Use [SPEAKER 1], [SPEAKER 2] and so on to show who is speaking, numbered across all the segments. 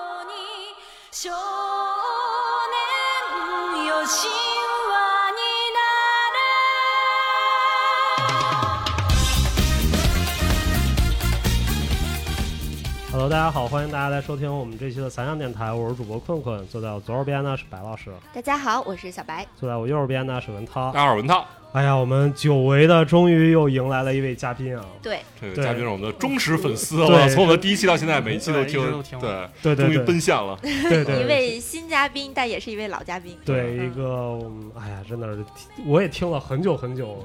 [SPEAKER 1] 少年よ神話になれ
[SPEAKER 2] Hello，大家好，欢迎大家来收听我们这期的散养电台，我是主播困困，坐在我左手边呢是白老师，
[SPEAKER 3] 大家好，我是小白。
[SPEAKER 2] 坐在我右手边呢是文涛。
[SPEAKER 4] 大耳文涛，
[SPEAKER 2] 哎呀，我们久违的终于又迎来了一位嘉宾啊！
[SPEAKER 3] 对，
[SPEAKER 4] 这个
[SPEAKER 2] 对
[SPEAKER 4] 嘉宾是我们的忠实粉丝，
[SPEAKER 2] 对
[SPEAKER 4] 我从我们第一期到现在，每一期都
[SPEAKER 5] 对一直都
[SPEAKER 4] 听，
[SPEAKER 5] 听
[SPEAKER 4] 对，
[SPEAKER 2] 对对
[SPEAKER 4] 终于
[SPEAKER 2] 对
[SPEAKER 4] 奔现了。
[SPEAKER 2] 对对
[SPEAKER 4] 嗯
[SPEAKER 3] 一位新嘉宾，但也是一位老嘉宾。
[SPEAKER 2] 对
[SPEAKER 3] 嗯
[SPEAKER 2] 一个，嗯哎呀，真的是，我也听了很久很久，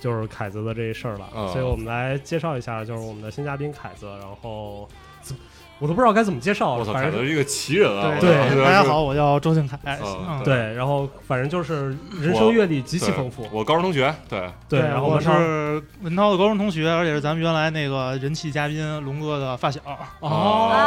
[SPEAKER 2] 就是凯子的这事儿了，
[SPEAKER 4] 嗯
[SPEAKER 2] 所以我们来介绍一下，就是我们的新嘉宾凯子，然后怎我都不知道该怎么介绍，
[SPEAKER 4] 我操，
[SPEAKER 2] 反
[SPEAKER 4] 感觉
[SPEAKER 2] 正
[SPEAKER 4] 是一个奇人啊！
[SPEAKER 2] 对
[SPEAKER 4] 我操
[SPEAKER 5] 大家，好，我叫周俊凯。
[SPEAKER 4] 嗯
[SPEAKER 5] 嗯，
[SPEAKER 2] 对，然后反正就是人生
[SPEAKER 4] 我
[SPEAKER 2] 阅历极
[SPEAKER 4] 对
[SPEAKER 2] 其丰富，
[SPEAKER 4] 我高中同学，对，
[SPEAKER 2] 对，然后
[SPEAKER 5] 我
[SPEAKER 2] 们上
[SPEAKER 5] 是文涛的高中同学，而且是咱们原来那个人气嘉宾龙哥的发小。
[SPEAKER 4] 哦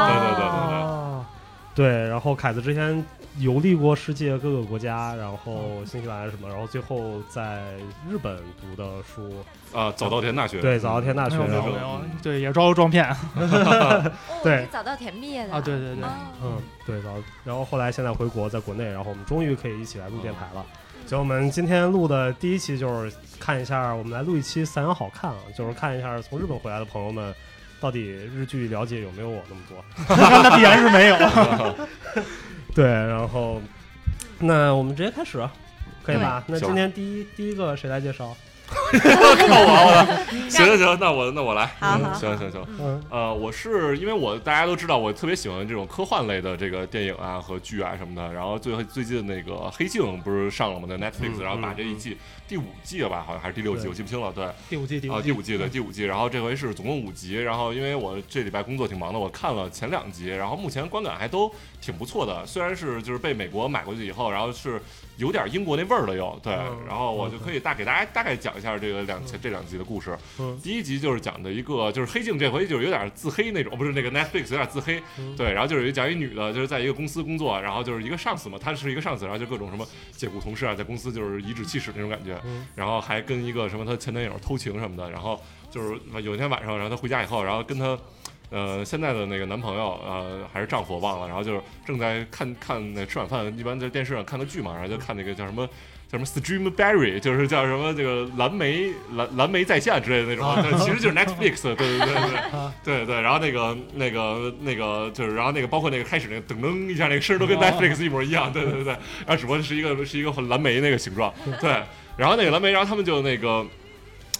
[SPEAKER 4] 对对对对对，
[SPEAKER 2] 哦，对，然后凯子之前游历过世界各个国家，然
[SPEAKER 5] 嗯
[SPEAKER 2] 后新西兰什么，然后最后在日本读的书，
[SPEAKER 4] 啊，早稻田大学，
[SPEAKER 2] 对，早稻田大学，
[SPEAKER 5] 没有没
[SPEAKER 2] 然
[SPEAKER 5] 有
[SPEAKER 2] 后
[SPEAKER 5] 没有，对，也招撞骗啊！
[SPEAKER 3] 哦
[SPEAKER 2] 对
[SPEAKER 3] 是早稻田毕业的
[SPEAKER 5] 对对对，
[SPEAKER 3] 哦，
[SPEAKER 2] 嗯，对，早，然后后来现在回国，在国内，然后我们终于可以一起来录
[SPEAKER 5] 嗯
[SPEAKER 2] 电台了。所以我们今天录的第一期就是看一下，我们来录一期散养好看啊，就是看一下从日本回来的朋友们。到底日剧了解有没有我那么多？
[SPEAKER 5] 那那必然是没有。
[SPEAKER 4] 嗯
[SPEAKER 2] 对，然后那我们直接开始啊，可以吧？那
[SPEAKER 4] 行
[SPEAKER 5] 啊
[SPEAKER 2] 今天第一第一个谁来介绍？
[SPEAKER 4] 看我啊，我行行行，那我那我来，
[SPEAKER 3] 好
[SPEAKER 4] 嗯
[SPEAKER 3] 好
[SPEAKER 4] 行行行。
[SPEAKER 2] 嗯，
[SPEAKER 4] 呃，我是因为我大家都知道，我特别喜欢这种科幻类的这个电影啊和剧啊什么的。然后最最近那个《黑镜》不是上了吗？在 Netflix，、
[SPEAKER 2] 嗯
[SPEAKER 4] 然后把
[SPEAKER 2] 嗯
[SPEAKER 4] 这一季、第五季了吧，好像还是第六季，
[SPEAKER 2] 对
[SPEAKER 4] 我记不清了。对，
[SPEAKER 5] 第五季第
[SPEAKER 4] 啊，
[SPEAKER 5] 五
[SPEAKER 4] 第
[SPEAKER 5] 季，
[SPEAKER 4] 五季对第五季，然后这回是总共五集，然后因为我这礼拜工作挺忙的，我看了前两集，然后目前观感还都挺不错的，虽然是就是被美国买过去以后，然后是有点英国那味儿了又，对
[SPEAKER 2] 嗯，
[SPEAKER 4] 然后我就可以大给大家大概讲一下这个两这两集的故事
[SPEAKER 2] 嗯。
[SPEAKER 4] 第一集就是讲的一个就是黑镜这回就是有点自黑那种，哦不是那个 Netflix 有点自黑，
[SPEAKER 2] 嗯
[SPEAKER 4] 对，然后就是有一讲一女的，就是在一个公司工作，然后就是一个上司嘛，她是一个上司，然后就各种什么解雇同事啊，在公司就是颐指气使那种感觉，
[SPEAKER 2] 嗯
[SPEAKER 4] 然后还跟一个什么她前男友偷情什么的，然后就是有一天晚上，然后她回家以后，然后跟她。呃，现在的那个男朋友，呃，还是丈夫，我忘了。然后就是正在看看那吃晚饭，一般在电视上看个剧嘛，然后就看那个叫什么叫什么 Streamberry，就是叫什么这个蓝莓蓝蓝莓在线之类的那种，啊对其实就是 Netflix，对对对对。 对对，然后那个那个那个就是，然后那个包括那个开始那个噔噔一下那个声儿都跟 Netflix 一模一样，对对对对，然后只不过是一个是一个很蓝莓那个形状，对，然后那个蓝莓，然后他们就那个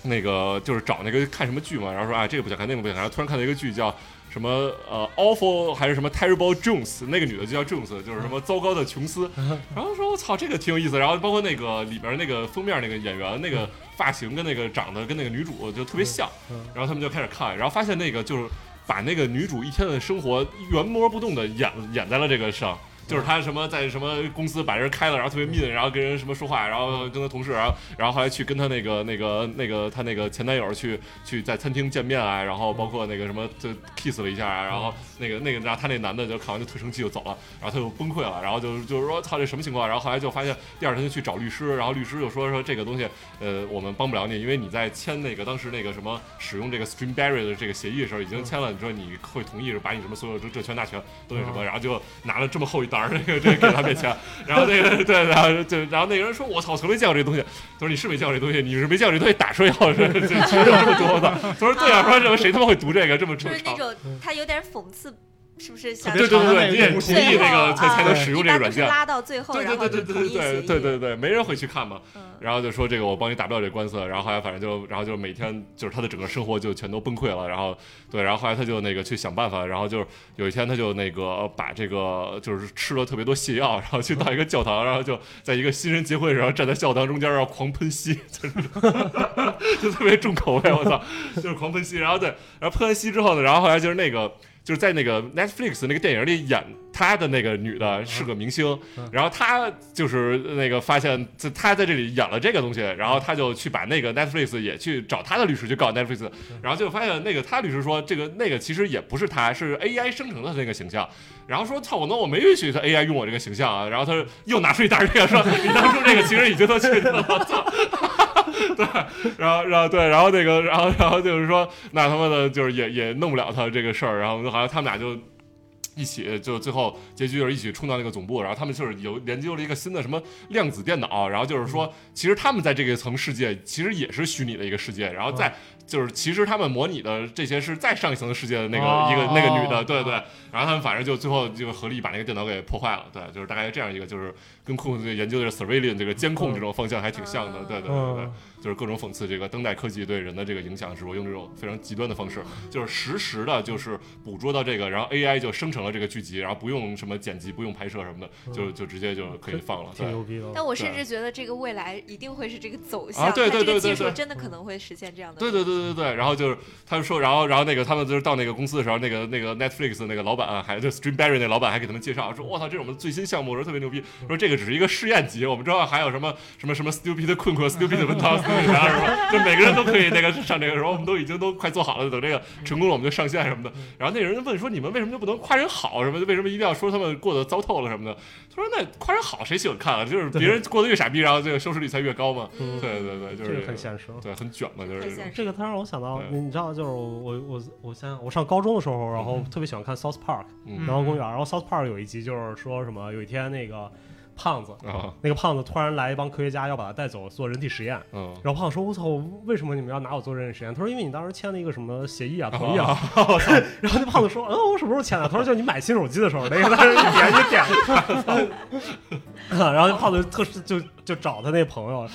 [SPEAKER 4] 那个就是找那个看什么剧嘛，然后说啊这个不想看那个不想看，然后突然看到一个剧叫。什么呃，awful 还是什么 terrible Jones，那个女的就叫 Jones，就是什么糟糕的琼斯。然后说我操，这个挺有意思。然后包括那个里边那个封面那个演员，那个发型跟那个长得跟那个女主就特别像。然后他们就开始看，然后发现那个就是把那个女主一天的生活原摸不动的演演在了这个上。就是她什么在什么公司把人开了，然后特别命，然后跟人什么说话，然后跟她同事，然后然后后来去跟她那个那个那个她那个前男友去去在餐厅见面啊，然后包括那个什么就 kiss 了一下啊，然后那个那个然后她那男的就看完就特生气就走了，然后她就崩溃了，然后就就是说操这什么情况，然后后来就发现第二天就去找律师，然后律师就说说这个东西呃，我们帮不了你，因为你在签那个当时那个什么使用这个 Stream Barrier 的这个协议的时候，已经签了，你说你会同意把你什么所有这这权那权都那什么，然后就拿了这么厚一沓儿那个这个给他面前，然后那个对，然后就然后那个人说，我操，从没见过这东西，他说你是没见过这东西，你是没见过这东西打出来以后是是是有这么多的，他说对啊，说什么谁他妈会读这个这么这
[SPEAKER 3] 就
[SPEAKER 4] 么
[SPEAKER 3] 是那
[SPEAKER 4] 长。
[SPEAKER 3] 种他有点讽刺，是不是想？
[SPEAKER 4] 嗯对对对对，你也
[SPEAKER 5] 特
[SPEAKER 4] 同
[SPEAKER 5] 别长
[SPEAKER 4] 意
[SPEAKER 3] 最后
[SPEAKER 4] 那个才才能
[SPEAKER 3] 啊
[SPEAKER 4] 使用
[SPEAKER 3] 一般
[SPEAKER 4] 这个软
[SPEAKER 3] 都是
[SPEAKER 4] 件，
[SPEAKER 3] 拉到最后，
[SPEAKER 4] 对
[SPEAKER 3] 然
[SPEAKER 4] 对
[SPEAKER 3] 后
[SPEAKER 4] 对
[SPEAKER 3] 就
[SPEAKER 4] 对
[SPEAKER 3] 同
[SPEAKER 4] 对
[SPEAKER 3] 意协
[SPEAKER 4] 对
[SPEAKER 3] 议。
[SPEAKER 4] 对对对，没人会去看嘛。
[SPEAKER 3] 嗯
[SPEAKER 4] 然后就说这个我帮你打不了这官司，然后后来反正就，然后就是每天就是他的整个生活就全都崩溃了，然后对，然后后来他就那个去想办法，然后就是有一天他就那个呃把这个就是吃了特别多泻药，然后去到一个教堂，然后就在一个新人结婚的时候站在教堂中间然后狂喷吸， 就是就特别重口味，我操， 就是狂喷吸，然后对，然后喷完吸之后呢，然后后来就是那个。就是在那个 Netflix 那个电影里演他的那个女的是个明星，然后他就是那个发现，在他在这里演了这个东西，然后他就去把那个 Netflix 也去找他的律师去告 Netflix，然后就发现那个他律师说这个那个其实也不是他，是 AI 生成的那个形象，然后说操我那我没允许他 AI 用我这个形象啊，然后他又拿出一沓这个说你当初这个其实已经都去了，我操。 对，然后，然后对，然后那个，然后，然后就是说，那他妈的，就是也也弄不了他这个事儿，然后好像他们俩就一起就最后结局就是一起冲到那个总部，然后他们就是有研究了一个新的什么量子电脑，然后就是说其实他们在这个层世界其实也是虚拟的一个世界，然后在就是其实他们模拟的这些是再上一层世界的那个
[SPEAKER 5] 哦
[SPEAKER 4] 一个那个女的，
[SPEAKER 5] 哦
[SPEAKER 4] 对对，然后他们反正就最后就合力把那个电脑给破坏了，对，就是大概这样一个就是跟控制研究的 surveillance 这个监控这种方向还挺像的，
[SPEAKER 3] 嗯
[SPEAKER 4] 对对对对
[SPEAKER 2] 嗯。，
[SPEAKER 4] 就是各种讽刺这个当代科技对人的这个影响，只不过用这种非常极端的方式，就是实时的，就是捕捉到这个，然后 AI 就生成了这个剧集，然后不用什么剪辑，不用拍摄什么的，就就直接就可以放了。
[SPEAKER 2] 嗯挺
[SPEAKER 4] 对
[SPEAKER 2] 牛逼的。
[SPEAKER 3] 但我甚至觉得这个未来一定会是这个走
[SPEAKER 4] 啊
[SPEAKER 3] 向，
[SPEAKER 4] 对
[SPEAKER 3] 它
[SPEAKER 4] 对
[SPEAKER 3] 这个
[SPEAKER 4] 对对
[SPEAKER 3] 技术
[SPEAKER 4] 对
[SPEAKER 3] 真的可能会实现这样的。
[SPEAKER 4] 对对对对对，然后就是他就说，然后然后那个他们就是到那个公司的时候，那个那个 Netflix 的那个老板啊还就 Streamberry 那老板还给他们介绍说，我操，这是我们最新项目，说特别牛逼，说这个只是一个试验集，我们之后还有什么什么什么 stupid 的困惑、stupid 的文涛、stupid 啥什么，就每个人都可以那个上这个，然后我们都已经都快做好了，等这个成功了我们就上线什么的。
[SPEAKER 2] 嗯
[SPEAKER 4] 然后那人问说，你们为什么就不能夸人好什么的？为什么一定要说他们过得糟透了什么的？他说那夸人好谁喜欢看啊？就是别人过得越傻逼，然后这个收视率才越高嘛。
[SPEAKER 3] 嗯
[SPEAKER 4] 对对对，
[SPEAKER 2] 这
[SPEAKER 4] 就是
[SPEAKER 2] 个
[SPEAKER 4] 这
[SPEAKER 2] 很
[SPEAKER 4] 个
[SPEAKER 2] 现实。
[SPEAKER 4] 对很卷嘛，就是
[SPEAKER 3] 太
[SPEAKER 4] 这种
[SPEAKER 3] 现实
[SPEAKER 2] 这个它让我想到，
[SPEAKER 4] 对
[SPEAKER 2] 你知道，就是我我我我现在我上高中的时候，然后特别喜欢看 South Park
[SPEAKER 4] 嗯
[SPEAKER 2] 南方公园，然后 South Park 有一集就是说什么，有一天那个胖子，
[SPEAKER 4] 啊，
[SPEAKER 2] 那个胖子突然来一帮科学家要把他带走做人体实验，
[SPEAKER 4] 嗯，
[SPEAKER 2] 然后胖子说：“我操，为什么你们要拿我做人体实验？”他说：“因为你当时签了一个什么协议啊，同意 啊。我操！然后那胖子说：“嗯，我什么时候签的？”他说：“就你买新手机的时候，那个 当时你点你点。 啊”然后那胖子特是就就找他那朋友。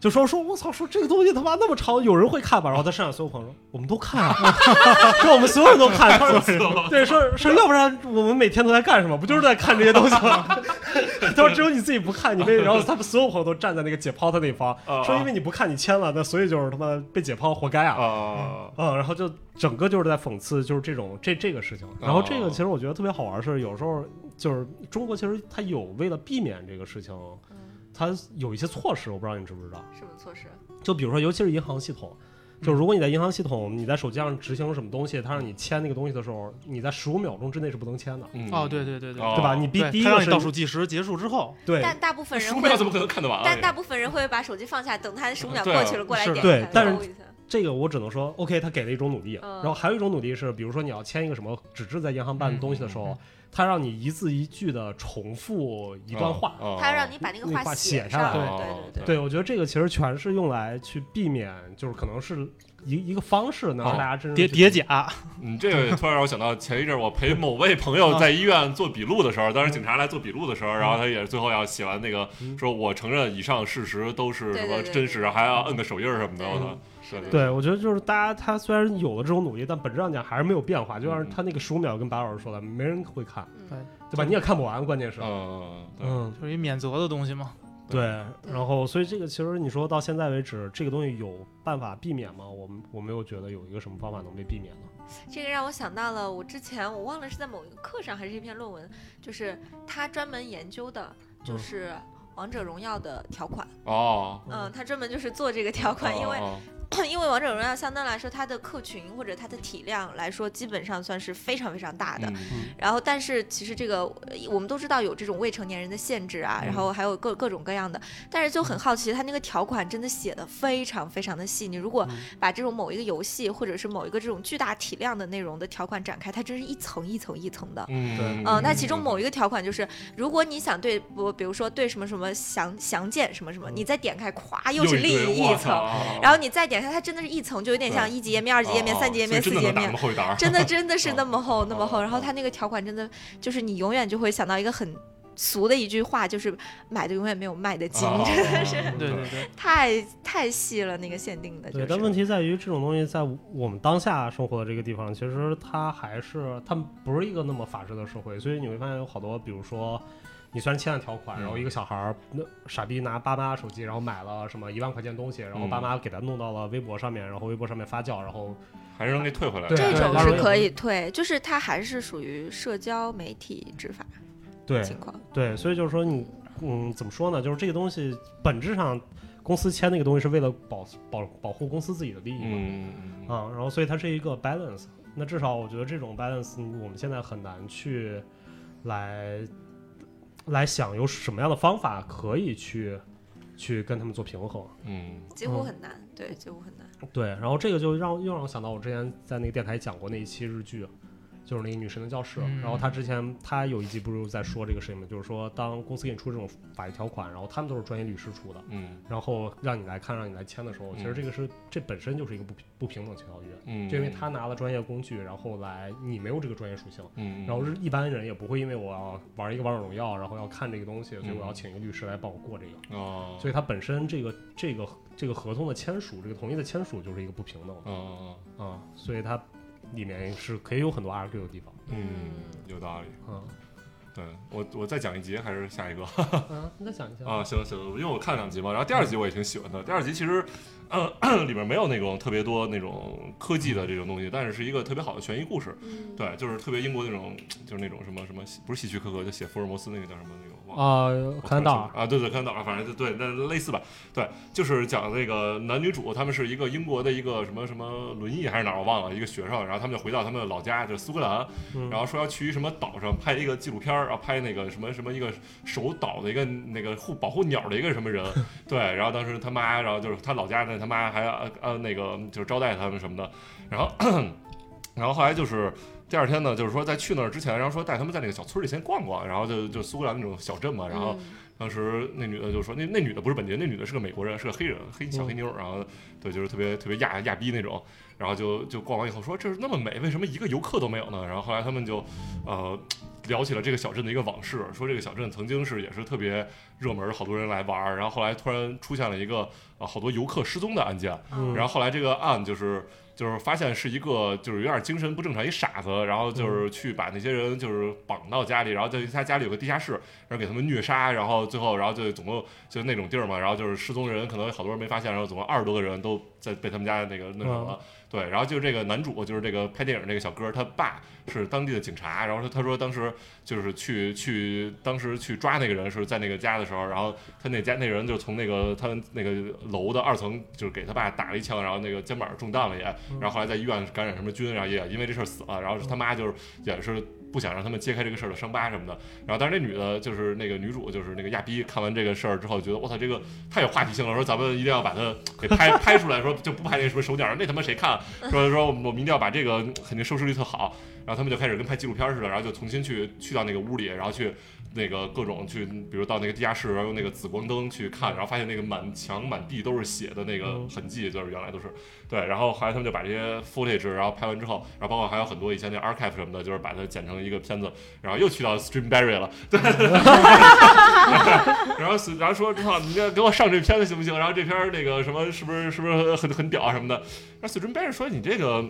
[SPEAKER 2] 就说说，我操，说这个东西他妈那么长，有人会看吧？然后他剩下所有朋友说，我们都看、啊， 说我们所有人都 看。他说，对，说说，要不然我们每天都在干什么？不就是在看这些东西吗？ 他说只有你自己不看，你被然后他们 所有朋友都站在那个解剖他那一方，
[SPEAKER 5] 啊
[SPEAKER 2] 说因为你不看你签了，那所以就是他妈被解剖活该啊。
[SPEAKER 4] 啊，
[SPEAKER 2] 嗯，然后就整个就是在讽刺，就是这种这这个事情。然后这
[SPEAKER 5] 啊
[SPEAKER 2] 个其实我觉得特别好玩是，有时候就是中国其实它有为了避免这个事情，
[SPEAKER 3] 嗯，
[SPEAKER 2] 它有一些措施，我不知道你知不知道。
[SPEAKER 3] 什么措施？
[SPEAKER 2] 就比如说，尤其是银行系统，就
[SPEAKER 5] 嗯
[SPEAKER 2] 如果你在银行系统你在手机上执行什么东西，它让你签那个东西的时候，你在十五秒钟之内是不能签的，
[SPEAKER 4] 嗯
[SPEAKER 5] 哦，对，对对对，
[SPEAKER 4] 哦
[SPEAKER 2] 对吧？你第
[SPEAKER 5] 对
[SPEAKER 2] 第一
[SPEAKER 5] 他
[SPEAKER 2] 个
[SPEAKER 5] 让你
[SPEAKER 2] 是
[SPEAKER 5] 倒数计时结束之后，
[SPEAKER 2] 对，
[SPEAKER 3] 但大部分人
[SPEAKER 4] 十五
[SPEAKER 3] 会
[SPEAKER 4] 秒怎么可能看得完啊？
[SPEAKER 3] 但大部分人会把手机放下，等他十五秒
[SPEAKER 4] 对啊
[SPEAKER 3] 过去了，过来
[SPEAKER 5] 是的
[SPEAKER 3] 点
[SPEAKER 2] 对
[SPEAKER 3] 开
[SPEAKER 2] 但是
[SPEAKER 3] 揉一下
[SPEAKER 2] 这个我只能说，OK，他给了一种努力，
[SPEAKER 3] 嗯
[SPEAKER 2] 然后还有一种努力是，比如说你要签一个什么纸质在银行办的东西的时
[SPEAKER 5] 嗯嗯
[SPEAKER 2] 候
[SPEAKER 5] 嗯，
[SPEAKER 2] 他让你一字一句的重复一
[SPEAKER 4] 一
[SPEAKER 2] 段话。
[SPEAKER 5] 哦
[SPEAKER 3] 他让你把那个
[SPEAKER 2] 那话
[SPEAKER 3] 写
[SPEAKER 2] 写下来
[SPEAKER 3] 上
[SPEAKER 4] 哦
[SPEAKER 3] 对对
[SPEAKER 2] 对，我觉得这个其实全是用来去避免，就是可能是一一个方式，能让大家真正
[SPEAKER 5] 哦叠
[SPEAKER 2] 去
[SPEAKER 5] 叠甲，
[SPEAKER 4] 你嗯这个突然让我想到前一阵儿我陪某位朋
[SPEAKER 2] 嗯
[SPEAKER 4] 友在医院做笔录的时候，当时警察来做笔录的时候，然后他也是最后要写完那个
[SPEAKER 2] 嗯
[SPEAKER 4] 说我承认以上事实都是什么
[SPEAKER 3] 对对对
[SPEAKER 4] 真实，还要摁个手印儿什么的，
[SPEAKER 3] 对
[SPEAKER 4] 我操，
[SPEAKER 3] 是的
[SPEAKER 2] 对，我觉得就是大家他虽然有了这种努力，但本质上讲还是没有变化。就
[SPEAKER 5] 嗯
[SPEAKER 2] 像他那个十五秒跟白老师说的，没人会看，
[SPEAKER 3] 嗯
[SPEAKER 2] 对吧？你也看不完，关键
[SPEAKER 5] 哦
[SPEAKER 2] 是，
[SPEAKER 4] 嗯，对
[SPEAKER 2] 嗯，
[SPEAKER 5] 就是一免责的东西嘛。
[SPEAKER 2] 对，
[SPEAKER 3] 对
[SPEAKER 2] 然后所以这个其实你说到现在为止，这个东西有办法避免吗？我们我没有觉得有一个什么方法能被避免的。
[SPEAKER 3] 这个让我想到了，我之前我忘了是在某一个课上还是一篇论文，就是他专门研究的，就
[SPEAKER 2] 嗯
[SPEAKER 3] 是。王者荣耀的条款，
[SPEAKER 4] 哦，
[SPEAKER 3] 嗯，他专门就是做这个条款，因为
[SPEAKER 4] 哦
[SPEAKER 3] 因为王者荣耀相当来说，它的客群或者它的体量来说，基本上算是非常非常大的。
[SPEAKER 4] 嗯
[SPEAKER 3] 然后，但是其实这个呃我们都知道有这种未成年人的限制啊，
[SPEAKER 4] 嗯
[SPEAKER 3] 然后还有各各种各样的，但是就很好奇，它那个条款真的写的非常非常的细。你如果
[SPEAKER 2] 嗯
[SPEAKER 3] 把这种某一个游戏或者是某一个这种巨大体量的内容的条款展开，它真是一层一层一层的。
[SPEAKER 4] 嗯
[SPEAKER 2] 对
[SPEAKER 3] 嗯，那其中某一个条款就是，如果你想对不，比如说对什么什么详详见什么什么，
[SPEAKER 2] 嗯
[SPEAKER 3] 你再点开，咵，
[SPEAKER 4] 又
[SPEAKER 3] 是另
[SPEAKER 4] 堆
[SPEAKER 3] 一
[SPEAKER 4] 我
[SPEAKER 3] 层
[SPEAKER 4] 操，哦
[SPEAKER 3] 然后你再点开，它真的是一层，就有点像
[SPEAKER 4] 对
[SPEAKER 3] 一级页面、二级页面、
[SPEAKER 4] 哦
[SPEAKER 3] 三级页面、四
[SPEAKER 4] 所以
[SPEAKER 3] 级
[SPEAKER 4] 真
[SPEAKER 3] 页
[SPEAKER 4] 的能打
[SPEAKER 3] 面
[SPEAKER 4] 那么，厚一沓儿，
[SPEAKER 3] 真的真的是那么厚那么厚。
[SPEAKER 4] 哦
[SPEAKER 3] 然后它那个条款真的就是你永远就会想到一个很俗的一句话，就是买的永远没有卖的精，
[SPEAKER 4] 哦
[SPEAKER 3] 真的是
[SPEAKER 5] 对对对，
[SPEAKER 3] 太太细了那个限定的，就
[SPEAKER 2] 对，
[SPEAKER 3] 是。
[SPEAKER 2] 但问题在于这种东西在我们当下生活的这个地方，其实它还是它不是一个那么法治的社会，所以你会发现有好多，比如说。你虽然签了条款，
[SPEAKER 4] 嗯
[SPEAKER 2] 然后一个小孩儿那傻逼拿爸妈手机，然后买了什么一万块钱东西，然后
[SPEAKER 4] 嗯
[SPEAKER 2] 爸妈给他弄到了微博上面，然后微博上面发酵，然后
[SPEAKER 4] 还是能给退回来。
[SPEAKER 2] 对
[SPEAKER 3] 这
[SPEAKER 2] 对
[SPEAKER 3] 种
[SPEAKER 2] 当然
[SPEAKER 3] 是
[SPEAKER 2] 有
[SPEAKER 3] 可以退，就是它还是属于社交媒体执法
[SPEAKER 2] 对
[SPEAKER 3] 情况。
[SPEAKER 2] 对，所以就是说你，嗯，怎么说呢？就是这个东西本质上，公司签那个东西是为了保保保护公司自己的利益嘛，
[SPEAKER 4] 嗯，
[SPEAKER 2] 啊，然后所以它是一个 balance。那至少我觉得这种 balance，嗯我们现在很难去来来想有什么样的方法可以去去跟他们做平衡。
[SPEAKER 4] 嗯，
[SPEAKER 3] 几乎很难，对，几乎很难。
[SPEAKER 2] 对，然后这个就让又让我想到我之前在那个电台讲过那一期日剧，就是那个女神的教室。
[SPEAKER 5] 嗯
[SPEAKER 2] 然后他之前他有一集不是在说这个事情吗？就是说当公司给你出这种法律条款，然后他们都是专业律师出的，
[SPEAKER 4] 嗯
[SPEAKER 2] 然后让你来看，让你来签的时候，其实这个是、这本身就是一个不平不平等性条约，
[SPEAKER 4] 嗯，
[SPEAKER 2] 就因为他拿了专业工具，然后来你没有这个专业属性。
[SPEAKER 4] 嗯，嗯，
[SPEAKER 2] 然后是一般人也不会因为我要玩一个王者荣耀，然后要看这个东西，所以我要
[SPEAKER 4] 嗯
[SPEAKER 2] 请一个律师来帮我过这个。
[SPEAKER 4] 哦，
[SPEAKER 2] 所以它本身这个这个这个合同的签署，这个同意的签署就是一个不平等的
[SPEAKER 4] 哦，
[SPEAKER 2] 啊、所以它里面是可以有很多 argue 的地方
[SPEAKER 4] 嗯，有道理。
[SPEAKER 2] 啊。
[SPEAKER 4] 对我，我再讲一集还是下一个
[SPEAKER 2] 嗯，你再讲一下
[SPEAKER 4] 啊？行行，因为我看两集嘛，然后第二集我也挺喜欢的。第二集其实，呃，里面没有那种特别多那种科技的这种东西，但是是一个特别好的悬疑故事。
[SPEAKER 3] 嗯，
[SPEAKER 4] 对，就是特别英国那种，就是那种什么什么，不是希区柯克，就写福尔摩斯那个叫什么那个，忘了。
[SPEAKER 2] 啊，看得到
[SPEAKER 4] 啊，对对，看到啊，反正就对，那类似吧，对，就是讲这个男女主他们是一个英国的一个什么什么轮椅还是哪儿我忘了，一个学生，然后他们就回到他们的老家，就是苏格兰，
[SPEAKER 2] 嗯
[SPEAKER 4] 然后说要去一什么岛上拍一个纪录片儿，然后拍那个什么什么一个守岛的一个那个护保护鸟的一个什 么人，对，然后当时他妈，然后就是他老家的他妈还呃呃那个就是招待他们什么的，然后然后后来就是。第二天呢，就是说在去那儿之前，然后说带他们在那个小村里先逛逛，然后就就苏格兰那种小镇嘛，然后当时那女的就说，那那女的不是本地人，那女的是个美国人，是个黑人，黑小黑妞儿，然后对，就是特别特别亚亚逼那种，然后就就逛完以后说这是那么美，为什么一个游客都没有呢？然后后来他们就，呃，聊起了这个小镇的一个往事，说这个小镇曾经是也是特别热门，好多人来玩儿，然后后来突然出现了一个呃好多游客失踪的案件，
[SPEAKER 2] 嗯
[SPEAKER 4] 然后后来这个案就是就是发现是一个就是有点精神不正常一傻子，然后就是去把那些人就是绑到家里，然后在他家里有个地下室，然后给他们虐杀，然后最后然后就总共就那种地儿嘛，然后就是失踪人可能好多人没发现，然后总共二十多个人都在被他们家那个那什么了。对，然后就是这个男主，就是这个拍电影这个小哥，他爸是当地的警察，然后他他说当时就是去去当时去抓那个人是在那个家的时候，然后他那家那人就从那个他那个楼的二层就是给他爸打了一枪，然后那个肩膀中弹了也，然后后来在医院感染什么菌，然后也因为这事儿死了，然后是他妈就是也是不想让他们揭开这个事儿的伤疤什么的，然后但是那女的就是那个女主就是那个亚逼，看完这个事儿之后觉得我操这个太有话题性了，说咱们一定要把它给拍拍出来，说就不拍那什么手点儿，那他妈谁看啊？说说我们我们一定要把这个肯定收视率特好，然后他们就开始跟拍纪录片似的，然后就重新去去到那个屋里，然后去那个各种去，比如到那个地下室，然后用那个紫光灯去看，然后发现那个满墙满地都是血的那个
[SPEAKER 2] 嗯
[SPEAKER 4] 痕迹，就是原来都是对，然后后来他们就把这些 footage，然后拍完之后，然后包括还有很多以前那 archive 什么的，就是把它剪成一个片子，然后又去到 Streamberry 了， 对，然后然后说操，你这给我上这片子行不行？然后这片儿那个什么是不是是不是很很屌啊什么的？然后 Streamberry 说你这个。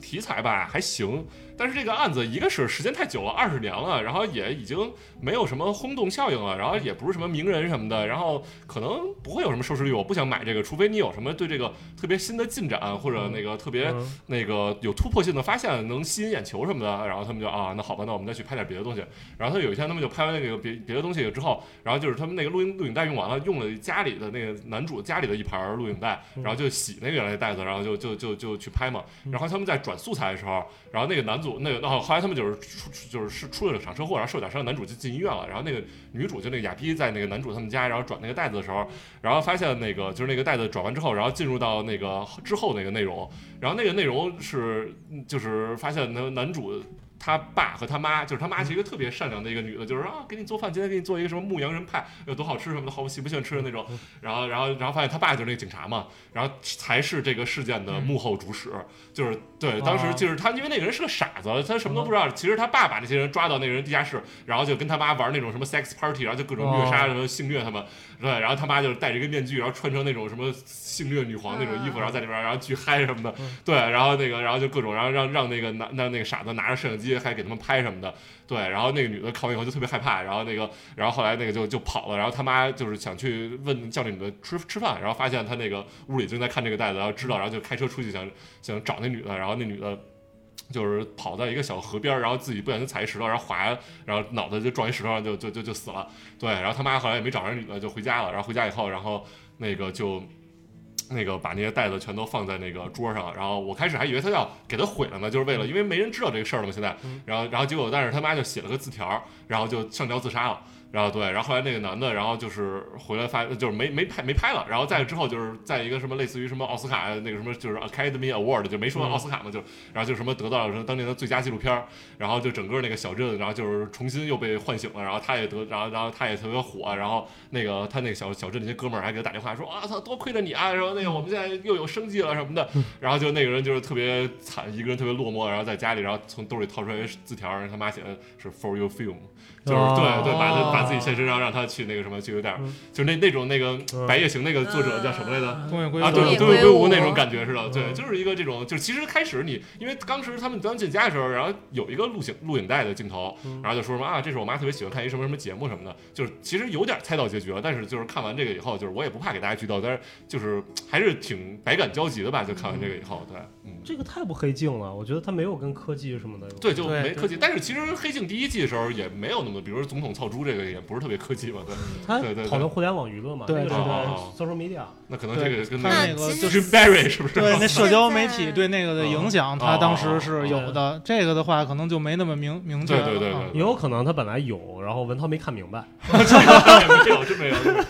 [SPEAKER 4] 题材吧还行，但是这个案子一个是时间太久了，二十年了，然后也已经没有什么轰动效应了，然后也不是什么名人什么的，然后可能不会有什么收视率。我不想买这个，除非你有什么对这个特别新的进展，或者那个特别
[SPEAKER 2] 嗯
[SPEAKER 4] 那个有突破性的发现，能吸引眼球什么的。然后他们就啊，那好吧，那我们再去拍点别的东西。然后他有一天他们就拍完那个别别的东西之后，然后就是他们那个录音录影带用完了，用了家里的那个男主家里的一盘录影带，然后就洗那个原来的袋子，然后就就就就去拍嘛。然后他们在转素材的时候，然后那个男主那个哦，后来他们就是出出就是是出了场车祸，然后受点伤，男主就进医院了。然后那个女主就那个雅逼在那个男主他们家，然后转那个袋子的时候，然后发现那个就是那个袋子转完之后，然后进入到那个之后那个内容，然后那个内容是嗯就是发现那男主。他爸和他妈，就是他妈是一个特别善良的一个女的，就是说啊，给你做饭，今天给你做一个什么牧羊人派，有多好吃什么的，好喜不喜欢吃的那种。然后，然后，然后发现他爸就是那个警察嘛，然后才是这个事件的幕后主使，就是对，当时
[SPEAKER 5] 啊
[SPEAKER 4] 就是他，因为那个人是个傻子，他什么都不知道。其实他爸把这些人抓到那个人地下室，然后就跟他妈玩那种什么 sex party，然后就各种虐杀、什么性虐他们，对，然后他妈就是戴着一个面具，然后穿成那种什么性虐女皇那种衣服，
[SPEAKER 3] 嗯
[SPEAKER 4] 然后在里边，然后巨嗨什么的，对，然后那个，然后就各种，然后让让那个男让那个傻子拿着摄像机还给他们拍什么的，对，然后那个女的看完以后就特别害怕，然后那个，然后后来那个就就跑了，然后他妈就是想去问叫那女的吃吃饭，然后发现他那个屋里正在看这个袋子，然后知道，然后就开车出去想想找那女的，然后那女的。就是跑在一个小河边儿，然后自己不小心踩一石头，然后滑，然后脑袋就撞一石头上，就就就就死了。对，然后他妈后来也没找着女的，就回家了。然后回家以后，然后那个就那个把那些袋子全都放在那个桌上，然后我开始还以为他要给他毁了呢，就是为了因为没人知道这个事儿了嘛，现在
[SPEAKER 5] 嗯，
[SPEAKER 4] 然后然后结果但是他妈就写了个字条儿，然后就上吊自杀了。然后对，然后后来那个男的，然后就是回来发，就是没没拍没拍了。然后再之后就是在一个什么类似于什么奥斯卡那个什么就是 Academy Award 就没说
[SPEAKER 2] 嗯
[SPEAKER 4] 奥斯卡嘛，就然后就什么得到了什么当年的最佳纪录片儿，然后就整个那个小镇，然后就是重新又被唤醒了，然后他也得，然后然后他也特别火，然后那个他那个小小镇那些哥们儿还给他打电话说啊操，多亏了你啊，然后那个我们现在又有生计了什么的，
[SPEAKER 2] 嗯
[SPEAKER 4] 然后就那个人就是特别惨，一个人特别落寞，然后在家里，然后从兜里掏出来一个字条，然后他妈写的是 for your film，就是
[SPEAKER 2] 哦
[SPEAKER 4] 对对，把他把自己献身，然后让他去那个什么，就有点儿就那那种那个
[SPEAKER 2] 嗯
[SPEAKER 4] 白夜行那个作者叫什么来着？
[SPEAKER 5] 东野圭
[SPEAKER 4] 啊，
[SPEAKER 5] 吾
[SPEAKER 4] 对
[SPEAKER 3] 东，野
[SPEAKER 4] 东野
[SPEAKER 3] 圭
[SPEAKER 4] 圭
[SPEAKER 3] 吾
[SPEAKER 4] 吾那种感觉似的，对，
[SPEAKER 2] 嗯
[SPEAKER 4] 就是一个这种，就是其实开始你，因为当时他们刚进家的时候，然后有一个录影录影带的镜头，然后就说什么啊，这是我妈特别喜欢看一什么什么节目什么的，就是其实有点猜到结局了，但是就是看完这个以后，就是我也不怕给大家剧透，但是就是还是挺百感交集的吧，就看完这个以后，对，嗯。
[SPEAKER 2] 这个太不黑镜了，我觉得它没有跟科技什么的有。
[SPEAKER 4] 对，就
[SPEAKER 5] 对
[SPEAKER 4] 没
[SPEAKER 5] 对
[SPEAKER 4] 科技，但是其实《黑镜》第一季的时候也没有那么，比如说总统操猪这个也不是特别科技嘛，对，
[SPEAKER 2] 它
[SPEAKER 4] 对对对哦
[SPEAKER 2] 讨论互联网舆论嘛，那
[SPEAKER 5] 对
[SPEAKER 2] 个
[SPEAKER 5] 对
[SPEAKER 2] 是
[SPEAKER 4] 对
[SPEAKER 2] social media，
[SPEAKER 4] 那可能这个跟
[SPEAKER 5] 他
[SPEAKER 4] 那
[SPEAKER 5] 那个
[SPEAKER 3] 其
[SPEAKER 5] 就
[SPEAKER 4] 就是是 Barry 是不是？
[SPEAKER 5] 对那社交媒
[SPEAKER 3] 现
[SPEAKER 5] 体
[SPEAKER 3] 在
[SPEAKER 5] 对那个
[SPEAKER 4] 嗯
[SPEAKER 5] 的影响，他当时是有的。这个的话，可能就没那么明明确
[SPEAKER 4] 对
[SPEAKER 5] 了。
[SPEAKER 4] 哦对对
[SPEAKER 5] 啊
[SPEAKER 4] 对，
[SPEAKER 2] 也有可能它本来有，然后文涛没看明白。
[SPEAKER 4] 没有，真没有，真没有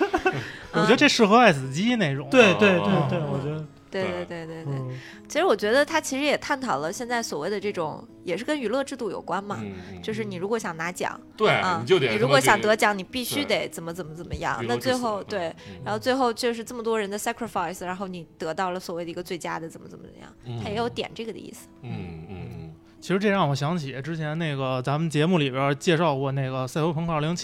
[SPEAKER 4] 嗯
[SPEAKER 5] 我觉得这适合爱死机那种。
[SPEAKER 2] 对对
[SPEAKER 4] 哦
[SPEAKER 2] 对对，我觉得，
[SPEAKER 3] 对对
[SPEAKER 4] 对
[SPEAKER 3] 对对对。
[SPEAKER 2] 嗯，
[SPEAKER 3] 其实我觉得他其实也探讨了现在所谓的这种，也是跟娱乐制度有关嘛。
[SPEAKER 4] 嗯嗯
[SPEAKER 3] 就是你如果想拿奖
[SPEAKER 4] 对，
[SPEAKER 3] 啊，
[SPEAKER 4] 你就得
[SPEAKER 3] 如果想得奖，你必须
[SPEAKER 4] 对
[SPEAKER 3] 得怎么怎么怎么样。
[SPEAKER 4] 娱
[SPEAKER 3] 那
[SPEAKER 4] 乐至
[SPEAKER 3] 最
[SPEAKER 4] 死
[SPEAKER 3] 后对，，然后
[SPEAKER 2] 嗯
[SPEAKER 3] 最后就是这么多人的 sacrifice，然后你得到了所谓的一个最佳的怎么怎么怎么样，
[SPEAKER 4] 嗯
[SPEAKER 3] 他也有点这个的意思。
[SPEAKER 4] 嗯嗯嗯
[SPEAKER 5] 其实这让我想起之前那个咱们节目里边介绍过那个《赛博朋克2077》，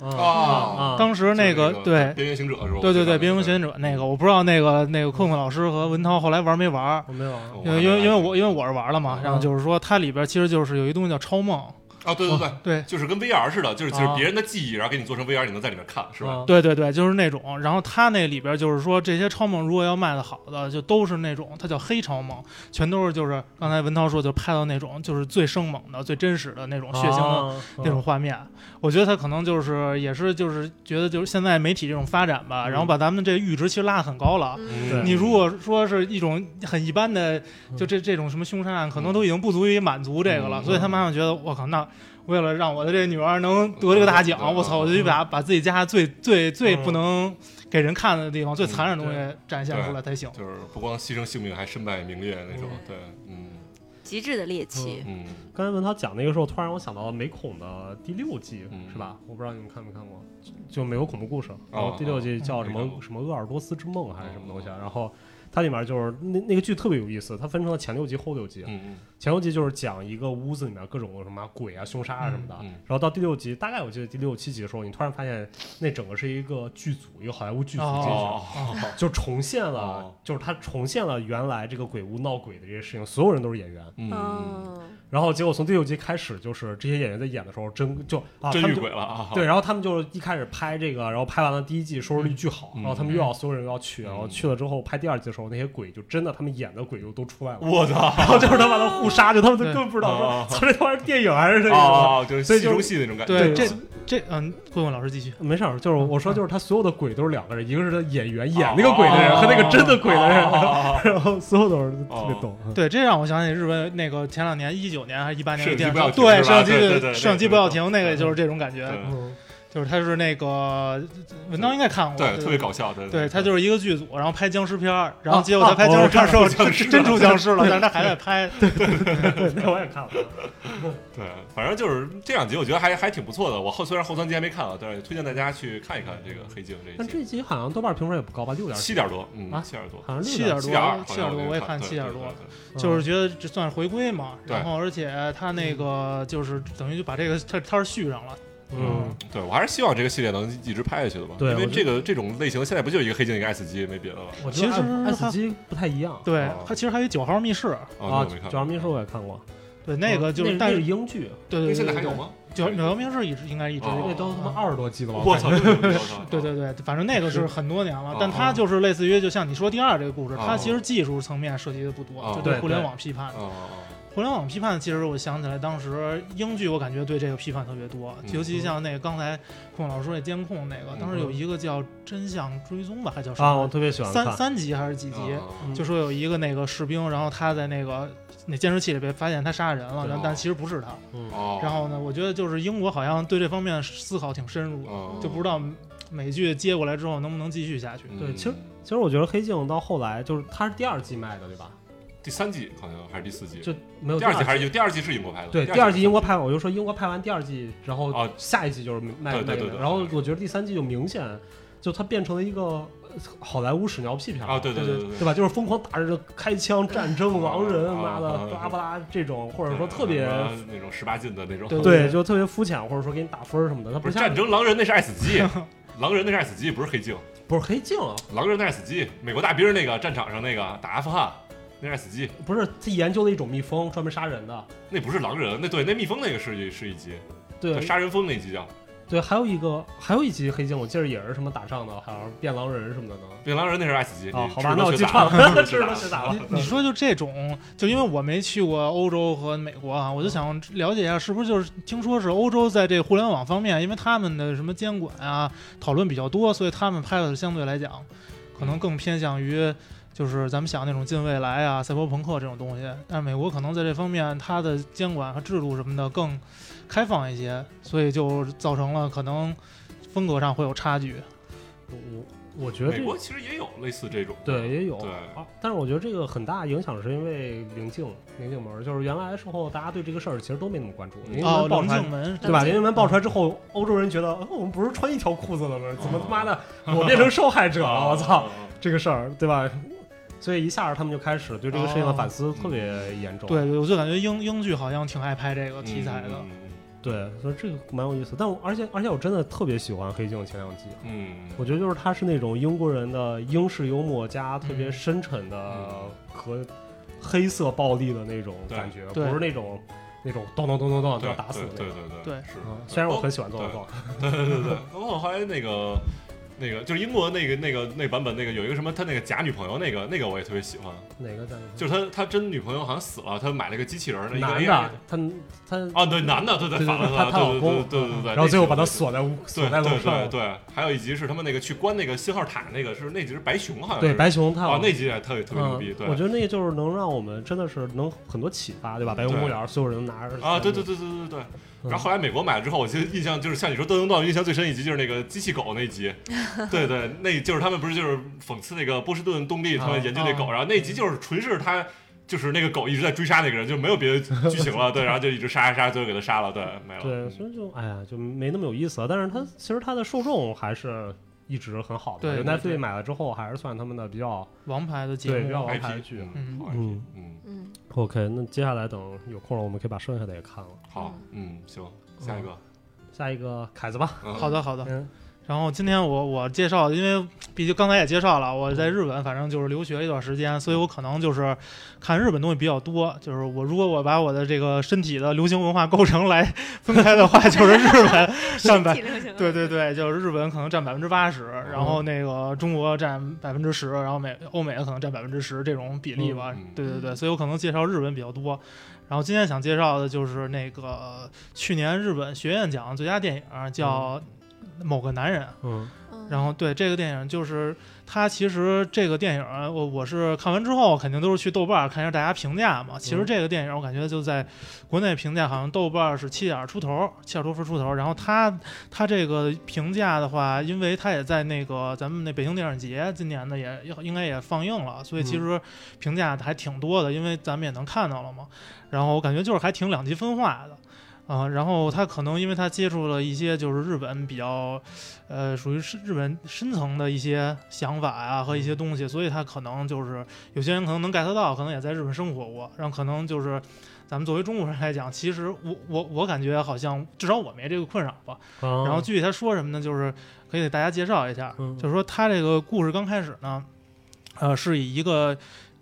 [SPEAKER 4] 嗯
[SPEAKER 2] 啊
[SPEAKER 4] 啊，
[SPEAKER 2] 啊，
[SPEAKER 5] 当时那
[SPEAKER 4] 个
[SPEAKER 5] 个对
[SPEAKER 4] 边缘行者是吧？
[SPEAKER 5] 对对
[SPEAKER 4] 我记得
[SPEAKER 5] 对，《边缘行者》那个，我不知道那个那个困困老师和文涛后来玩没玩。
[SPEAKER 2] 我没有啊，
[SPEAKER 4] 我
[SPEAKER 5] 因
[SPEAKER 4] 还没
[SPEAKER 5] 为因为因为
[SPEAKER 4] 来
[SPEAKER 5] 我因为我是玩了嘛，
[SPEAKER 2] 嗯
[SPEAKER 5] 然后就是说它里边其实就是有一东西叫超梦，
[SPEAKER 4] 啊，对对对，
[SPEAKER 5] 对
[SPEAKER 4] 就是跟 VR 似的，就是就是
[SPEAKER 2] 啊
[SPEAKER 4] 别人的记忆，然后给你做成 VR，你能在里面看，是吧？
[SPEAKER 2] 啊？
[SPEAKER 5] 对对对，就是那种。然后它那里边就是说，这些超梦如果要卖的好的，就都是那种，它叫黑超梦，全都是就是刚才文涛说，就拍到那种就是最生猛的、最真实的那种血腥的
[SPEAKER 2] 啊
[SPEAKER 5] 那种画面。我觉得他可能就是也是就是觉得就是现在媒体这种发展吧，
[SPEAKER 2] 嗯
[SPEAKER 5] 然后把咱们这个阈值其实拉得很高了。
[SPEAKER 4] 嗯
[SPEAKER 2] 对
[SPEAKER 5] 你如果说是一种很一般的，就这这种什么凶杀案，可能都已经不足以满足这个了，
[SPEAKER 4] 嗯
[SPEAKER 5] 所以他妈妈觉得，我靠，那为了让我的这女儿能得这个大奖，
[SPEAKER 4] 嗯
[SPEAKER 5] 我操，我就得把把自己家最最最不能给人看的地方，最残忍的东
[SPEAKER 2] 嗯
[SPEAKER 5] 西展现出来才行。
[SPEAKER 4] 就是不光牺牲性命，还身败名裂那种，对，嗯
[SPEAKER 3] 极致的猎奇，
[SPEAKER 4] 嗯，
[SPEAKER 2] 刚才文涛讲那个时候，突然我想到了美恐的第六季，
[SPEAKER 4] 嗯
[SPEAKER 2] 是吧？我不知道你们看没看过，就美国恐怖故事，然
[SPEAKER 4] 哦
[SPEAKER 2] 后第六季叫什
[SPEAKER 4] 没
[SPEAKER 2] 么
[SPEAKER 4] 看过哦
[SPEAKER 2] 什么鄂尔多斯之梦还是什么东西啊？然后它里面就是那那个剧特别有意思，它分成了前六集、后六集。啊
[SPEAKER 4] 嗯
[SPEAKER 2] 前六集就是讲一个屋子里面各种什么鬼啊、凶杀啊什么的，
[SPEAKER 4] 嗯嗯
[SPEAKER 2] 然后到第六集，大概我记得第六七集的时候，你突然发现那整个是一个剧组，一个好莱坞剧组进去。
[SPEAKER 4] 哦，
[SPEAKER 2] 就重现了，
[SPEAKER 4] 哦
[SPEAKER 2] 就是它重现了原来这个鬼屋闹鬼的这些事情，所有人都是演员，
[SPEAKER 4] 嗯，
[SPEAKER 2] 然后结果从第六集开始，就是这些演员在演的时候真就啊，
[SPEAKER 4] 真
[SPEAKER 2] 他
[SPEAKER 4] 遇
[SPEAKER 2] 们就
[SPEAKER 4] 鬼了啊！
[SPEAKER 2] 对，然后他们就一开始拍这个，然后拍完了第一季收视率巨好，
[SPEAKER 4] 嗯
[SPEAKER 2] 然后他们又要所有人都要去，
[SPEAKER 4] 嗯
[SPEAKER 2] 然后去了之后拍第二季的时候，那些鬼就真的他们演的鬼就都出来了，
[SPEAKER 4] 我操！
[SPEAKER 2] 然后就是他妈的互杀，就他们都
[SPEAKER 5] 对
[SPEAKER 2] 根本不知道
[SPEAKER 4] 哦
[SPEAKER 2] 说操这他妈是电影还是这个。
[SPEAKER 4] 哦，就是
[SPEAKER 2] 所以
[SPEAKER 4] 戏
[SPEAKER 2] 就
[SPEAKER 4] 中戏那种感觉，
[SPEAKER 5] 对，
[SPEAKER 2] 对
[SPEAKER 5] 这这嗯，棍棍老师继续。
[SPEAKER 2] 没事儿，就是我说，就是他所有的鬼都是两个人，一个是他演员演那个鬼的人和那个真的鬼的人，
[SPEAKER 4] 哦
[SPEAKER 2] 然后所有都是特别逗。嗯
[SPEAKER 5] 对，这让我想起日本那个前两年一九年还是一八年
[SPEAKER 4] 摄
[SPEAKER 5] 的
[SPEAKER 4] 影机
[SPEAKER 5] 电视
[SPEAKER 4] 不要
[SPEAKER 5] 剧，
[SPEAKER 4] 停是吧
[SPEAKER 5] 摄像机
[SPEAKER 4] 对对对
[SPEAKER 5] 摄像机
[SPEAKER 4] 对
[SPEAKER 5] 不要
[SPEAKER 4] 对
[SPEAKER 5] 停，那个就是这种感觉，
[SPEAKER 4] 对
[SPEAKER 2] 嗯
[SPEAKER 5] 就是他是那个文章应该看过，
[SPEAKER 4] 对，特别
[SPEAKER 5] 搞。
[SPEAKER 4] 搞笑，对
[SPEAKER 5] 对他就是一个剧组，然后拍僵尸片儿，然
[SPEAKER 2] 啊
[SPEAKER 5] 后结果他拍
[SPEAKER 2] 啊
[SPEAKER 5] 僵尸片儿
[SPEAKER 4] 我
[SPEAKER 5] 之后，
[SPEAKER 4] 看出僵尸
[SPEAKER 5] 真真出僵尸了，但是他还在拍。
[SPEAKER 2] 对，那我也看了。
[SPEAKER 4] 对，反正就是这两集，我觉得还还挺不错的。我后虽然后三集还没看啊，但是推荐大家去看一看这个《黑镜》这
[SPEAKER 2] 但
[SPEAKER 4] 一
[SPEAKER 2] 这
[SPEAKER 4] 集，
[SPEAKER 2] 集好像豆瓣评分也不高吧，六点
[SPEAKER 4] 七点多，嗯，
[SPEAKER 2] 啊
[SPEAKER 4] 七点多，
[SPEAKER 2] 好像
[SPEAKER 5] 七
[SPEAKER 2] 六点
[SPEAKER 5] 点多
[SPEAKER 4] 七点二，
[SPEAKER 5] 七点多我也看七点多
[SPEAKER 4] 对，
[SPEAKER 5] 就是觉得这算是回归嘛，
[SPEAKER 4] 对
[SPEAKER 5] 然后而且他那个就是等于就把这个他他是续上了，
[SPEAKER 2] 嗯，
[SPEAKER 4] 对对对对，我还是希望这个系列能一直拍下去的吧。
[SPEAKER 2] 对
[SPEAKER 4] 因为
[SPEAKER 2] 我觉
[SPEAKER 4] 这个这种类型现在不就一个黑镜，一个 S 级，没别的了。
[SPEAKER 2] 我觉得
[SPEAKER 5] 其实
[SPEAKER 2] 爱爱死
[SPEAKER 5] 它
[SPEAKER 2] 机不太一样
[SPEAKER 5] 对
[SPEAKER 4] 哦，
[SPEAKER 5] 他其实还有九号密室，
[SPEAKER 4] 啊，那我没
[SPEAKER 2] 《
[SPEAKER 4] 看。
[SPEAKER 2] 九号密室》我也看过，
[SPEAKER 5] 对那个就
[SPEAKER 2] 哦
[SPEAKER 5] 是
[SPEAKER 2] 那
[SPEAKER 5] 但
[SPEAKER 2] 那
[SPEAKER 5] 是
[SPEAKER 2] 是英剧，
[SPEAKER 5] 对
[SPEAKER 4] 那
[SPEAKER 5] 对对，
[SPEAKER 4] 现在
[SPEAKER 5] 对
[SPEAKER 4] 嗯还有
[SPEAKER 5] 对
[SPEAKER 4] 吗？
[SPEAKER 5] 九九号密室一直应该一直
[SPEAKER 4] 哦
[SPEAKER 2] 那都他妈二十多季了吧？
[SPEAKER 4] 我操！这么牛我操
[SPEAKER 5] 对对对，反正那个是很多年了
[SPEAKER 4] 是，
[SPEAKER 5] 但
[SPEAKER 4] 哦
[SPEAKER 5] 它就是类似于就像你说第二这个故事，
[SPEAKER 4] 哦
[SPEAKER 5] 它其实技术层面涉及的不多
[SPEAKER 4] 哦，
[SPEAKER 5] 就
[SPEAKER 2] 对
[SPEAKER 5] 互
[SPEAKER 2] 对
[SPEAKER 5] 联网批判
[SPEAKER 4] 哦。哦哦
[SPEAKER 5] 互联网批判，其实我想起来，当时英剧我感觉对这个批判特别多，
[SPEAKER 4] 嗯
[SPEAKER 5] 尤其像那个刚才孔老师说那监控那个，当时有一个叫《真相追踪》吧，还叫什
[SPEAKER 2] 啊，我
[SPEAKER 5] 么？
[SPEAKER 2] 特别喜欢看
[SPEAKER 5] 三。三集还是
[SPEAKER 4] 哦
[SPEAKER 5] 几集？
[SPEAKER 2] 嗯
[SPEAKER 5] 就说有一个那个士兵，然后他在那个那监视器里被发现他杀人了，
[SPEAKER 4] 对
[SPEAKER 5] 然
[SPEAKER 4] 哦
[SPEAKER 5] 后但其实不是他。
[SPEAKER 2] 嗯
[SPEAKER 4] 哦，
[SPEAKER 5] 然后呢，我觉得就是英国好像对这方面思考挺深入的，
[SPEAKER 4] 哦嗯
[SPEAKER 5] 就不知道美剧接过来之后能不能继续下去。
[SPEAKER 2] 对其实其实我觉得《黑镜》到后来就是它是第二季卖的，对吧？
[SPEAKER 4] 第三季好像还是第四季，
[SPEAKER 2] 就没有
[SPEAKER 4] 第二季还是有第二季是英国拍的，
[SPEAKER 2] 对，
[SPEAKER 4] 第
[SPEAKER 2] 第二季英国
[SPEAKER 4] 拍
[SPEAKER 2] 拍完，我就说英国拍完第二季，然后
[SPEAKER 4] 啊
[SPEAKER 2] 下一季就是卖
[SPEAKER 4] 对对
[SPEAKER 2] 卖
[SPEAKER 4] 对
[SPEAKER 2] 给
[SPEAKER 4] 对
[SPEAKER 2] 然后我觉得第三季就明显，就它变成了一个呃好莱坞屎尿屁片儿
[SPEAKER 4] 啊，对
[SPEAKER 2] 对
[SPEAKER 4] 对
[SPEAKER 2] 对
[SPEAKER 4] 对
[SPEAKER 2] 吧？就是疯狂打着开枪、战争、狼人，
[SPEAKER 4] 啊
[SPEAKER 2] 妈的
[SPEAKER 4] 啊
[SPEAKER 2] 巴拉巴拉这种，或者说特
[SPEAKER 4] 什
[SPEAKER 2] 别
[SPEAKER 4] 么那种十八禁的那种，
[SPEAKER 5] 对
[SPEAKER 2] 对，就特别肤浅，或者说给你打分儿什么的。它
[SPEAKER 4] 不是
[SPEAKER 2] 像
[SPEAKER 4] 战争狼人那是爱死机，狼人那是爱死机，不是黑镜，
[SPEAKER 2] 不是黑镜啊，
[SPEAKER 4] 狼人那是爱死机，美国大兵那个战场上那个打阿富汗那是爱死机，
[SPEAKER 2] 不是他研究了一种蜜蜂专门杀人的。
[SPEAKER 4] 那不是狼人，那对那蜜蜂那个是一是一集，
[SPEAKER 2] 对
[SPEAKER 4] 叫杀人蜂那集叫
[SPEAKER 2] 对，还有一个还有一集黑镜，我记得也是什么打仗的，好像是变狼人什么的呢。
[SPEAKER 4] 变狼人那是爱死机，
[SPEAKER 2] 啊，
[SPEAKER 4] 你
[SPEAKER 2] 好
[SPEAKER 4] 知
[SPEAKER 2] 吧
[SPEAKER 4] 道，
[SPEAKER 2] 那我
[SPEAKER 4] 学
[SPEAKER 2] 记
[SPEAKER 4] 杂
[SPEAKER 2] 串了，知道
[SPEAKER 4] 了
[SPEAKER 2] 学杂了。
[SPEAKER 5] 你说就这种，就因为我没去过欧洲和美国啊，我就想了解一下，是不是就是听说是欧洲在这互联网方面，因为他们的什么监管啊讨论比较多，所以他们拍的相对来讲，可能更偏向于就是咱们想那种近未来啊、赛博朋克这种东西。但是美国可能在这方面它的监管和制度什么的更开放一些，所以就造成了可能风格上会有差距。
[SPEAKER 2] 我我觉得
[SPEAKER 4] 美
[SPEAKER 2] 这
[SPEAKER 4] 国其实也有类似这种，
[SPEAKER 2] 对，也有
[SPEAKER 4] 对
[SPEAKER 2] 啊，但是我觉得这个很大影响是因为棱镜棱镜门，就是原来的时候大家对这个事儿其实都没那么关注，
[SPEAKER 4] 嗯
[SPEAKER 2] 棱镜
[SPEAKER 5] 哦
[SPEAKER 2] 门，爆出来
[SPEAKER 5] 棱镜。嗯门
[SPEAKER 2] 对吧？
[SPEAKER 3] 棱镜
[SPEAKER 2] 林门爆出来之后，欧洲人觉得、哦我们不是穿一条裤子了吗？怎么他妈的
[SPEAKER 4] 哦
[SPEAKER 2] 我变成受害者了？啊我操，，
[SPEAKER 5] 哦
[SPEAKER 2] 这个事儿对吧？所以一下他们就开始对这个事
[SPEAKER 4] 哦
[SPEAKER 2] 情的反思特别严重。
[SPEAKER 5] 对，我就感觉英英剧好像挺爱拍这个题材的。
[SPEAKER 4] 嗯
[SPEAKER 2] 对，所以这个蛮有意思。但我而且而且我真的特别喜欢《黑镜》前两季，
[SPEAKER 4] 嗯，
[SPEAKER 2] 我觉得就是他是那种英国人的英式幽默加特别深沉的
[SPEAKER 4] 嗯
[SPEAKER 2] 和黑色暴力的那种感觉，
[SPEAKER 5] 对
[SPEAKER 2] 不是那种那种咚咚咚咚咚就
[SPEAKER 4] 对
[SPEAKER 2] 要打死的那
[SPEAKER 4] 对
[SPEAKER 2] 种。
[SPEAKER 4] 对对
[SPEAKER 5] 对
[SPEAKER 4] 是
[SPEAKER 2] 嗯，虽然我很喜欢咚咚咚，
[SPEAKER 4] 对对对，包括后来那个那个就是英国那个那个那版本那个有一个什么他那个假女朋友那个那个我也特别喜欢，
[SPEAKER 2] 哪个在？
[SPEAKER 4] 就是他他真女朋友好像死了，他买了个机器人儿，一个
[SPEAKER 2] 男
[SPEAKER 4] AI
[SPEAKER 2] 的，他他，
[SPEAKER 4] 啊，对男的，对对
[SPEAKER 2] 对对
[SPEAKER 4] 反了啊
[SPEAKER 2] 他他老
[SPEAKER 4] 对
[SPEAKER 2] 公
[SPEAKER 4] 对对对对对，
[SPEAKER 2] 然后最后把他
[SPEAKER 4] 那集
[SPEAKER 2] 锁在屋，
[SPEAKER 4] 对
[SPEAKER 2] 锁在
[SPEAKER 4] 对
[SPEAKER 2] 楼
[SPEAKER 4] 对对
[SPEAKER 2] 上。
[SPEAKER 4] 对，还有一集是他们那个去关那个信号塔那个是那集是白熊好像
[SPEAKER 2] 对
[SPEAKER 4] 是
[SPEAKER 2] 白熊他
[SPEAKER 4] 啊那集也特别特别
[SPEAKER 2] 嗯
[SPEAKER 4] 牛逼，，对
[SPEAKER 2] 我觉得那个就是能让我们真的是能很多启发，对吧？白熊公园所有人拿着
[SPEAKER 4] 啊对对对对对对。
[SPEAKER 2] 嗯
[SPEAKER 4] 然后后来美国买了之后，我就印象就是像你说《斗牛道》，印象最深一集就是那个机器狗那集，对对，那就是他们不是就是讽刺那个波士顿动力，他们研究那狗，然后那集就是纯是他就是那个狗一直在追杀那个人，就没有别的剧情了，对，然后就一直杀杀杀，最后给他杀了，对，嗯没了。
[SPEAKER 2] 对，所以就哎呀，就没那么有意思了。但是它其实它的受众还是一直很好的，
[SPEAKER 5] 对
[SPEAKER 2] 就
[SPEAKER 5] 对
[SPEAKER 2] Netflix
[SPEAKER 5] 对
[SPEAKER 2] 买了之后还是算他们的比较
[SPEAKER 5] 王牌的节
[SPEAKER 2] 对比较
[SPEAKER 5] 目，
[SPEAKER 2] 王
[SPEAKER 4] IP
[SPEAKER 2] 牌的剧。
[SPEAKER 5] 嗯
[SPEAKER 4] 好 IP，
[SPEAKER 2] 嗯
[SPEAKER 4] 嗯，
[SPEAKER 3] 嗯，
[SPEAKER 2] OK，那接下来等有空了，我们可以把剩下的也看了。
[SPEAKER 4] 好，嗯，行，下一个，
[SPEAKER 2] 下一个凯子吧，
[SPEAKER 4] 嗯
[SPEAKER 5] 好，的好的。
[SPEAKER 2] 嗯，
[SPEAKER 5] 然后今天我我介绍，因为毕竟刚才也介绍了，我在日本反正就是留学一段时间，所以我可能就是看日本东西比较多。就是我如果我把我的这个身体的流行文化构成来分开的话， 就是日本占百，
[SPEAKER 3] 体流行。
[SPEAKER 5] 对对对，就是日本可能占百分之八十，然
[SPEAKER 4] 哦
[SPEAKER 5] 后那个中国占百分之十，然后美欧美可能占百分之十这种比例吧
[SPEAKER 4] 嗯嗯。
[SPEAKER 5] 对对对，所以我可能介绍日本比较多。然后今天想介绍的就是那个去年日本学院奖最佳电影叫
[SPEAKER 4] 嗯
[SPEAKER 5] 《某个男人》。
[SPEAKER 2] 嗯
[SPEAKER 3] 嗯
[SPEAKER 5] 然后对这个电影，就是它其实这个电影儿，我我是看完之后肯定都是去豆瓣儿看一下大家评价嘛。其实
[SPEAKER 2] 嗯
[SPEAKER 5] 这个电影儿我感觉就在国内评价好像豆瓣儿是七点儿出头儿，七点儿多分出头儿。然后它它这个评价的话，因为它也在那个咱们那北京电影节今年的也也应该也放映了，所以其
[SPEAKER 2] 嗯
[SPEAKER 5] 实评价还挺多的，因为咱们也能看到了嘛。然后我感觉就是还挺两极分化的。啊、然后他可能因为他接触了一些就是日本比较呃，属于是日本深层的一些想法啊和一些东西，所以他可能就是有些人可能能 get 到，可能也在日本生活过，然后可能就是咱们作为中国人来讲，其实我我我感觉好像至少我没这个困扰吧。
[SPEAKER 2] 然
[SPEAKER 5] 然后具体他说什么呢？就是可以给大家介绍一下，
[SPEAKER 2] 嗯
[SPEAKER 5] 就是说他这个故事刚开始呢，呃，是以一个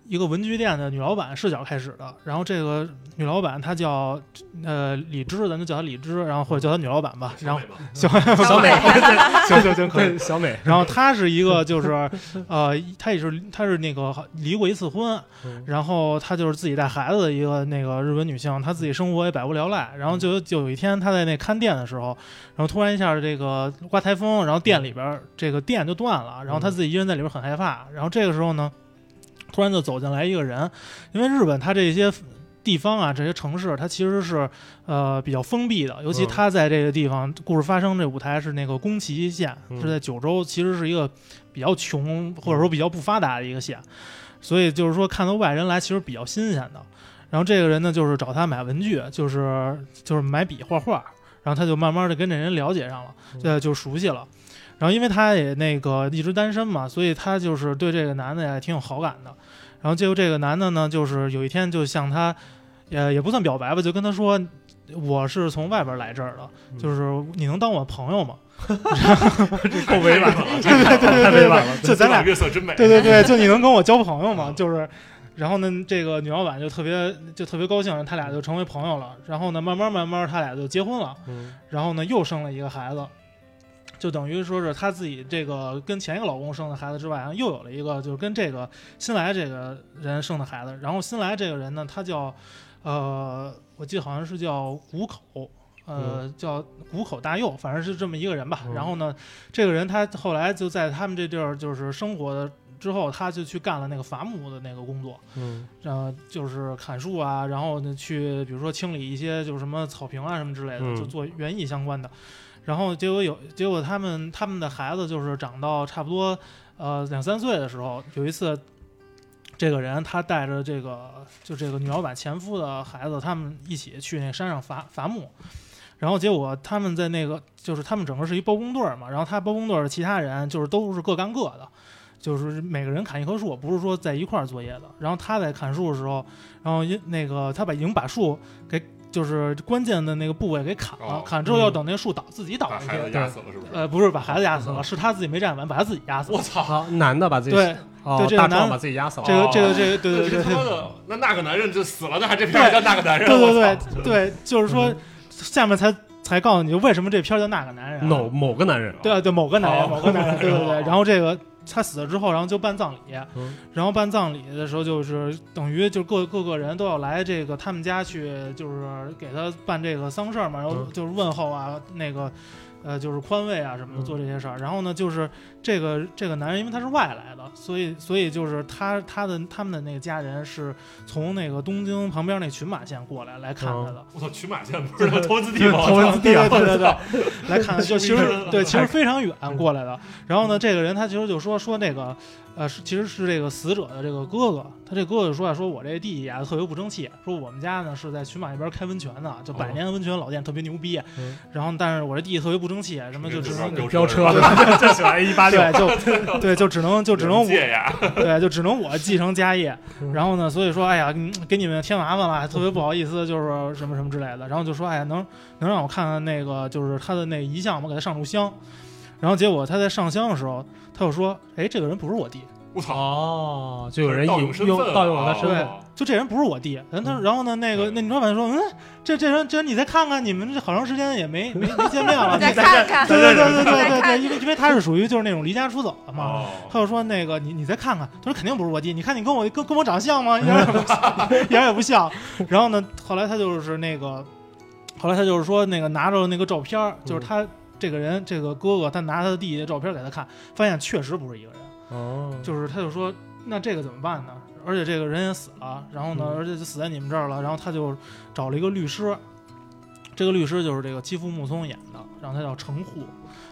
[SPEAKER 5] 一个文具店的女老板视角开始的。然后这个女老板她叫呃李芝，咱就叫她李芝，然后或者叫她女老板吧。然后小
[SPEAKER 2] 小美， 行行行，
[SPEAKER 5] 可
[SPEAKER 2] 可
[SPEAKER 5] 以
[SPEAKER 2] 以，小美，
[SPEAKER 5] 然后她是一个就是呃，她也是她是那个离过一次婚，
[SPEAKER 2] 嗯
[SPEAKER 5] 然后她就是自己带孩子的一个那个日本女性，她自己生活也百无聊赖。然后就
[SPEAKER 2] 嗯
[SPEAKER 5] 就有一天她在那看店的时候，然后突然一下这个刮台风，然后店里边
[SPEAKER 2] 嗯
[SPEAKER 5] 儿这个电就断了，然后她自己一人在里边很害怕。然后这个时候呢，突然就走进来一个人，因为日本它这些。地方啊，这些城市它其实是，呃，比较封闭的。尤其
[SPEAKER 2] 嗯
[SPEAKER 5] 它在这个地方，故事发生这舞台是那个宫崎县，
[SPEAKER 2] 嗯
[SPEAKER 5] 是在九州，其实是一个比较穷或者说比较不发达的一个县。所以就是说看到外人来其实比较新鲜的。然后这个人呢，就是找他买文具，就是就是买笔画画，然后他就慢慢的跟这人了解上了，呃，就熟悉了。然后因为他也那个一直单身嘛，所以他就是对这个男的也挺有好感的。然后结果这个男的呢，就是有一天就向他，呃，也不算表白吧，就跟他说。我是从外边来这儿的，就是你能当我朋友吗？
[SPEAKER 2] 够委婉了，
[SPEAKER 5] 对对 对
[SPEAKER 2] 太委婉了，
[SPEAKER 5] 就咱俩
[SPEAKER 4] 月色真美。
[SPEAKER 5] 对对对，就你能跟我交朋友吗？就是，然后呢，这个女老板就特别就特别高兴，他俩就成为朋友了。然后呢，慢慢慢慢，他俩就结婚了。
[SPEAKER 2] 嗯
[SPEAKER 5] 然后呢，又生了一个孩子，就等于说是她自己这个跟前一个老公生的孩子之外，然后又有了一个就是跟这个新来这个人生的孩子。然后新来这个人呢，他叫呃，我记得好像是叫谷口。呃，叫谷口大佑，反正是这么一个人吧。
[SPEAKER 2] 嗯
[SPEAKER 5] 然后呢，这个人他后来就在他们这地儿就是生活的之后，他就去干了那个伐木的那个工作。
[SPEAKER 2] 嗯
[SPEAKER 5] 呃，就是砍树啊，然后呢去比如说清理一些就是什么草坪啊什么之类的，
[SPEAKER 2] 嗯
[SPEAKER 5] 就做园艺相关的。然后结果有结果他们他们的孩子就是长到差不多呃两三岁的时候，有一次。这个人他带着这个就这个女老板前夫的孩子，他们一起去那山上伐伐木，然后结果他们在那个就是他们整个是一包工队儿嘛，然后他包工队儿的其他人就是都是各干各的，就是每个人砍一棵树，不是说在一块儿作业的。然后他在砍树的时候，然后因那个他把已经把树给就是关键的那个部位给砍了，
[SPEAKER 4] 哦
[SPEAKER 5] 砍之后要
[SPEAKER 2] 嗯
[SPEAKER 5] 等那树倒自己倒
[SPEAKER 4] 把
[SPEAKER 5] 下
[SPEAKER 4] 孩子
[SPEAKER 5] 去。
[SPEAKER 4] 压死了是不是？
[SPEAKER 5] 呃，不是把孩子压死了，是他自己没站稳，把他自己压死了。
[SPEAKER 4] 我操！
[SPEAKER 2] 啊，男的把自己
[SPEAKER 5] 对，
[SPEAKER 2] 哦
[SPEAKER 5] 对这个
[SPEAKER 2] 大
[SPEAKER 5] 男
[SPEAKER 2] 壮把自己压死了，
[SPEAKER 5] 这个
[SPEAKER 4] 哦
[SPEAKER 5] 这个这个，对对
[SPEAKER 4] 这
[SPEAKER 5] 对
[SPEAKER 4] 他妈
[SPEAKER 5] 对
[SPEAKER 4] 的，那那个男人就死了，那还这片儿还叫那个男人？
[SPEAKER 5] 对
[SPEAKER 4] 我
[SPEAKER 5] 对
[SPEAKER 4] 操嗯
[SPEAKER 5] 对，对，就是说下面才才告诉你为什么这片儿叫那个男人啊。
[SPEAKER 2] 某某个男人，
[SPEAKER 5] 对啊，对某个男人，
[SPEAKER 4] 哦
[SPEAKER 5] 某个 男人，对对对。
[SPEAKER 4] 哦
[SPEAKER 5] 然后这个他死了之后，然后就办葬礼，
[SPEAKER 2] 嗯
[SPEAKER 5] 然后办葬礼的时候就是等于就各各个人都要来这个他们家去，就是给他办这个丧事儿嘛，然后
[SPEAKER 2] 嗯
[SPEAKER 5] 就是问候啊，那个呃就是宽慰啊什么的，
[SPEAKER 2] 嗯
[SPEAKER 5] 做这些事儿。然后呢，就是这个这个男人因为他是外来的，所以所以就是他他的他们的那个家人是从那个东京旁边那群马县过来来看他
[SPEAKER 2] 嗯
[SPEAKER 5] 的。
[SPEAKER 4] 我操，取马线不是他投资地
[SPEAKER 2] 就是
[SPEAKER 4] 吗？
[SPEAKER 2] 投
[SPEAKER 4] 我
[SPEAKER 2] 文
[SPEAKER 4] 操
[SPEAKER 2] 字地啊，
[SPEAKER 5] 哦对 对对对，来看就其实对，其实
[SPEAKER 2] 太
[SPEAKER 5] 非常远过来的。然后呢，这个人他其实就说说那个，呃，是其实是这个死者的这个哥哥，他这哥哥就说啊，说我这弟弟啊特别不争气，说我们家呢是在群马那边开温泉的，就百年温泉老店特别牛逼
[SPEAKER 2] 嗯。
[SPEAKER 5] 然后但是我这弟弟特别不争气，什么就只 能
[SPEAKER 4] 对
[SPEAKER 2] 飙车， 就喜欢 A 一八六，
[SPEAKER 5] 对就对就只能就只能我
[SPEAKER 4] 借呀，
[SPEAKER 5] 对，就只能我继承家业
[SPEAKER 2] 嗯。
[SPEAKER 5] 然后呢，所以说，哎呀，嗯给你们添麻烦了，特别不好意思，就是什么什么之类的。然后就说，哎呀，能能让我看看那个，就是他的那遗像吗？给他上炷香。然后结果他在上香的时候，他又说，哎，这个人不是我弟，
[SPEAKER 4] 我操！
[SPEAKER 2] 哦，就有人
[SPEAKER 4] 盗
[SPEAKER 2] 引
[SPEAKER 4] 用身
[SPEAKER 2] 用
[SPEAKER 4] 份
[SPEAKER 2] 盗用了他
[SPEAKER 4] 哦
[SPEAKER 2] 身份，
[SPEAKER 5] 就这人不是我弟。然后他，
[SPEAKER 2] 嗯
[SPEAKER 5] 然后呢，那个那女老板说，嗯，这这人这人你再看看，你们这好长时间也没没没见面了，
[SPEAKER 3] 再
[SPEAKER 5] 你再
[SPEAKER 3] 看看，
[SPEAKER 5] 对对对
[SPEAKER 3] 再
[SPEAKER 5] 对对
[SPEAKER 3] 看
[SPEAKER 5] 对对，因为因为他是属于就是那种离家出走的嘛。
[SPEAKER 4] 哦
[SPEAKER 5] 他就说那个你你再看看，他说肯定不是我弟，你看你跟我跟跟我长得像吗？一点儿也不像， 一点儿也不像。然后呢，后来他就是那个，后来他就是说那个拿着那个照片儿，就是他这个人这个哥哥，他拿他的弟弟的照片儿给他看，发现确实不是一个人。
[SPEAKER 2] 哦，
[SPEAKER 5] 就是他就说那这个怎么办呢？而且这个人也死了，然后呢，
[SPEAKER 2] 嗯
[SPEAKER 5] 而且就死在你们这儿了，然后他就找了一个律师，这个律师就是这个基夫木聪演的，然后他叫程户，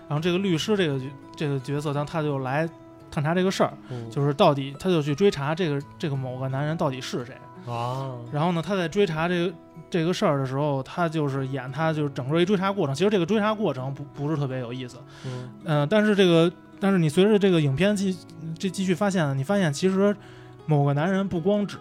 [SPEAKER 5] 然后这个律师这个角这个角色，然后他就来探查这个事儿，
[SPEAKER 2] 就
[SPEAKER 5] 就是到底他就去追查这个这个某个男人到底是谁，
[SPEAKER 2] 啊，
[SPEAKER 5] 然后呢，他在追查这个这个事儿的时候，他就是演他就是整个一追查过程，其实这个追查过程不不是特别有意思，
[SPEAKER 2] 嗯
[SPEAKER 5] 呃，但是这个，但是你随着这个影片继这继续发现，你发现其实某个男人不光指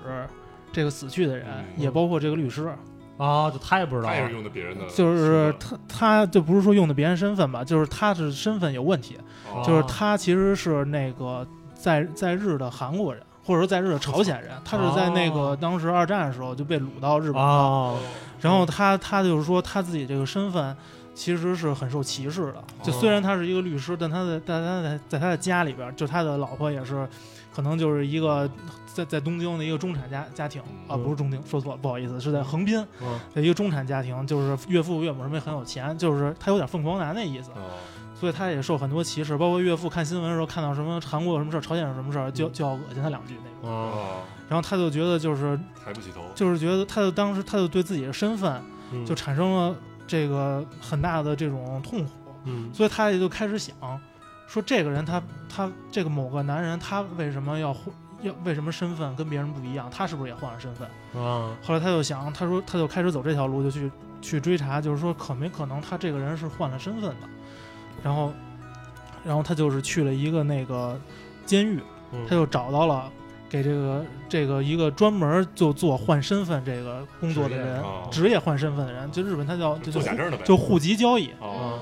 [SPEAKER 5] 这个死去的人，
[SPEAKER 4] 嗯
[SPEAKER 5] 也包括这个律师，
[SPEAKER 2] 啊，这他也不知道
[SPEAKER 4] 他
[SPEAKER 2] 啊，
[SPEAKER 4] 也是用的别人的，
[SPEAKER 5] 就是他他就不是说用的别人身份吧，就是他是身份有问题，
[SPEAKER 4] 哦
[SPEAKER 5] 就是他其实是那个在在日的韩国人。或者说在日本朝鲜人，他是在那个
[SPEAKER 2] 哦
[SPEAKER 5] 当时二战的时候就被掳到日本了。
[SPEAKER 2] 哦，
[SPEAKER 5] 然后他他就是说他自己这个身份其实是很受歧视的。就虽然他是一个律师，但他的但他在在他的家里边儿，就他的老婆也是，可能就是一个在在东京的一个中产家家庭啊，
[SPEAKER 2] 嗯
[SPEAKER 5] 不是中京，说错了，不好意思，是在横滨
[SPEAKER 2] 嗯
[SPEAKER 5] 的一个中产家庭，就是岳父岳母什么也很有钱，就是他有点凤凰男那意思，
[SPEAKER 4] 哦
[SPEAKER 5] 所以他也受很多歧视。包括岳父看新闻的时候，看到什么韩国有什么事儿，朝鲜有什么事儿，就就要恶心他两句那种。
[SPEAKER 2] 哦，
[SPEAKER 4] 哦，
[SPEAKER 5] 然后他就觉得就是
[SPEAKER 4] 抬不起头，
[SPEAKER 5] 就是觉得他就当时他就对自己的身份。
[SPEAKER 2] 嗯
[SPEAKER 5] 就产生了这个很大的这种痛苦，
[SPEAKER 2] 嗯
[SPEAKER 5] 所以他也就开始想，说这个人他他这个某个男人他为什么要换要为什么身份跟别人不一样，他是不是也换了身份？
[SPEAKER 2] 啊
[SPEAKER 5] 后来他就想，他说他就开始走这条路，就去去追查，就是说可没可能他这个人是换了身份的，然后然后他就是去了一个那个监狱，
[SPEAKER 2] 嗯
[SPEAKER 5] 他就找到了。给这个这个一个专门就做换身份这个工作的
[SPEAKER 2] 职业
[SPEAKER 5] 人，
[SPEAKER 4] 哦
[SPEAKER 5] 职业换身份的人，就日本他叫这
[SPEAKER 4] 做
[SPEAKER 5] 就
[SPEAKER 4] 假证的呗，
[SPEAKER 5] 就嗯户籍交易。
[SPEAKER 4] 哦，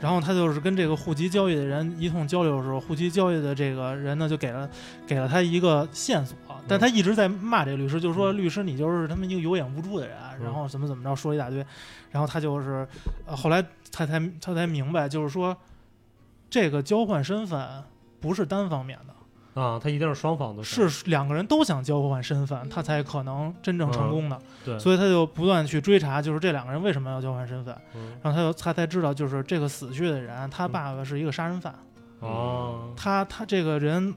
[SPEAKER 5] 然后他就是跟这个户籍交易的人一通交流的时候，户籍交易的这个人呢就给了给了他一个线索，但他一直在骂这个律师，就是说律师你就是他们一个有眼无珠的人，然后怎么怎么着说一大堆，然后他就是，呃，后来他才他才明白，就是说这个交换身份不是单方面的，
[SPEAKER 2] 啊，他一定是双方都
[SPEAKER 5] 是两个人都想交换身份，他才可能真正成功的。
[SPEAKER 2] 对
[SPEAKER 5] 所以他就不断去追查，就是这两个人为什么要交换身份。
[SPEAKER 2] 嗯
[SPEAKER 5] 然后他就他才知道，就是这个死去的人，他爸爸是一个杀人犯，
[SPEAKER 2] 哦，
[SPEAKER 5] 他他这个人，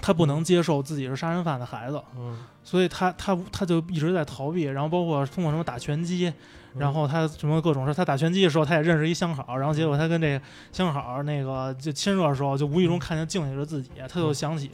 [SPEAKER 5] 他不能接受自己是杀人犯的孩子，
[SPEAKER 2] 嗯，
[SPEAKER 5] 所以他他他就一直在逃避，然后包括通过什么打拳击，
[SPEAKER 2] 嗯
[SPEAKER 5] 然后他什么各种事，他打拳击的时候，他也认识一相好，然后结果他跟这个相好那个就亲热的时候，就无意中看见镜里的自己，他就想起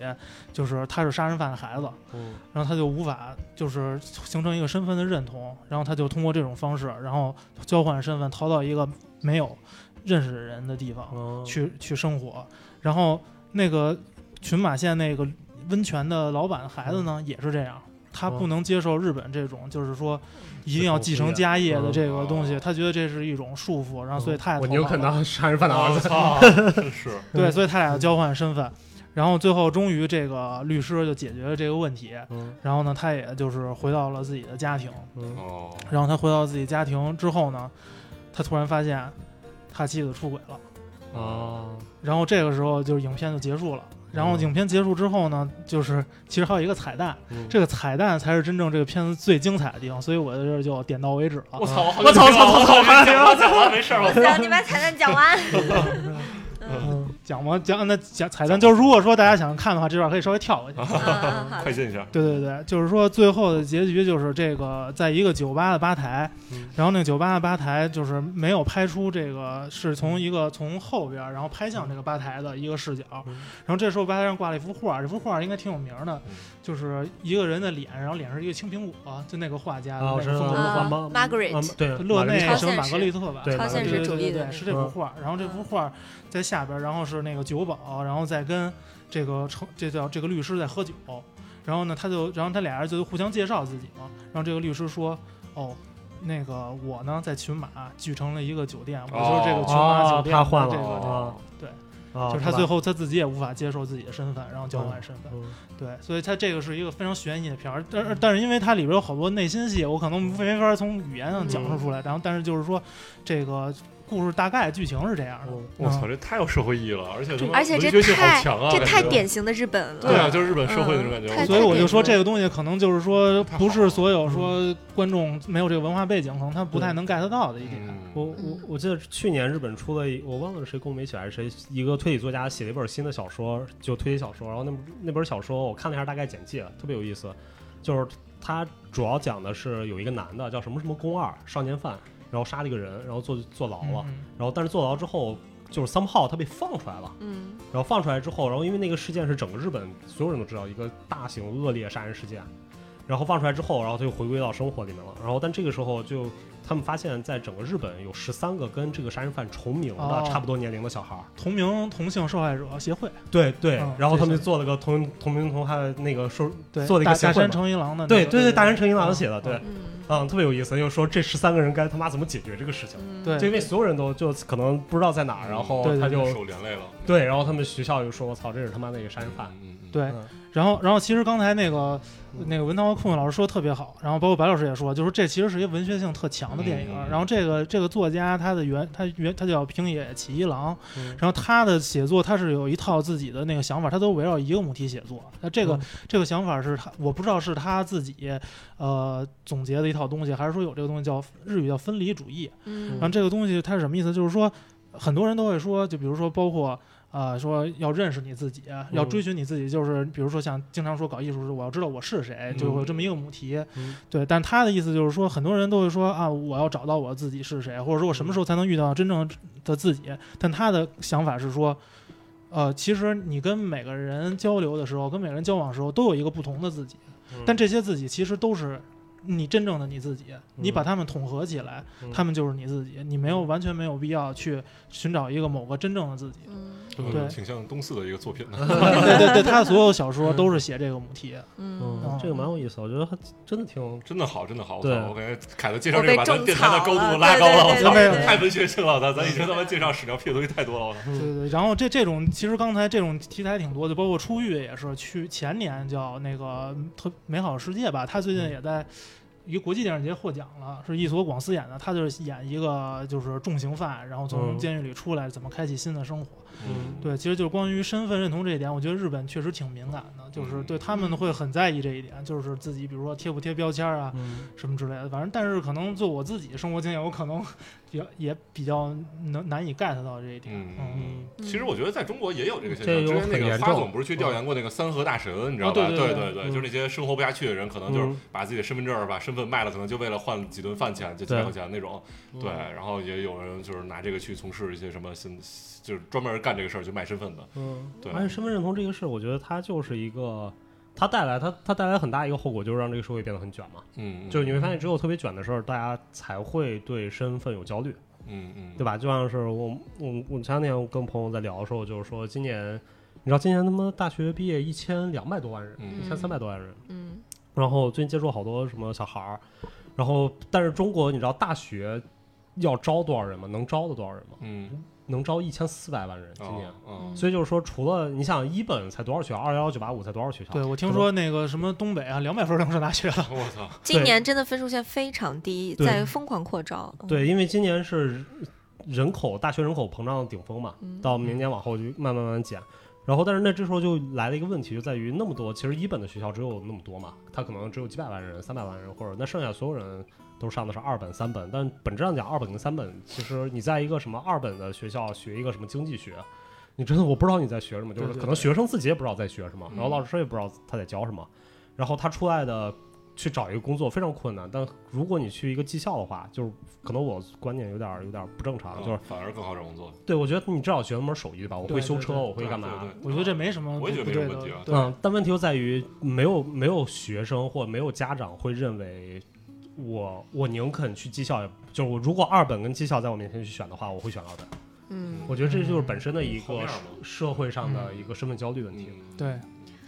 [SPEAKER 5] 就是他是杀人犯的孩子，
[SPEAKER 2] 嗯
[SPEAKER 5] 然后他就无法就是形成一个身份的认同，然后他就通过这种方式，然后交换身份，逃到一个没有认识的人的地方
[SPEAKER 2] 哦
[SPEAKER 5] 去去生活。然后那个群马县那个温泉的老板的孩子呢，也是这样，他
[SPEAKER 2] 嗯哦
[SPEAKER 5] 不能接受日本这种就是说一
[SPEAKER 2] 是
[SPEAKER 5] 定要
[SPEAKER 2] 口
[SPEAKER 5] 继
[SPEAKER 2] 碑啊嗯
[SPEAKER 5] 承家业的这个东西，
[SPEAKER 4] 哦
[SPEAKER 5] 他觉得这是一种束缚，然后啊所以他也
[SPEAKER 2] 我
[SPEAKER 5] 逃
[SPEAKER 2] 有
[SPEAKER 5] 跑
[SPEAKER 2] 可
[SPEAKER 5] 了哦
[SPEAKER 2] 能嗯杀人犯的儿
[SPEAKER 4] 我
[SPEAKER 2] 子，
[SPEAKER 4] 哦操，真是，
[SPEAKER 5] 对，所以他俩交换身份，然后最后终于这个律师就解决了这个问题。
[SPEAKER 2] 嗯
[SPEAKER 5] 然后呢，他也就是回到了自己的家庭。
[SPEAKER 2] 嗯
[SPEAKER 4] 哦，
[SPEAKER 5] 然后他回到自己家庭之后呢，他突然发现他妻子出轨了。
[SPEAKER 2] 哦，
[SPEAKER 5] 然后这个时候就是影片就结束了。然
[SPEAKER 4] 嗯
[SPEAKER 5] 后影片结束之后呢，就是其实还有一个彩蛋，
[SPEAKER 2] 嗯
[SPEAKER 5] 这个彩蛋才是真正这个片子最精彩的地方，所以我在这儿就点到为止了。
[SPEAKER 4] 我操，我
[SPEAKER 2] 我操我操我操
[SPEAKER 4] 操，我操，没事儿，我操，
[SPEAKER 3] 行，你把彩蛋讲完。
[SPEAKER 5] 嗯，讲完讲那讲彩蛋，就是如果说大家想看的话，这段可以稍微跳过去。
[SPEAKER 3] 嗯嗯，好
[SPEAKER 4] 快
[SPEAKER 3] 的。
[SPEAKER 4] 进一下，
[SPEAKER 5] 对对对，就是说最后的结局就是这个，在一个酒吧的吧台，
[SPEAKER 2] 嗯
[SPEAKER 5] 然后那个酒吧的吧台就是没有拍出这个，是从一个从后边儿然后拍向这个吧台的一个视角，
[SPEAKER 2] 嗯
[SPEAKER 5] 然后这时候吧台上挂了一幅画，这幅画应该挺有名的
[SPEAKER 4] 嗯，
[SPEAKER 5] 就是一个人的脸，然后脸是一个青苹果，就那个画家
[SPEAKER 2] 啊，
[SPEAKER 5] 的那
[SPEAKER 2] 我
[SPEAKER 5] 个
[SPEAKER 2] 知道
[SPEAKER 5] 风格的
[SPEAKER 3] 啊
[SPEAKER 5] 画，
[SPEAKER 2] 了
[SPEAKER 3] ，Margaret
[SPEAKER 2] 啊对，
[SPEAKER 5] 勒内
[SPEAKER 3] 超
[SPEAKER 5] 什么
[SPEAKER 3] 现
[SPEAKER 5] 玛格
[SPEAKER 3] 实
[SPEAKER 5] 丽特吧，
[SPEAKER 2] 对
[SPEAKER 3] 超
[SPEAKER 2] 玛格
[SPEAKER 5] 啊
[SPEAKER 3] 现
[SPEAKER 5] 对
[SPEAKER 2] 丽
[SPEAKER 3] 实
[SPEAKER 5] 对对
[SPEAKER 3] 主义
[SPEAKER 5] 对
[SPEAKER 3] 的
[SPEAKER 5] 对，
[SPEAKER 3] 那
[SPEAKER 5] 是
[SPEAKER 3] 种。
[SPEAKER 5] 这
[SPEAKER 2] 嗯
[SPEAKER 5] 幅画。然后这幅画在下边，然后是那个酒保，然后再跟这个成这叫这个律师在喝酒。然后呢，他就然后他俩人就互相介绍自己嘛。然后这个律师说：“哦，那个我呢在群马举成了一个酒店，我就是这个群马酒
[SPEAKER 2] 哦，
[SPEAKER 5] 店
[SPEAKER 2] 他
[SPEAKER 5] 的
[SPEAKER 2] 换
[SPEAKER 5] 这
[SPEAKER 2] 了
[SPEAKER 5] 个。
[SPEAKER 2] 啊，
[SPEAKER 4] 哦
[SPEAKER 5] 对
[SPEAKER 2] 啊，
[SPEAKER 5] 就是
[SPEAKER 2] 他
[SPEAKER 5] 他最后他自己也无法接受自己的身份，然后交换身份。
[SPEAKER 2] 嗯
[SPEAKER 5] 对，所以它这个是一个非常悬疑的片儿，但是但是因为它里边有好多内心戏，我可能没法从语言上讲述出来。然后，但是就是说，这个故事大概剧情是这样的。啊
[SPEAKER 2] 嗯
[SPEAKER 4] 我操，这太有社会意义了，而且他妈
[SPEAKER 3] 而且这
[SPEAKER 4] 文学性好
[SPEAKER 3] 太
[SPEAKER 4] 强啊，
[SPEAKER 3] 这太
[SPEAKER 4] 感觉
[SPEAKER 3] 典型的日本了。
[SPEAKER 4] 对啊，就是日本社会那
[SPEAKER 3] 嗯
[SPEAKER 4] 种感觉，
[SPEAKER 3] 太
[SPEAKER 5] 所以我就说，
[SPEAKER 3] 太
[SPEAKER 5] 这个东西可能就是说，
[SPEAKER 4] 太好
[SPEAKER 5] 不是
[SPEAKER 4] 了
[SPEAKER 5] 所有说观众没有这个文化背景，可能他不太能 get 到的一点。
[SPEAKER 4] 嗯
[SPEAKER 2] 我我我记得去年日本出了一，我忘了是谁宫美雪还是谁，一个推理作家写了一本新的小说，就推理小说。然后那本那本小说我看了一下大概简介，特别有意思，就是他主要讲的是有一个男的叫什么什么宫二少年犯，然后杀了一个人，然后坐坐牢了，
[SPEAKER 5] 嗯
[SPEAKER 2] 然后但是坐牢之后就是 somehow 他被放出来了。
[SPEAKER 3] 嗯
[SPEAKER 2] 然后放出来之后，然后因为那个事件是整个日本所有人都知道一个大型恶劣杀人事件，然后放出来之后，然后他就回归到生活里面了。然后但这个时候就他们发现，在整个日本有十三个跟这个杀人犯重名的、
[SPEAKER 5] 哦嗯
[SPEAKER 2] 差不多年龄的小孩儿。
[SPEAKER 5] 同名同姓受害者协会，
[SPEAKER 2] 对对，
[SPEAKER 5] 嗯
[SPEAKER 2] 然后他们
[SPEAKER 5] 这
[SPEAKER 2] 就是做了个同同名同害那个说
[SPEAKER 5] 对，
[SPEAKER 2] 做了一个
[SPEAKER 5] 大
[SPEAKER 2] 协
[SPEAKER 5] 大
[SPEAKER 2] 会
[SPEAKER 5] 山
[SPEAKER 2] 嘛。
[SPEAKER 5] 诚一郎的那个，
[SPEAKER 2] 对对对，大山诚一郎写的，
[SPEAKER 5] 嗯
[SPEAKER 2] 对，
[SPEAKER 3] 嗯
[SPEAKER 2] 嗯，特别有意思，就是说这十三个人该他妈怎么解决这个事情？
[SPEAKER 3] 嗯，
[SPEAKER 5] 对
[SPEAKER 2] 就因为所有人都就可能不知道在哪
[SPEAKER 4] 啊
[SPEAKER 2] 儿，然后
[SPEAKER 5] 嗯对对
[SPEAKER 2] 他就
[SPEAKER 4] 手连累了，
[SPEAKER 2] 对，然后他们学校就说：“我操，这是他妈那个杀人犯。
[SPEAKER 4] 嗯，嗯，
[SPEAKER 5] 对
[SPEAKER 2] 嗯，
[SPEAKER 5] 然后，然后其实刚才那个
[SPEAKER 2] 嗯
[SPEAKER 5] 那个文涛和控老师说得特别好，然后包括白老师也说，就是这其实是一个文学性特强的电影。
[SPEAKER 4] 嗯
[SPEAKER 5] 然后这个这个作家他的原他原他叫平野启一郎，
[SPEAKER 2] 嗯
[SPEAKER 5] 然后他的写作他是有一套自己的那个想法，他都围绕一个母题写作。那这个、
[SPEAKER 2] 嗯
[SPEAKER 5] 这个想法是他我不知道是他自己呃总结的一套东西，还是说有这个东西叫日语叫分离主义。
[SPEAKER 3] 嗯
[SPEAKER 5] 然后这个东西它是什么意思？就是说，很多人都会说，就比如说，包括呃，说要认识你自己，要追寻你自己，就是比如说像经常说搞艺术是我要知道我是谁，就会有这么一个母题。
[SPEAKER 2] 嗯
[SPEAKER 5] 对，但他的意思就是说，很多人都会说啊，我要找到我自己是谁，或者说我什么时候才能遇到真正的自己？但他的想法是说。呃，其实你跟每个人交流的时候，跟每个人交往的时候，都有一个不同的自己，但这些自己其实都是你真正的你自己，你把它们统合起来，
[SPEAKER 2] 嗯
[SPEAKER 5] 他们就是你自己，你没有完全没有必要去寻找一个某个真正的自己。
[SPEAKER 3] 嗯
[SPEAKER 4] 嗯
[SPEAKER 5] 对
[SPEAKER 4] 挺像东四的一个作品的，
[SPEAKER 5] 对对对，他的所有小说都是写这个母题。
[SPEAKER 3] 嗯，
[SPEAKER 2] 嗯，这个蛮有意思，我觉得还真的挺
[SPEAKER 4] 真的好，真的好，我
[SPEAKER 2] 对
[SPEAKER 4] 操我感觉凯子介绍这个把
[SPEAKER 3] 我
[SPEAKER 4] 咱
[SPEAKER 3] 被
[SPEAKER 4] 电台的
[SPEAKER 3] 种
[SPEAKER 4] 高
[SPEAKER 3] 草
[SPEAKER 4] 度
[SPEAKER 3] 了
[SPEAKER 4] 拉高了，我嗯
[SPEAKER 3] 对
[SPEAKER 5] 对对
[SPEAKER 4] 操，
[SPEAKER 5] 对
[SPEAKER 4] 太文学性了，咱咱已经他妈介绍屎尿屁的东西太多了，我操。
[SPEAKER 5] 对对对，然后这这种其实刚才这种题材挺多的，包括《出狱》也是，去前年叫那个嗯特美好世界吧，他最近也在。一个国际电影节获奖了，是一所广司演的，他就是演一个就是重刑犯，然后
[SPEAKER 2] 嗯
[SPEAKER 5] 从监狱里出来，怎么开启新的生活。
[SPEAKER 2] 嗯
[SPEAKER 5] 对，其实就是关于身份认同这一点，我觉得日本确实挺敏感的，就是
[SPEAKER 4] 嗯
[SPEAKER 5] 对他们会很在意这一点，就是自己比如说贴不贴标签儿啊
[SPEAKER 2] 嗯
[SPEAKER 5] 什么之类的。反正，但是可能就我自己生活经验，我可能比较也比较能难以 get 到这一点。
[SPEAKER 4] 嗯
[SPEAKER 5] 嗯，
[SPEAKER 2] 嗯
[SPEAKER 4] 其实我觉得在中国也有这个现
[SPEAKER 2] 这有
[SPEAKER 4] 象，之前那
[SPEAKER 2] 很
[SPEAKER 4] 个
[SPEAKER 2] 严
[SPEAKER 4] 花
[SPEAKER 2] 重
[SPEAKER 4] 总不是去调研过那个三河大神，你知道
[SPEAKER 5] 哦
[SPEAKER 4] 吧？
[SPEAKER 5] 对
[SPEAKER 4] 对
[SPEAKER 5] 对
[SPEAKER 4] 对
[SPEAKER 2] 嗯
[SPEAKER 4] 就是那些生活不下去的人，可能就是
[SPEAKER 2] 嗯
[SPEAKER 4] 把自己的身份证儿、把身份卖了，可能就为了换几顿饭钱，就几
[SPEAKER 2] 对嗯
[SPEAKER 4] 百块钱那种。对，然后也有人就是拿这个去从事一些什么新，就是专门干这个事儿去卖身份的。
[SPEAKER 2] 嗯，
[SPEAKER 4] 对
[SPEAKER 2] 而且身份认同这个事，我觉得它就是一个。它带来它它带来很大一个后果，就是让这个社会变得很卷嘛。
[SPEAKER 4] 嗯，
[SPEAKER 2] 就是你会发现，只有特别卷的时候，大家才会对身份有焦虑，
[SPEAKER 4] 嗯嗯，
[SPEAKER 2] 对
[SPEAKER 4] 吧？
[SPEAKER 2] 吧？就像是我我我前两天我跟朋友在聊的时候，就是说今年，你知道今年他妈大学毕业一千两百多万人，一
[SPEAKER 4] 嗯
[SPEAKER 3] 嗯
[SPEAKER 2] 千三百多万人，
[SPEAKER 3] 嗯
[SPEAKER 2] 然后最近接触好多什么小孩儿，然后但是中国你知道大学要招多少人吗？能招的多少人吗？
[SPEAKER 4] 嗯，
[SPEAKER 2] 能招一千四百万人今年。嗯
[SPEAKER 4] 哦，
[SPEAKER 2] 所以就是说，除了你想一本才多少学校，二幺幺九八五才多少
[SPEAKER 4] 啊
[SPEAKER 2] 学校？
[SPEAKER 5] 对，我听说那个什么东北啊，两百分儿能上大学了。
[SPEAKER 4] 嗯， 我 操，
[SPEAKER 3] 今年真的分数线非常低，
[SPEAKER 2] 对
[SPEAKER 3] 在疯狂扩招。嗯，
[SPEAKER 2] 对，因为今年是人口大学人口膨胀的顶峰嘛，
[SPEAKER 3] 嗯
[SPEAKER 2] 到明年往后就慢慢慢慢减。然后，但是那这时候就来了一个问题，就在于那么多，其实一本的学校只有那么多嘛，它可能只有几百万人、三百万人，或者那剩下所有人都上的是二本、三本。但本质上讲，二本跟三本，其实你在一个什么二本的学校学一个什么经济学，你真的我不知道你在学什么，就是
[SPEAKER 5] 对对
[SPEAKER 2] 可能学生自己也不知道在学什么，
[SPEAKER 4] 嗯
[SPEAKER 2] 然后老师也不知道他在教什么，然后他出来的去找一个工作非常困难。但如果你去一个技校的话，就是可能我观念有点有点不正常，就是
[SPEAKER 4] 嗯反而更好找工作。
[SPEAKER 2] 对我觉得你至少学那门手艺吧，我会
[SPEAKER 5] 对
[SPEAKER 2] 修
[SPEAKER 5] 对
[SPEAKER 2] 车，
[SPEAKER 5] 对
[SPEAKER 2] 我会
[SPEAKER 4] 对
[SPEAKER 2] 干嘛？
[SPEAKER 4] 对对嗯
[SPEAKER 5] 我觉得这没什么不
[SPEAKER 4] 我也觉得没
[SPEAKER 5] 不
[SPEAKER 4] 什
[SPEAKER 5] 对
[SPEAKER 4] 么
[SPEAKER 5] 的
[SPEAKER 4] 问题啊。
[SPEAKER 5] 对
[SPEAKER 2] 嗯，但问题就在于没有没有学生或没有家长会认为我我宁肯去技校，也就是我如果二本跟技校在我面前去选的话，我会选二本。
[SPEAKER 3] 嗯
[SPEAKER 2] 我觉得这就是本身的一
[SPEAKER 4] 嗯
[SPEAKER 2] 个
[SPEAKER 4] 好面儿嘛
[SPEAKER 2] 社会上的一个身份焦虑问题。
[SPEAKER 4] 嗯，
[SPEAKER 5] 对，
[SPEAKER 2] 嗯，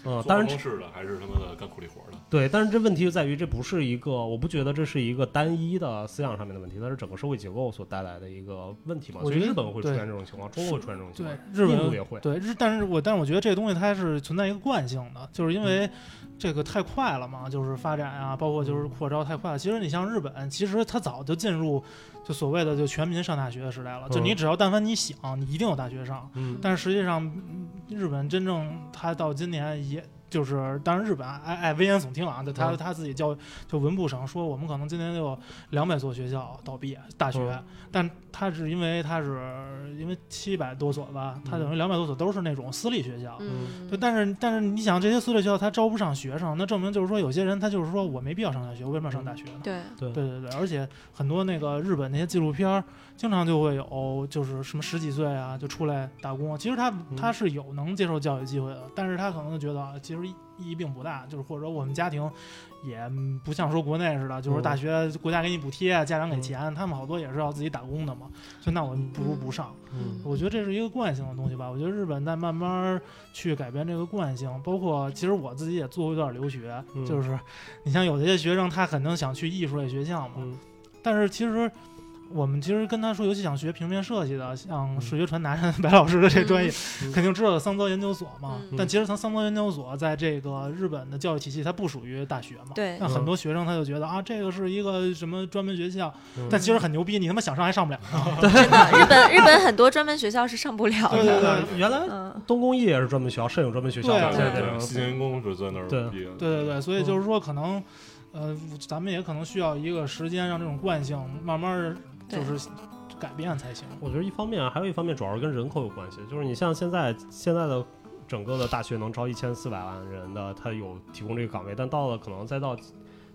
[SPEAKER 4] 做
[SPEAKER 2] 当
[SPEAKER 4] 办
[SPEAKER 2] 然
[SPEAKER 4] 公室的还是他妈的干苦力活儿的。
[SPEAKER 2] 对，但是这问题就在于这不是一个，我不觉得这是一个单一的思想上面的问题，它是整个社会结构所带来的一个问题嘛。
[SPEAKER 5] 我
[SPEAKER 2] 所
[SPEAKER 5] 觉
[SPEAKER 2] 以
[SPEAKER 5] 得
[SPEAKER 2] 日本会出
[SPEAKER 5] 对
[SPEAKER 2] 现这种情况，中国会出现这种情
[SPEAKER 5] 对
[SPEAKER 2] 况，，
[SPEAKER 5] 日
[SPEAKER 2] 印度
[SPEAKER 5] 本
[SPEAKER 2] 也会。
[SPEAKER 5] 对日，但是我但是我觉得这个东西它是存在一个惯性的，就是
[SPEAKER 4] 嗯
[SPEAKER 5] 因为这个太快了嘛，就是发展啊，包括就是扩招太快了。其实你像日本，其实它早就进入就所谓的就全民上大学的时代了，就
[SPEAKER 2] 嗯
[SPEAKER 5] 你只要但凡你想，你一定有大学上。
[SPEAKER 2] 嗯
[SPEAKER 5] 但是实际上，嗯日本真正它到今年也。就是，当然日本爱爱危言耸听啊，就他
[SPEAKER 2] 嗯
[SPEAKER 5] 他自己教就文部省说，我们可能今年就有两百所学校倒闭大学，
[SPEAKER 2] 嗯
[SPEAKER 5] 但它是因为它是因为七百多所吧，它
[SPEAKER 2] 嗯
[SPEAKER 5] 等于两百多所都是那种私立学校。
[SPEAKER 3] 嗯
[SPEAKER 5] 对，但是但是你想，这些私立学校它招不上学生，那证明就是说有些人他就是说我没必要上大学，我为什么要上大学呢？
[SPEAKER 3] 对，
[SPEAKER 2] 对
[SPEAKER 5] 对对对，而且很多那个日本那些纪录片儿，经常就会有就是什么十几岁啊就出来打工。其实他
[SPEAKER 2] 嗯
[SPEAKER 5] 他是有能接受教育机会的，但是他可能就觉得啊其实意义并不大，就是或者说我们家庭也不像说国内似的，就是
[SPEAKER 2] 嗯
[SPEAKER 5] 大学国家给你补贴，啊家长给
[SPEAKER 2] 嗯
[SPEAKER 5] 钱，他们好多也是要自己打工的嘛。所以那我不如不上。
[SPEAKER 2] 嗯
[SPEAKER 5] 我觉得这是一个惯性的东西吧。我觉得日本在慢慢儿去改变这个惯性，包括其实我自己也做过一段留学，
[SPEAKER 2] 嗯
[SPEAKER 5] 就是你像有些学生他肯定想去艺术类学校嘛，
[SPEAKER 2] 嗯
[SPEAKER 5] 但是其实。我们其实跟他说，尤其想学平面设计的，像
[SPEAKER 2] 嗯
[SPEAKER 5] 视觉传达人白老师的这专业，
[SPEAKER 2] 嗯
[SPEAKER 5] 肯定知道桑泽研究所嘛。
[SPEAKER 3] 嗯
[SPEAKER 5] 但其实他桑泽研究所在这个日本的教育体系，它不属于大学嘛。
[SPEAKER 3] 对
[SPEAKER 5] 那
[SPEAKER 2] 嗯
[SPEAKER 5] 很多学生他就觉得啊，这个是一个什么专门学校，
[SPEAKER 2] 嗯
[SPEAKER 5] 但其实很牛逼，你他妈想上还上不了。
[SPEAKER 3] 日本日本很多专门学校是上不了
[SPEAKER 5] 对
[SPEAKER 3] 的，
[SPEAKER 5] 对对，
[SPEAKER 2] 原来
[SPEAKER 3] 嗯，
[SPEAKER 2] 东工艺也是专门学校，摄影专门学校
[SPEAKER 5] 对
[SPEAKER 2] 嘛，
[SPEAKER 5] 啊
[SPEAKER 2] 现在
[SPEAKER 3] 对
[SPEAKER 2] 变成
[SPEAKER 4] 西京工是在那儿
[SPEAKER 2] 对
[SPEAKER 4] 毕业的，
[SPEAKER 5] 对对啊对，所以
[SPEAKER 2] 嗯
[SPEAKER 5] 就是说，可能，呃，咱们也可能需要一个时间，让这种惯性慢慢儿
[SPEAKER 3] 对
[SPEAKER 5] 就是改变才行。
[SPEAKER 2] 我觉得一方面啊，还有一方面主要是跟人口有关系，就是你像现在现在的整个的大学能招一千四百万人的，他有提供这个岗位，但到了可能再到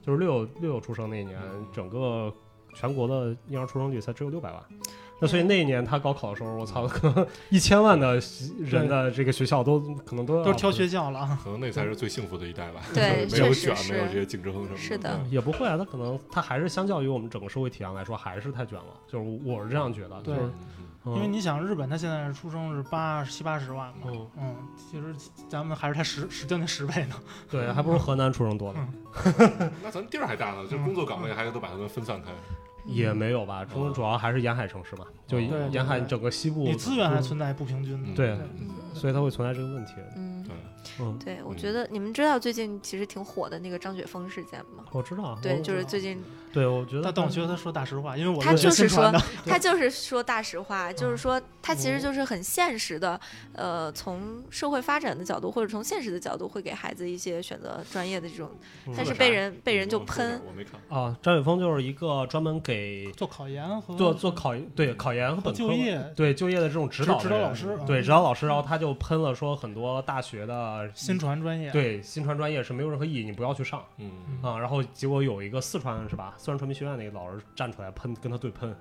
[SPEAKER 2] 就是六六出生那一年，
[SPEAKER 5] 嗯
[SPEAKER 2] 整个全国的婴儿出生率才只有六百万。
[SPEAKER 5] 嗯
[SPEAKER 2] 那所以那一年他高考的时候，我操，可能一千万的人的这个学校都可能都要
[SPEAKER 5] 都是挑学校了啊，
[SPEAKER 4] 可能那才是最幸福的一代吧。
[SPEAKER 3] 对
[SPEAKER 4] 没有
[SPEAKER 3] 哎确实
[SPEAKER 4] 卷，没有
[SPEAKER 3] 是
[SPEAKER 4] 这些竞争什么的。
[SPEAKER 3] 是的
[SPEAKER 2] 嗯也不会啊，他可能他还是相较于我们整个社会体量来说，还是太卷了。就是我我是这样觉得，就
[SPEAKER 5] 对
[SPEAKER 2] 是
[SPEAKER 4] 嗯，
[SPEAKER 2] 嗯
[SPEAKER 5] 因为你想，日本它现在是出生是八七八十万嘛，
[SPEAKER 2] 嗯，
[SPEAKER 5] 嗯，其实咱们还是它十十将近十倍呢。
[SPEAKER 2] 对，还不如河南出生多呢。
[SPEAKER 4] 那咱地儿还大呢，就工作岗位还都把它们分散开。
[SPEAKER 2] 也没有吧，中
[SPEAKER 4] 嗯
[SPEAKER 2] 主要还是沿海城市嘛，就
[SPEAKER 4] 对
[SPEAKER 5] 哦对
[SPEAKER 2] 沿海
[SPEAKER 5] 对
[SPEAKER 2] 整个西部
[SPEAKER 5] 你资源还
[SPEAKER 2] 嗯
[SPEAKER 5] 存在不平均的，
[SPEAKER 2] 对
[SPEAKER 4] 嗯
[SPEAKER 2] 所以它会存在这个问题。
[SPEAKER 3] 嗯，
[SPEAKER 2] 嗯，
[SPEAKER 3] 对，我觉得你们知道最近其实挺火的那个张雪峰事件吗？
[SPEAKER 2] 我知道，
[SPEAKER 3] 对，
[SPEAKER 2] 我
[SPEAKER 3] 就是最近
[SPEAKER 2] 哦对，我觉得
[SPEAKER 5] 啊但但我觉得他说大实话，因为我
[SPEAKER 3] 他
[SPEAKER 5] 是学
[SPEAKER 3] 就是
[SPEAKER 5] 宣传的，
[SPEAKER 3] 他就是说大实话，就是说他其
[SPEAKER 2] 嗯
[SPEAKER 3] 实就是很现实的，呃，从社会发展的角度或者从现实的角度，会给孩子一些选择专业的这种，
[SPEAKER 2] 嗯
[SPEAKER 3] 但是被人被人就喷，
[SPEAKER 4] 我没看。
[SPEAKER 2] 啊，张雪峰就是一个专门给
[SPEAKER 5] 做考研和
[SPEAKER 2] 做做考对考研和本科
[SPEAKER 5] 哦就业
[SPEAKER 2] 对就业的这种指
[SPEAKER 5] 指
[SPEAKER 2] 导
[SPEAKER 5] 指
[SPEAKER 2] 的
[SPEAKER 5] 导
[SPEAKER 2] 人
[SPEAKER 5] 老师啊
[SPEAKER 2] 对指导老师，然后他就喷了说很多大学的嗯
[SPEAKER 5] 新传专业，
[SPEAKER 2] 对新传专业是没有任何意义，你不要去上
[SPEAKER 4] 嗯，
[SPEAKER 2] 啊。然后结果有一个四川是吧，四川传媒学院那个老师站出来喷，跟他对喷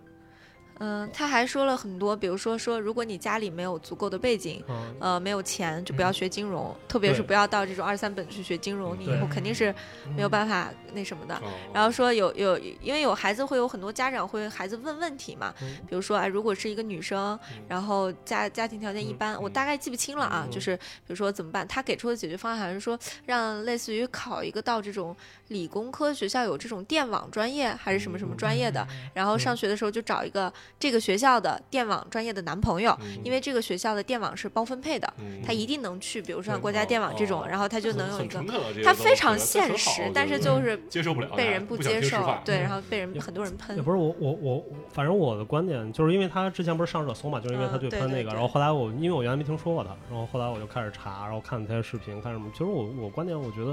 [SPEAKER 3] 嗯、他还说了很多，比如说说如果你家里没有足够的背景。
[SPEAKER 2] 啊，
[SPEAKER 3] 呃，没有钱就不要
[SPEAKER 5] 嗯
[SPEAKER 3] 学金融，特别是
[SPEAKER 2] 对
[SPEAKER 3] 不要到这种二三本去学金融，你以
[SPEAKER 2] 对
[SPEAKER 3] 后肯定是
[SPEAKER 5] 嗯
[SPEAKER 3] 没有办法那什么的。
[SPEAKER 4] 哦
[SPEAKER 3] 然后说有有，因为有孩子会有很多家长会孩子问问题嘛，
[SPEAKER 2] 嗯
[SPEAKER 3] 比如说哎，如果是一个女生，
[SPEAKER 4] 嗯
[SPEAKER 3] 然后家家庭条件一
[SPEAKER 2] 嗯
[SPEAKER 3] 般，我
[SPEAKER 4] 嗯
[SPEAKER 3] 大概记不清了啊，
[SPEAKER 2] 嗯
[SPEAKER 3] 就是比如说怎么办？他给出的解决方案好像是说让类似于考一个到这种理工科学校有这种电网专业还是什么什么专业
[SPEAKER 4] 嗯
[SPEAKER 3] 的，然后上学的时候就找一个这个学校的电网专业的男朋友，
[SPEAKER 4] 嗯
[SPEAKER 3] 因为这个学校的电网是包分配的，
[SPEAKER 4] 嗯
[SPEAKER 3] 他一定能去，比如说像
[SPEAKER 2] 对
[SPEAKER 3] 国家电网这
[SPEAKER 4] 哦
[SPEAKER 3] 种，然后他就能有一
[SPEAKER 4] 很
[SPEAKER 3] 个
[SPEAKER 4] 诚。恳啊，这些
[SPEAKER 3] 他
[SPEAKER 4] 都
[SPEAKER 3] 非常
[SPEAKER 4] 觉得
[SPEAKER 3] 现
[SPEAKER 4] 很好
[SPEAKER 3] 实
[SPEAKER 4] 我，
[SPEAKER 3] 但
[SPEAKER 4] 觉
[SPEAKER 3] 是
[SPEAKER 4] 得
[SPEAKER 3] 就
[SPEAKER 5] 嗯
[SPEAKER 3] 是
[SPEAKER 4] 接受不了，
[SPEAKER 3] 被人不
[SPEAKER 4] 想
[SPEAKER 3] 接
[SPEAKER 4] 听实
[SPEAKER 3] 受
[SPEAKER 4] 话，
[SPEAKER 3] 对，
[SPEAKER 5] 嗯
[SPEAKER 3] 然后被人很多人
[SPEAKER 2] 也
[SPEAKER 3] 喷。
[SPEAKER 2] 不是我我我，反正我的观点就是因为他之前不是上热搜嘛，就是因为他
[SPEAKER 3] 嗯对
[SPEAKER 2] 喷那
[SPEAKER 3] 对
[SPEAKER 2] 个，
[SPEAKER 3] 对
[SPEAKER 2] 然后后来我因为我原来没听说过他，然后后来我就开始查，然后看他的视频，看什么。其实我我观点，我觉得，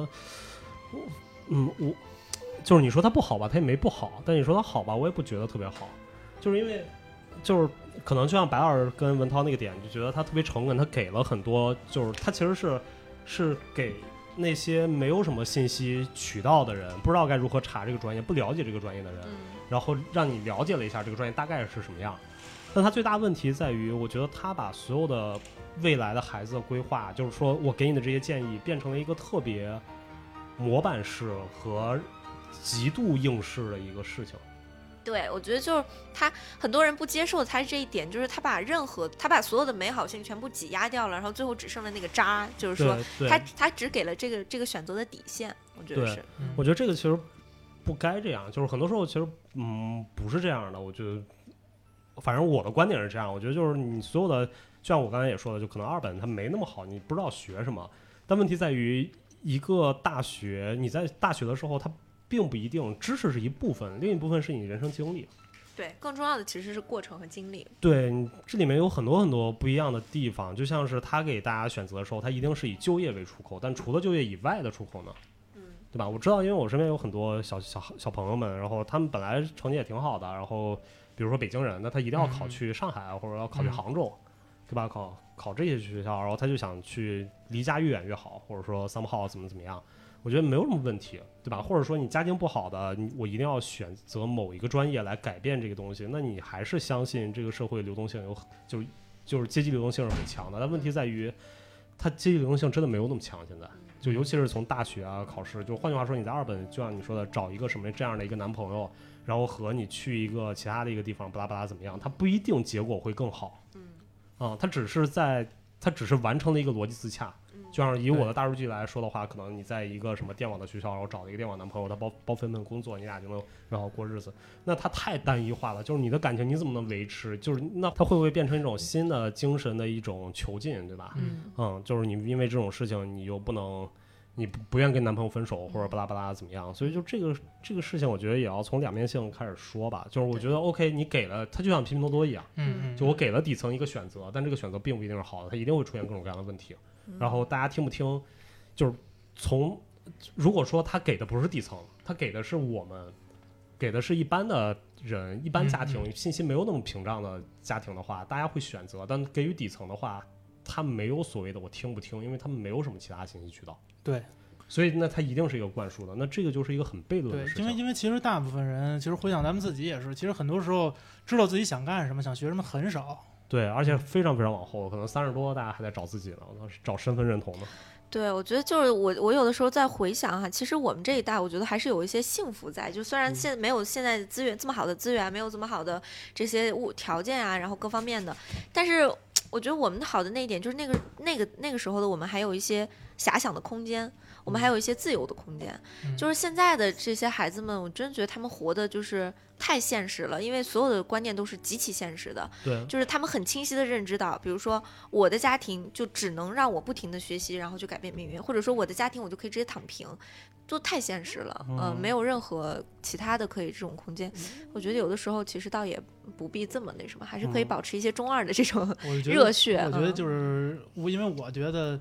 [SPEAKER 2] 我嗯，我就是你说他不好吧，他也没不好，但你说他好吧，我也不觉得特别好，就是因为就是可能就像白老师跟文涛那个点，就觉得他特别诚恳，他给了很多，就是他其实是是给那些没有什么信息渠道的人，不知道该如何查这个专业，不了解这个专业的人。
[SPEAKER 3] 嗯，
[SPEAKER 2] 然后让你了解了一下这个专业大概是什么样。但他最大问题在于，我觉得他把所有的未来的孩子的规划，就是说我给你的这些建议，变成了一个特别模板式和极度应试的一个事情。
[SPEAKER 3] 对，我觉得就是他很多人不接受他这一点，就是他把任何他把所有的美好性全部挤压掉了，然后最后只剩了那个渣，就是说
[SPEAKER 2] 对对，
[SPEAKER 3] 他他只给了这个这个选择的底线，我觉得
[SPEAKER 2] 对
[SPEAKER 3] 是。
[SPEAKER 5] 嗯
[SPEAKER 2] 我觉得这个其实不该这样，就是很多时候其实嗯不是这样的。我觉得，反正我的观点是这样，我觉得就是你所有的，就像我刚才也说的，就可能二本它没那么好，你不知道学什么。但问题在于，一个大学你在大学的时候，它并不一定知识是一部分，另一部分是你人生经历。
[SPEAKER 3] 对，更重要的其实是过程和经历。
[SPEAKER 2] 对，你这里面有很多很多不一样的地方，就像是他给大家选择的时候，他一定是以就业为出口，但除了就业以外的出口呢？
[SPEAKER 3] 嗯，
[SPEAKER 2] 对吧？我知道，因为我身边有很多小小小朋友们，然后他们本来成绩也挺好的，然后比如说北京人，那他一定要考
[SPEAKER 5] 嗯
[SPEAKER 2] 去上海啊，或者要考去
[SPEAKER 5] 嗯
[SPEAKER 2] 杭州，对吧？考考这些学校，然后他就想去离家越远越好，或者说 somehow 怎么怎么样。我觉得没有什么问题，对吧？或者说你家境不好的，你我一定要选择某一个专业来改变这个东西，那你还是相信这个社会流动性有，就是就是阶级流动性是很强的。但问题在于，它阶级流动性真的没有那么强，现在。就尤其是从大学啊考试，就换句话说，你在二本，就像你说的，找一个什么这样的一个男朋友，然后和你去一个其他的一个地方，巴拉巴拉怎么样，它不一定结果会更好。
[SPEAKER 3] 嗯
[SPEAKER 2] 啊，它只是在，它只是完成了一个逻辑自洽。就像以我的大数据来说的话，可能你在一个什么电网的学校，然后找了一个电网男朋友，他包包分份工作，你俩就能然后过日子。那他太单一化了，就是你的感情你怎么能维持？就是那他会不会变成一种新的精神的一种囚禁，对吧？
[SPEAKER 3] 嗯
[SPEAKER 2] 嗯，就是你因为这种事情，你又不能，你不不愿跟男朋友分手，或者巴拉巴拉怎么样？所以就这个这个事情，我觉得也要从两面性开始说吧。就是我觉得 OK，你给了他就像拼多多一样，
[SPEAKER 5] 嗯，
[SPEAKER 2] 就我给了底层一个选择，但这个选择并不一定是好的，它一定会出现各种各样的问题。然后大家听不听，就是从如果说他给的不是底层，他给的是我们，给的是一般的人、一般家庭，
[SPEAKER 5] 嗯
[SPEAKER 2] 信息没有那么屏障的家庭的话，大家会选择；但给予底层的话，他没有所谓的我听不听，因为他们没有什么其他信息渠道。
[SPEAKER 5] 对，
[SPEAKER 2] 所以那他一定是一个灌输的，那这个就是一个很悖论
[SPEAKER 5] 对
[SPEAKER 2] 的事，情。
[SPEAKER 5] 因为因为其实大部分人，其实回想咱们自己也是，其实很多时候知道自己想干什么、想学什么很少。
[SPEAKER 2] 对，而且非常非常往后，可能三十多大家还在找自己呢，找身份认同呢。
[SPEAKER 3] 对，我觉得就是我，我有的时候在回想哈，其实我们这一代，我觉得还是有一些幸福在。就虽然现没有现在的资源这么好的资源，没有这么好的这些物条件啊，然后各方面的，但是我觉得我们好的那一点就是那个那个那个时候的我们还有一些遐想的空间，我们还有一些自由的空间。
[SPEAKER 5] 嗯
[SPEAKER 3] 就是现在的这些孩子们，我真觉得他们活的就是太现实了，因为所有的观念都是极其现实的。
[SPEAKER 2] 对，
[SPEAKER 3] 就是他们很清晰的认知到，比如说我的家庭就只能让我不停的学习，然后去改变命运，或者说我的家庭我就可以直接躺平，就太现实了，嗯、呃，
[SPEAKER 2] 嗯
[SPEAKER 5] 哦
[SPEAKER 3] 没有任何其他的可以这种空间。我觉得有的时候其实倒也不必这么那什么，还是可以
[SPEAKER 2] 嗯
[SPEAKER 3] 保持一些中二的这种
[SPEAKER 5] 我觉得
[SPEAKER 3] 热血。
[SPEAKER 5] 我觉得
[SPEAKER 3] 嗯
[SPEAKER 5] 就是我，因为我觉得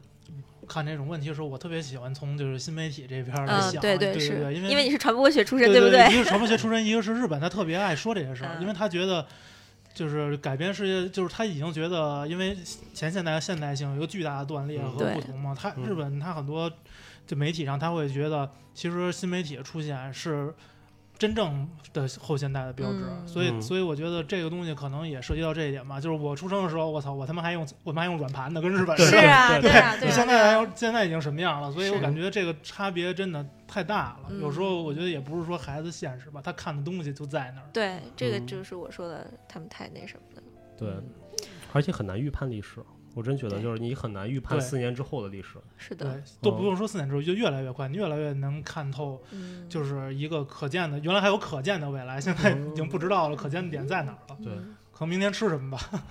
[SPEAKER 5] 看这种问题的时候，我特别喜欢从就是新媒体这边儿来
[SPEAKER 3] 嗯
[SPEAKER 5] 想，，
[SPEAKER 3] 对
[SPEAKER 5] 对
[SPEAKER 3] 是
[SPEAKER 5] 对，
[SPEAKER 3] 因为你是传播学出身，
[SPEAKER 5] 对
[SPEAKER 3] 不
[SPEAKER 5] 对？
[SPEAKER 3] 对？
[SPEAKER 5] 一个是传播学出身，一个是日本，他特别爱说这些事儿，
[SPEAKER 3] 嗯
[SPEAKER 5] 因为他觉得就是改变世界，就是他已经觉得，因为前现代和现代性有一个巨大的断裂
[SPEAKER 2] 嗯
[SPEAKER 5] 和
[SPEAKER 3] 对
[SPEAKER 5] 不同嘛。他
[SPEAKER 2] 嗯
[SPEAKER 5] 日本他很多就媒体上他会觉得，其实新媒体的出现是。真正的后现代的标志，
[SPEAKER 3] 嗯
[SPEAKER 5] 所以
[SPEAKER 2] 嗯
[SPEAKER 5] 所以我觉得这个东西可能也涉及到这一点吧。就是我出生的时候，我操，我他妈还用我们还用软盘呢，跟日本
[SPEAKER 2] 对
[SPEAKER 5] 似
[SPEAKER 3] 是
[SPEAKER 5] 的。
[SPEAKER 3] 啊，
[SPEAKER 2] 对
[SPEAKER 3] 啊，对
[SPEAKER 5] 你
[SPEAKER 3] 啊。
[SPEAKER 5] 现
[SPEAKER 3] 对啊
[SPEAKER 5] 在还有现在已经什么样了？所以
[SPEAKER 3] 是
[SPEAKER 5] 我感觉这个差别真的太大了。
[SPEAKER 3] 嗯
[SPEAKER 5] 有时候我觉得也不是说孩子现实吧，他看的东西就在那儿。
[SPEAKER 3] 对，这个
[SPEAKER 2] 嗯
[SPEAKER 3] 就是我说的，他们太那什么了。
[SPEAKER 2] 对，而且很难预判历史。我真觉得，
[SPEAKER 3] 对
[SPEAKER 2] 就是你很难预判
[SPEAKER 5] 对
[SPEAKER 2] 四年之后的历史。
[SPEAKER 3] 是的
[SPEAKER 5] 对，，都不用说四年之后，就越来越快，你越来越能看透，
[SPEAKER 3] 嗯，
[SPEAKER 5] 就是一个可见的。原来还有可见的未来，现在已经不知道了，可见的点在哪儿了。
[SPEAKER 2] 对
[SPEAKER 5] 可能明天吃什么吧？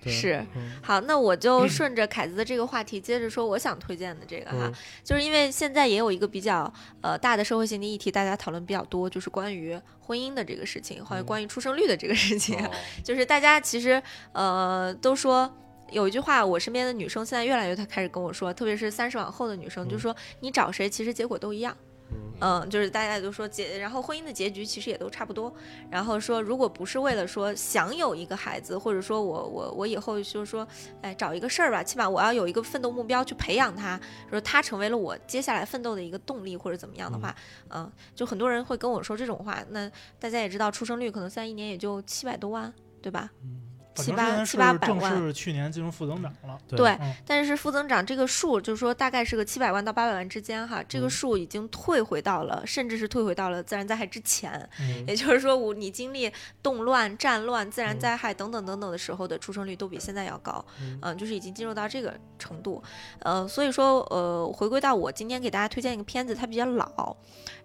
[SPEAKER 2] 对
[SPEAKER 3] 是
[SPEAKER 2] 嗯
[SPEAKER 3] 好，那我就顺着凯子的这个话题，接着说我想推荐的这个哈，
[SPEAKER 2] 嗯
[SPEAKER 3] 就是因为现在也有一个比较呃大的社会性的议题，大家讨论比较多，就是关于婚姻的这个事情，还有
[SPEAKER 2] 嗯
[SPEAKER 3] 关于出生率的这个事情，
[SPEAKER 4] 哦
[SPEAKER 3] 就是大家其实呃都说。有一句话，我身边的女生现在越来越开始跟我说，特别是三十往后的女生，就
[SPEAKER 2] 嗯
[SPEAKER 3] 说你找谁，其实结果都一样。
[SPEAKER 2] 嗯
[SPEAKER 3] 嗯，就是大家就说结，然后婚姻的结局其实也都差不多。然后说，如果不是为了说想有一个孩子，或者说我我我以后就是说，哎，找一个事儿吧，起码我要有一个奋斗目标去培养他，说他成为了我接下来奋斗的一个动力或者怎么样的话，嗯、就很多人会跟我说这种话。那大家也知道，出生率可能现在一年也就七百多万，对吧？
[SPEAKER 5] 反
[SPEAKER 3] 七
[SPEAKER 5] 正
[SPEAKER 3] 八七
[SPEAKER 5] 现在
[SPEAKER 3] 八
[SPEAKER 5] 是
[SPEAKER 3] 百
[SPEAKER 5] 正
[SPEAKER 3] 万。
[SPEAKER 5] 式去年进入负增长了。
[SPEAKER 2] 嗯对
[SPEAKER 3] 对
[SPEAKER 5] 嗯，
[SPEAKER 3] 但是负增长这个数，就是说大概是个七百万到八百万之间哈，这个
[SPEAKER 2] 嗯
[SPEAKER 3] 数已经退回到了，甚至是退回到了自然灾害之前。
[SPEAKER 5] 嗯
[SPEAKER 3] 也就是说，我你经历动乱、战乱、自然
[SPEAKER 2] 嗯
[SPEAKER 3] 灾害等等等等的时候的出生率都比现在要高，
[SPEAKER 2] 嗯
[SPEAKER 3] 嗯、就是已经进入到这个程度，呃，所以说，呃，回归到我今天给大家推荐一个片子，它比较老，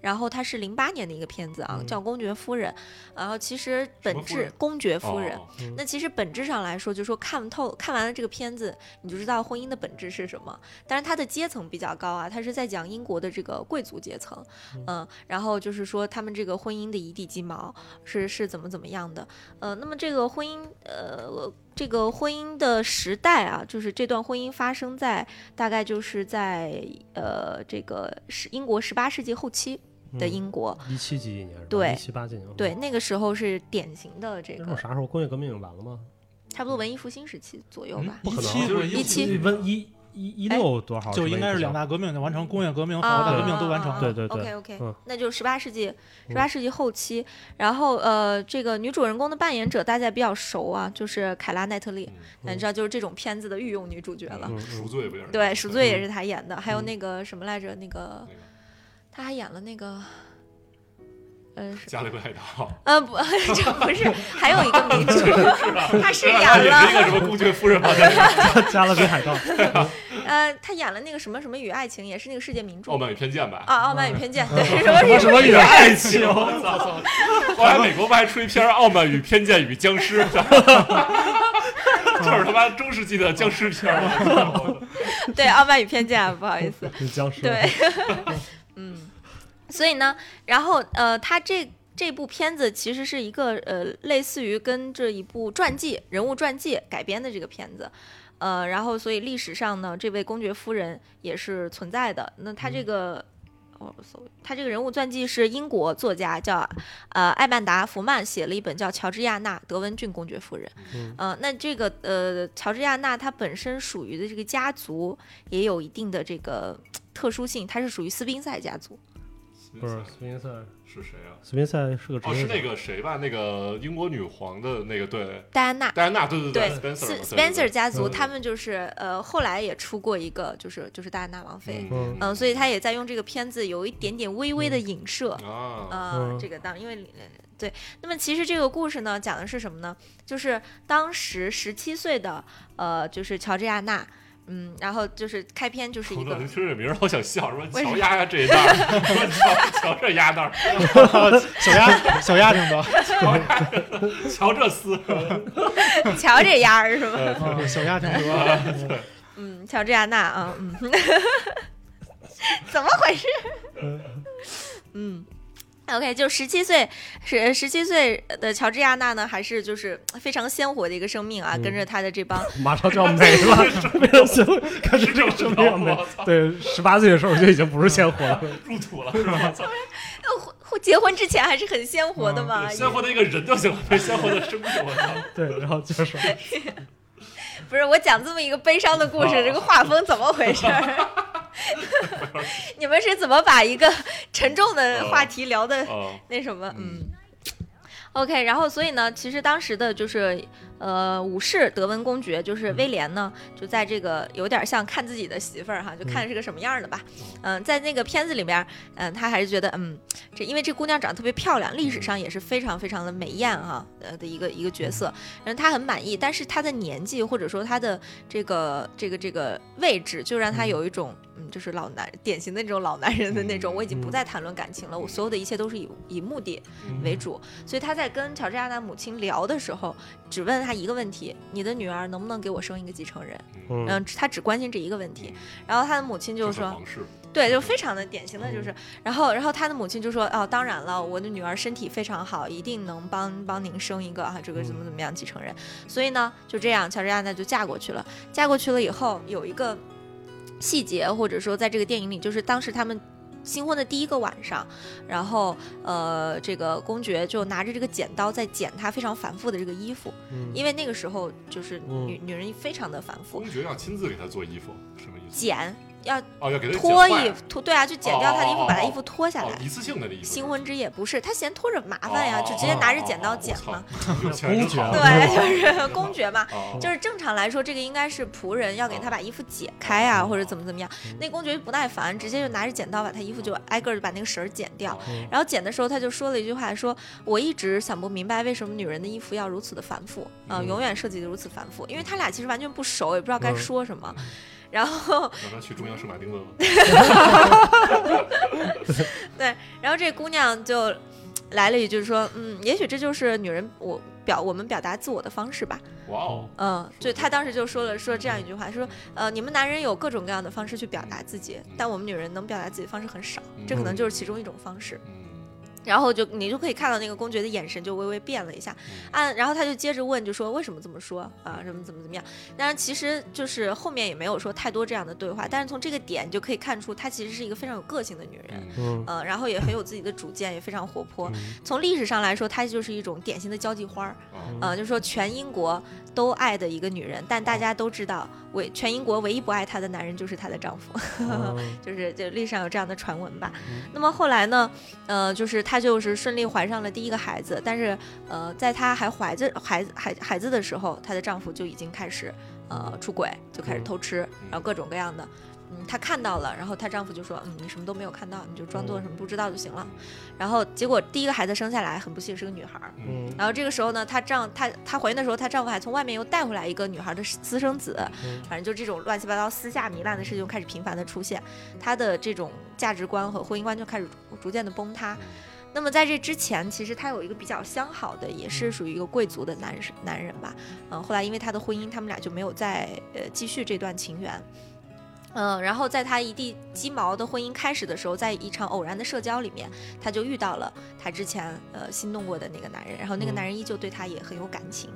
[SPEAKER 3] 然后它是零八年的一个片子啊，
[SPEAKER 2] 嗯
[SPEAKER 3] 叫《公爵夫人》，然后其实本
[SPEAKER 4] 夫
[SPEAKER 3] 质
[SPEAKER 4] 人
[SPEAKER 3] 公爵夫人，
[SPEAKER 4] 哦
[SPEAKER 2] 嗯
[SPEAKER 3] 那其实本质上来说，就是说看透看完了这个片子，你就知道婚姻的本质是什么。但是它的阶层比较高啊，它是在讲英国的这个贵族阶层，嗯、然后就是说他们这个婚姻的一地鸡毛是是怎么怎么样的。呃，那么这个婚姻，呃，这个婚姻的时代啊，就是这段婚姻发生在大概就是在呃这个是英国十八世纪后期的英国。
[SPEAKER 2] 嗯一七几几年是吧？
[SPEAKER 3] 对
[SPEAKER 2] 一七八几年。嗯
[SPEAKER 3] 对，，那个时候是典型的这
[SPEAKER 2] 那时候
[SPEAKER 3] 个，
[SPEAKER 2] 啥时候？工业革命完了吗？
[SPEAKER 3] 差不多文艺复兴时期左右吧。
[SPEAKER 5] 嗯一
[SPEAKER 2] 可能
[SPEAKER 5] 期
[SPEAKER 2] 就是是
[SPEAKER 5] 一
[SPEAKER 3] 一期
[SPEAKER 5] 期
[SPEAKER 2] 温一一一
[SPEAKER 3] 哎
[SPEAKER 2] 六多少？
[SPEAKER 5] 就应该是两
[SPEAKER 2] 大。
[SPEAKER 5] 大革命就完成，工业革命、
[SPEAKER 3] 哦
[SPEAKER 5] 法国大革命都完成了。
[SPEAKER 2] 对对对
[SPEAKER 3] OK OK，、
[SPEAKER 2] 嗯
[SPEAKER 3] 那就是十八世纪，
[SPEAKER 2] 嗯
[SPEAKER 3] 十八世纪后期，然后呃，这个女主人公的扮演者大家比较熟啊，就是凯拉奈特 利，那你知道就是这种片子的御用女主角了。
[SPEAKER 2] 嗯
[SPEAKER 4] 嗯赎罪不就是？
[SPEAKER 3] 对，赎罪也是她演的，还有
[SPEAKER 2] 嗯
[SPEAKER 3] 那个什么来着，那个她还演了那个，呃，是
[SPEAKER 4] 加勒比 海盗，
[SPEAKER 3] 呃不，这不是，还有一个名著，她是演
[SPEAKER 4] 也是一
[SPEAKER 3] 了，
[SPEAKER 4] 个什么公爵夫人吧？但是
[SPEAKER 2] 加勒比海 盗，
[SPEAKER 3] 呃，她演了那个什么什么与爱情，也是那个世界名著
[SPEAKER 4] 傲慢与哦偏见 吧？
[SPEAKER 3] 啊，《傲慢与偏见》对，什么什么
[SPEAKER 2] 什么与爱情？
[SPEAKER 4] 哎我 操！后来美国不还出一篇《傲慢与偏见与僵尸》， 就是他妈中世纪的僵尸片儿。
[SPEAKER 3] 对，《傲慢与偏见》，啊不好意思。
[SPEAKER 2] 是僵尸。
[SPEAKER 3] 对，嗯，所以呢，然后呃，他这这部片子其实是一个呃，类似于跟这一部传记、人物传记改编的这个片子。呃，然后所以历史上呢，这位公爵夫人也是存在的。那他这个，哦，sorry，他这个人物传记是英国作家叫呃艾曼达·福曼写了一本叫《乔治亚娜·德文郡公爵夫人》。
[SPEAKER 2] 嗯
[SPEAKER 3] 呃，那这个呃乔治亚娜她本身属于的这个家族也有一定的这个特殊性，它是属于斯宾塞家族。
[SPEAKER 2] 不 是斯宾塞，
[SPEAKER 4] 是谁啊？
[SPEAKER 2] 斯宾塞是个职
[SPEAKER 4] 哦，
[SPEAKER 2] 业
[SPEAKER 4] 是
[SPEAKER 2] 者
[SPEAKER 4] 那个谁吧？那个英国女皇的那个对，
[SPEAKER 3] 戴安娜
[SPEAKER 4] 戴安娜，对对
[SPEAKER 3] 对斯
[SPEAKER 4] ，Spencer 嘛
[SPEAKER 3] Spencer 家族，
[SPEAKER 2] 嗯
[SPEAKER 3] 他们就是呃后来也出过一个，就是就是戴安娜王妃，
[SPEAKER 2] 嗯
[SPEAKER 3] 嗯、所以她也在用这个片子有一点点微微的影射。
[SPEAKER 4] 啊，
[SPEAKER 3] 啊、
[SPEAKER 2] 嗯
[SPEAKER 3] 这个当因为呃对，那么其实这个故事呢，讲的是什么呢？就是当时十七岁的呃，就是乔治亚娜，嗯，然后就是开篇就是一
[SPEAKER 4] 我
[SPEAKER 3] 个
[SPEAKER 4] 操！你听这名儿，好想笑，什么
[SPEAKER 3] 为什
[SPEAKER 4] 乔
[SPEAKER 3] 么
[SPEAKER 4] 丫丫这一代 儿，什么乔乔这丫那儿，
[SPEAKER 3] 哦
[SPEAKER 5] 小鸭小鸭 挺多，
[SPEAKER 4] 乔丫乔这厮，
[SPEAKER 3] 乔这丫儿是吧？
[SPEAKER 5] 嗯小鸭挺 多。
[SPEAKER 3] 嗯，乔治亚娜啊，嗯， 怎么回 事？嗯，OK，就十七岁，十十七岁的乔治亚娜呢，还是就是非常鲜活的一个生命啊，
[SPEAKER 2] 嗯
[SPEAKER 3] 跟着他的这帮，
[SPEAKER 2] 马上就要没了，没有行，可是这个生命要没
[SPEAKER 4] 我。操
[SPEAKER 2] 对，十八岁的时候就已经不是鲜活了。
[SPEAKER 4] 入土了是吧？操
[SPEAKER 3] 呃婚结婚之前还是很鲜活的 嘛，
[SPEAKER 4] 嗯鲜活的一个人就行了，别鲜活的生命，我操！
[SPEAKER 2] 对，然后就是说
[SPEAKER 3] 不是我讲这么一个悲伤的故事，
[SPEAKER 4] 哦
[SPEAKER 3] 这个画风怎么回事 儿？你们是怎么把一个沉重的话题聊的？
[SPEAKER 4] 啊，
[SPEAKER 3] 那什么，嗯。OK，然后所以呢，其实当时的就是，呃，武士德文公爵就是威廉呢，就在这个有点像看自己的媳妇儿哈，就看是个什么样的吧。嗯、在那个片子里面，嗯、他还是觉得，嗯，这因为这姑娘长得特别漂亮，历史上也是非常非常的美艳哈，呃的一个一个角色，然后他很满意，但是他的年纪或者说他的这个这个这个位置，就让他有一种，嗯，就是老男典型的那种老男人的那种，
[SPEAKER 4] 嗯
[SPEAKER 3] 我已经不
[SPEAKER 2] 嗯
[SPEAKER 3] 再谈论感情了，我所有的一切都是以以目的为主，所以他在跟乔治亚的母亲聊的时候，只问他一个问题：你的女儿能不能给我生一个继承人？
[SPEAKER 2] 嗯
[SPEAKER 3] 嗯，他只关心这一个问题。然后他的母亲就说，
[SPEAKER 4] 皇室，
[SPEAKER 3] 对，就非常的典型的
[SPEAKER 4] 嗯
[SPEAKER 3] 就是，然后然后他的母亲就说，哦，当然了，我的女儿身体非常好，一定能帮帮您生一个啊，这个
[SPEAKER 4] 嗯
[SPEAKER 3] 怎么怎么样继承人。所以呢，就这样，乔治亚娜就嫁过去了。嫁过去了以后，有一个细节，或者说在这个电影里，就是当时他们。新婚的第一个晚上，然后呃，这个公爵就拿着这个剪刀在剪他非常繁复的这个衣服，
[SPEAKER 2] 嗯
[SPEAKER 3] 因为那个时候就是
[SPEAKER 2] 嗯
[SPEAKER 3] 女、女人非常的繁复，
[SPEAKER 4] 公爵要亲自给他做衣服，什么意思？
[SPEAKER 3] 剪要
[SPEAKER 4] 哦，要给他
[SPEAKER 3] 脱
[SPEAKER 4] 剪坏
[SPEAKER 3] 衣服，脱对啊，就剪掉他的衣服，
[SPEAKER 4] 哦哦哦
[SPEAKER 3] 把他衣服脱下
[SPEAKER 4] 哦
[SPEAKER 3] 来，。
[SPEAKER 4] 一次性的那衣服。哦
[SPEAKER 3] 新婚之夜不是，他嫌拖着麻烦
[SPEAKER 2] 哦
[SPEAKER 3] 呀，就直接拿着剪刀剪嘛。。
[SPEAKER 4] 有钱人
[SPEAKER 2] 嗯
[SPEAKER 4] 好
[SPEAKER 3] 对，就是公爵嘛。
[SPEAKER 4] 哦
[SPEAKER 3] 就是正常来说，这个应该是仆人要给他把衣服解开啊，
[SPEAKER 4] 哦
[SPEAKER 3] 或者怎么怎么样。
[SPEAKER 2] 嗯
[SPEAKER 3] 那公爵就不耐烦，直接就拿着剪刀把他衣服就挨个儿就把那个绳儿剪掉。
[SPEAKER 4] 哦
[SPEAKER 2] 嗯
[SPEAKER 3] 然后剪的时候，他就说了一句话，说我一直想不明白为什么女人的衣服要如此的繁复啊、
[SPEAKER 4] 嗯
[SPEAKER 3] 永远设计的如此繁复。因为他俩其实完全不熟，也不知道该
[SPEAKER 2] 嗯
[SPEAKER 3] 说什么。然后
[SPEAKER 4] 让他去中央圣马丁问 问。
[SPEAKER 3] 然后这姑娘就来了一句说，嗯，也许这就是女人我表我们表达自我的方式吧。
[SPEAKER 4] 哇哦，
[SPEAKER 3] 嗯，就她当时就说了说这样一句话，说呃你们男人有各种各样的方式去表达自己，但我们女人能表达自己的方式很少，这可能就是其中一种方式。
[SPEAKER 4] 嗯，
[SPEAKER 3] 然后就你就可以看到那个公爵的眼神就微微变了一下，按然后他就接着问，就说为什么这么说啊，什么怎么怎么样？当然其实就是后面也没有说太多这样的对话，但是从这个点你就可以看出她其实是一个非常有个性的女人，
[SPEAKER 4] 嗯
[SPEAKER 2] 嗯
[SPEAKER 3] 呃，然后也很有自己的主见，也非常活泼。
[SPEAKER 2] 嗯
[SPEAKER 3] 从历史上来说，她就是一种典型的交际花儿，
[SPEAKER 4] 啊
[SPEAKER 3] 呃，就是说全英国都爱的一个女人，但大家都知道，唯全英国唯一不爱她的男人就是她的丈夫。
[SPEAKER 2] 嗯
[SPEAKER 3] 就是就历史上有这样的传闻吧
[SPEAKER 2] 嗯。
[SPEAKER 3] 那么后来呢，呃，就是她就是顺利怀上了第一个孩子，但是呃，在她还怀着孩子孩孩子的时候，她的丈夫就已经开始呃出轨，就开始
[SPEAKER 2] 嗯
[SPEAKER 3] 偷吃，然后各种各样的。嗯，她看到了，然后她丈夫就说：“嗯，你什么都没有看到，你就
[SPEAKER 2] 嗯
[SPEAKER 3] 装作什么不知道就行了。”然后结果第一个孩子生下来，很不幸是个女孩儿。
[SPEAKER 2] 嗯
[SPEAKER 3] 然后这个时候呢，她丈她她怀孕的时候，她丈夫还从外面又带回来一个女孩的私生子，
[SPEAKER 2] 嗯
[SPEAKER 3] 反正就这种乱七八糟、私下糜烂的事情就开始频繁的出现，她的这种价值观和婚姻观就开始逐渐的崩
[SPEAKER 4] 嗯
[SPEAKER 3] 塌。那么在这之前，其实她有一个比较相好的，也是属于一个贵族的男人男人吧。嗯、后来因为她的婚姻，他们俩就没有再呃继续这段情缘。嗯，然后在她一地鸡毛的婚姻开始的时候，在一场偶然的社交里面，她就遇到了她之前呃心动过的那个男人，然后那个
[SPEAKER 2] 嗯
[SPEAKER 3] 男人依旧对她也很有感情，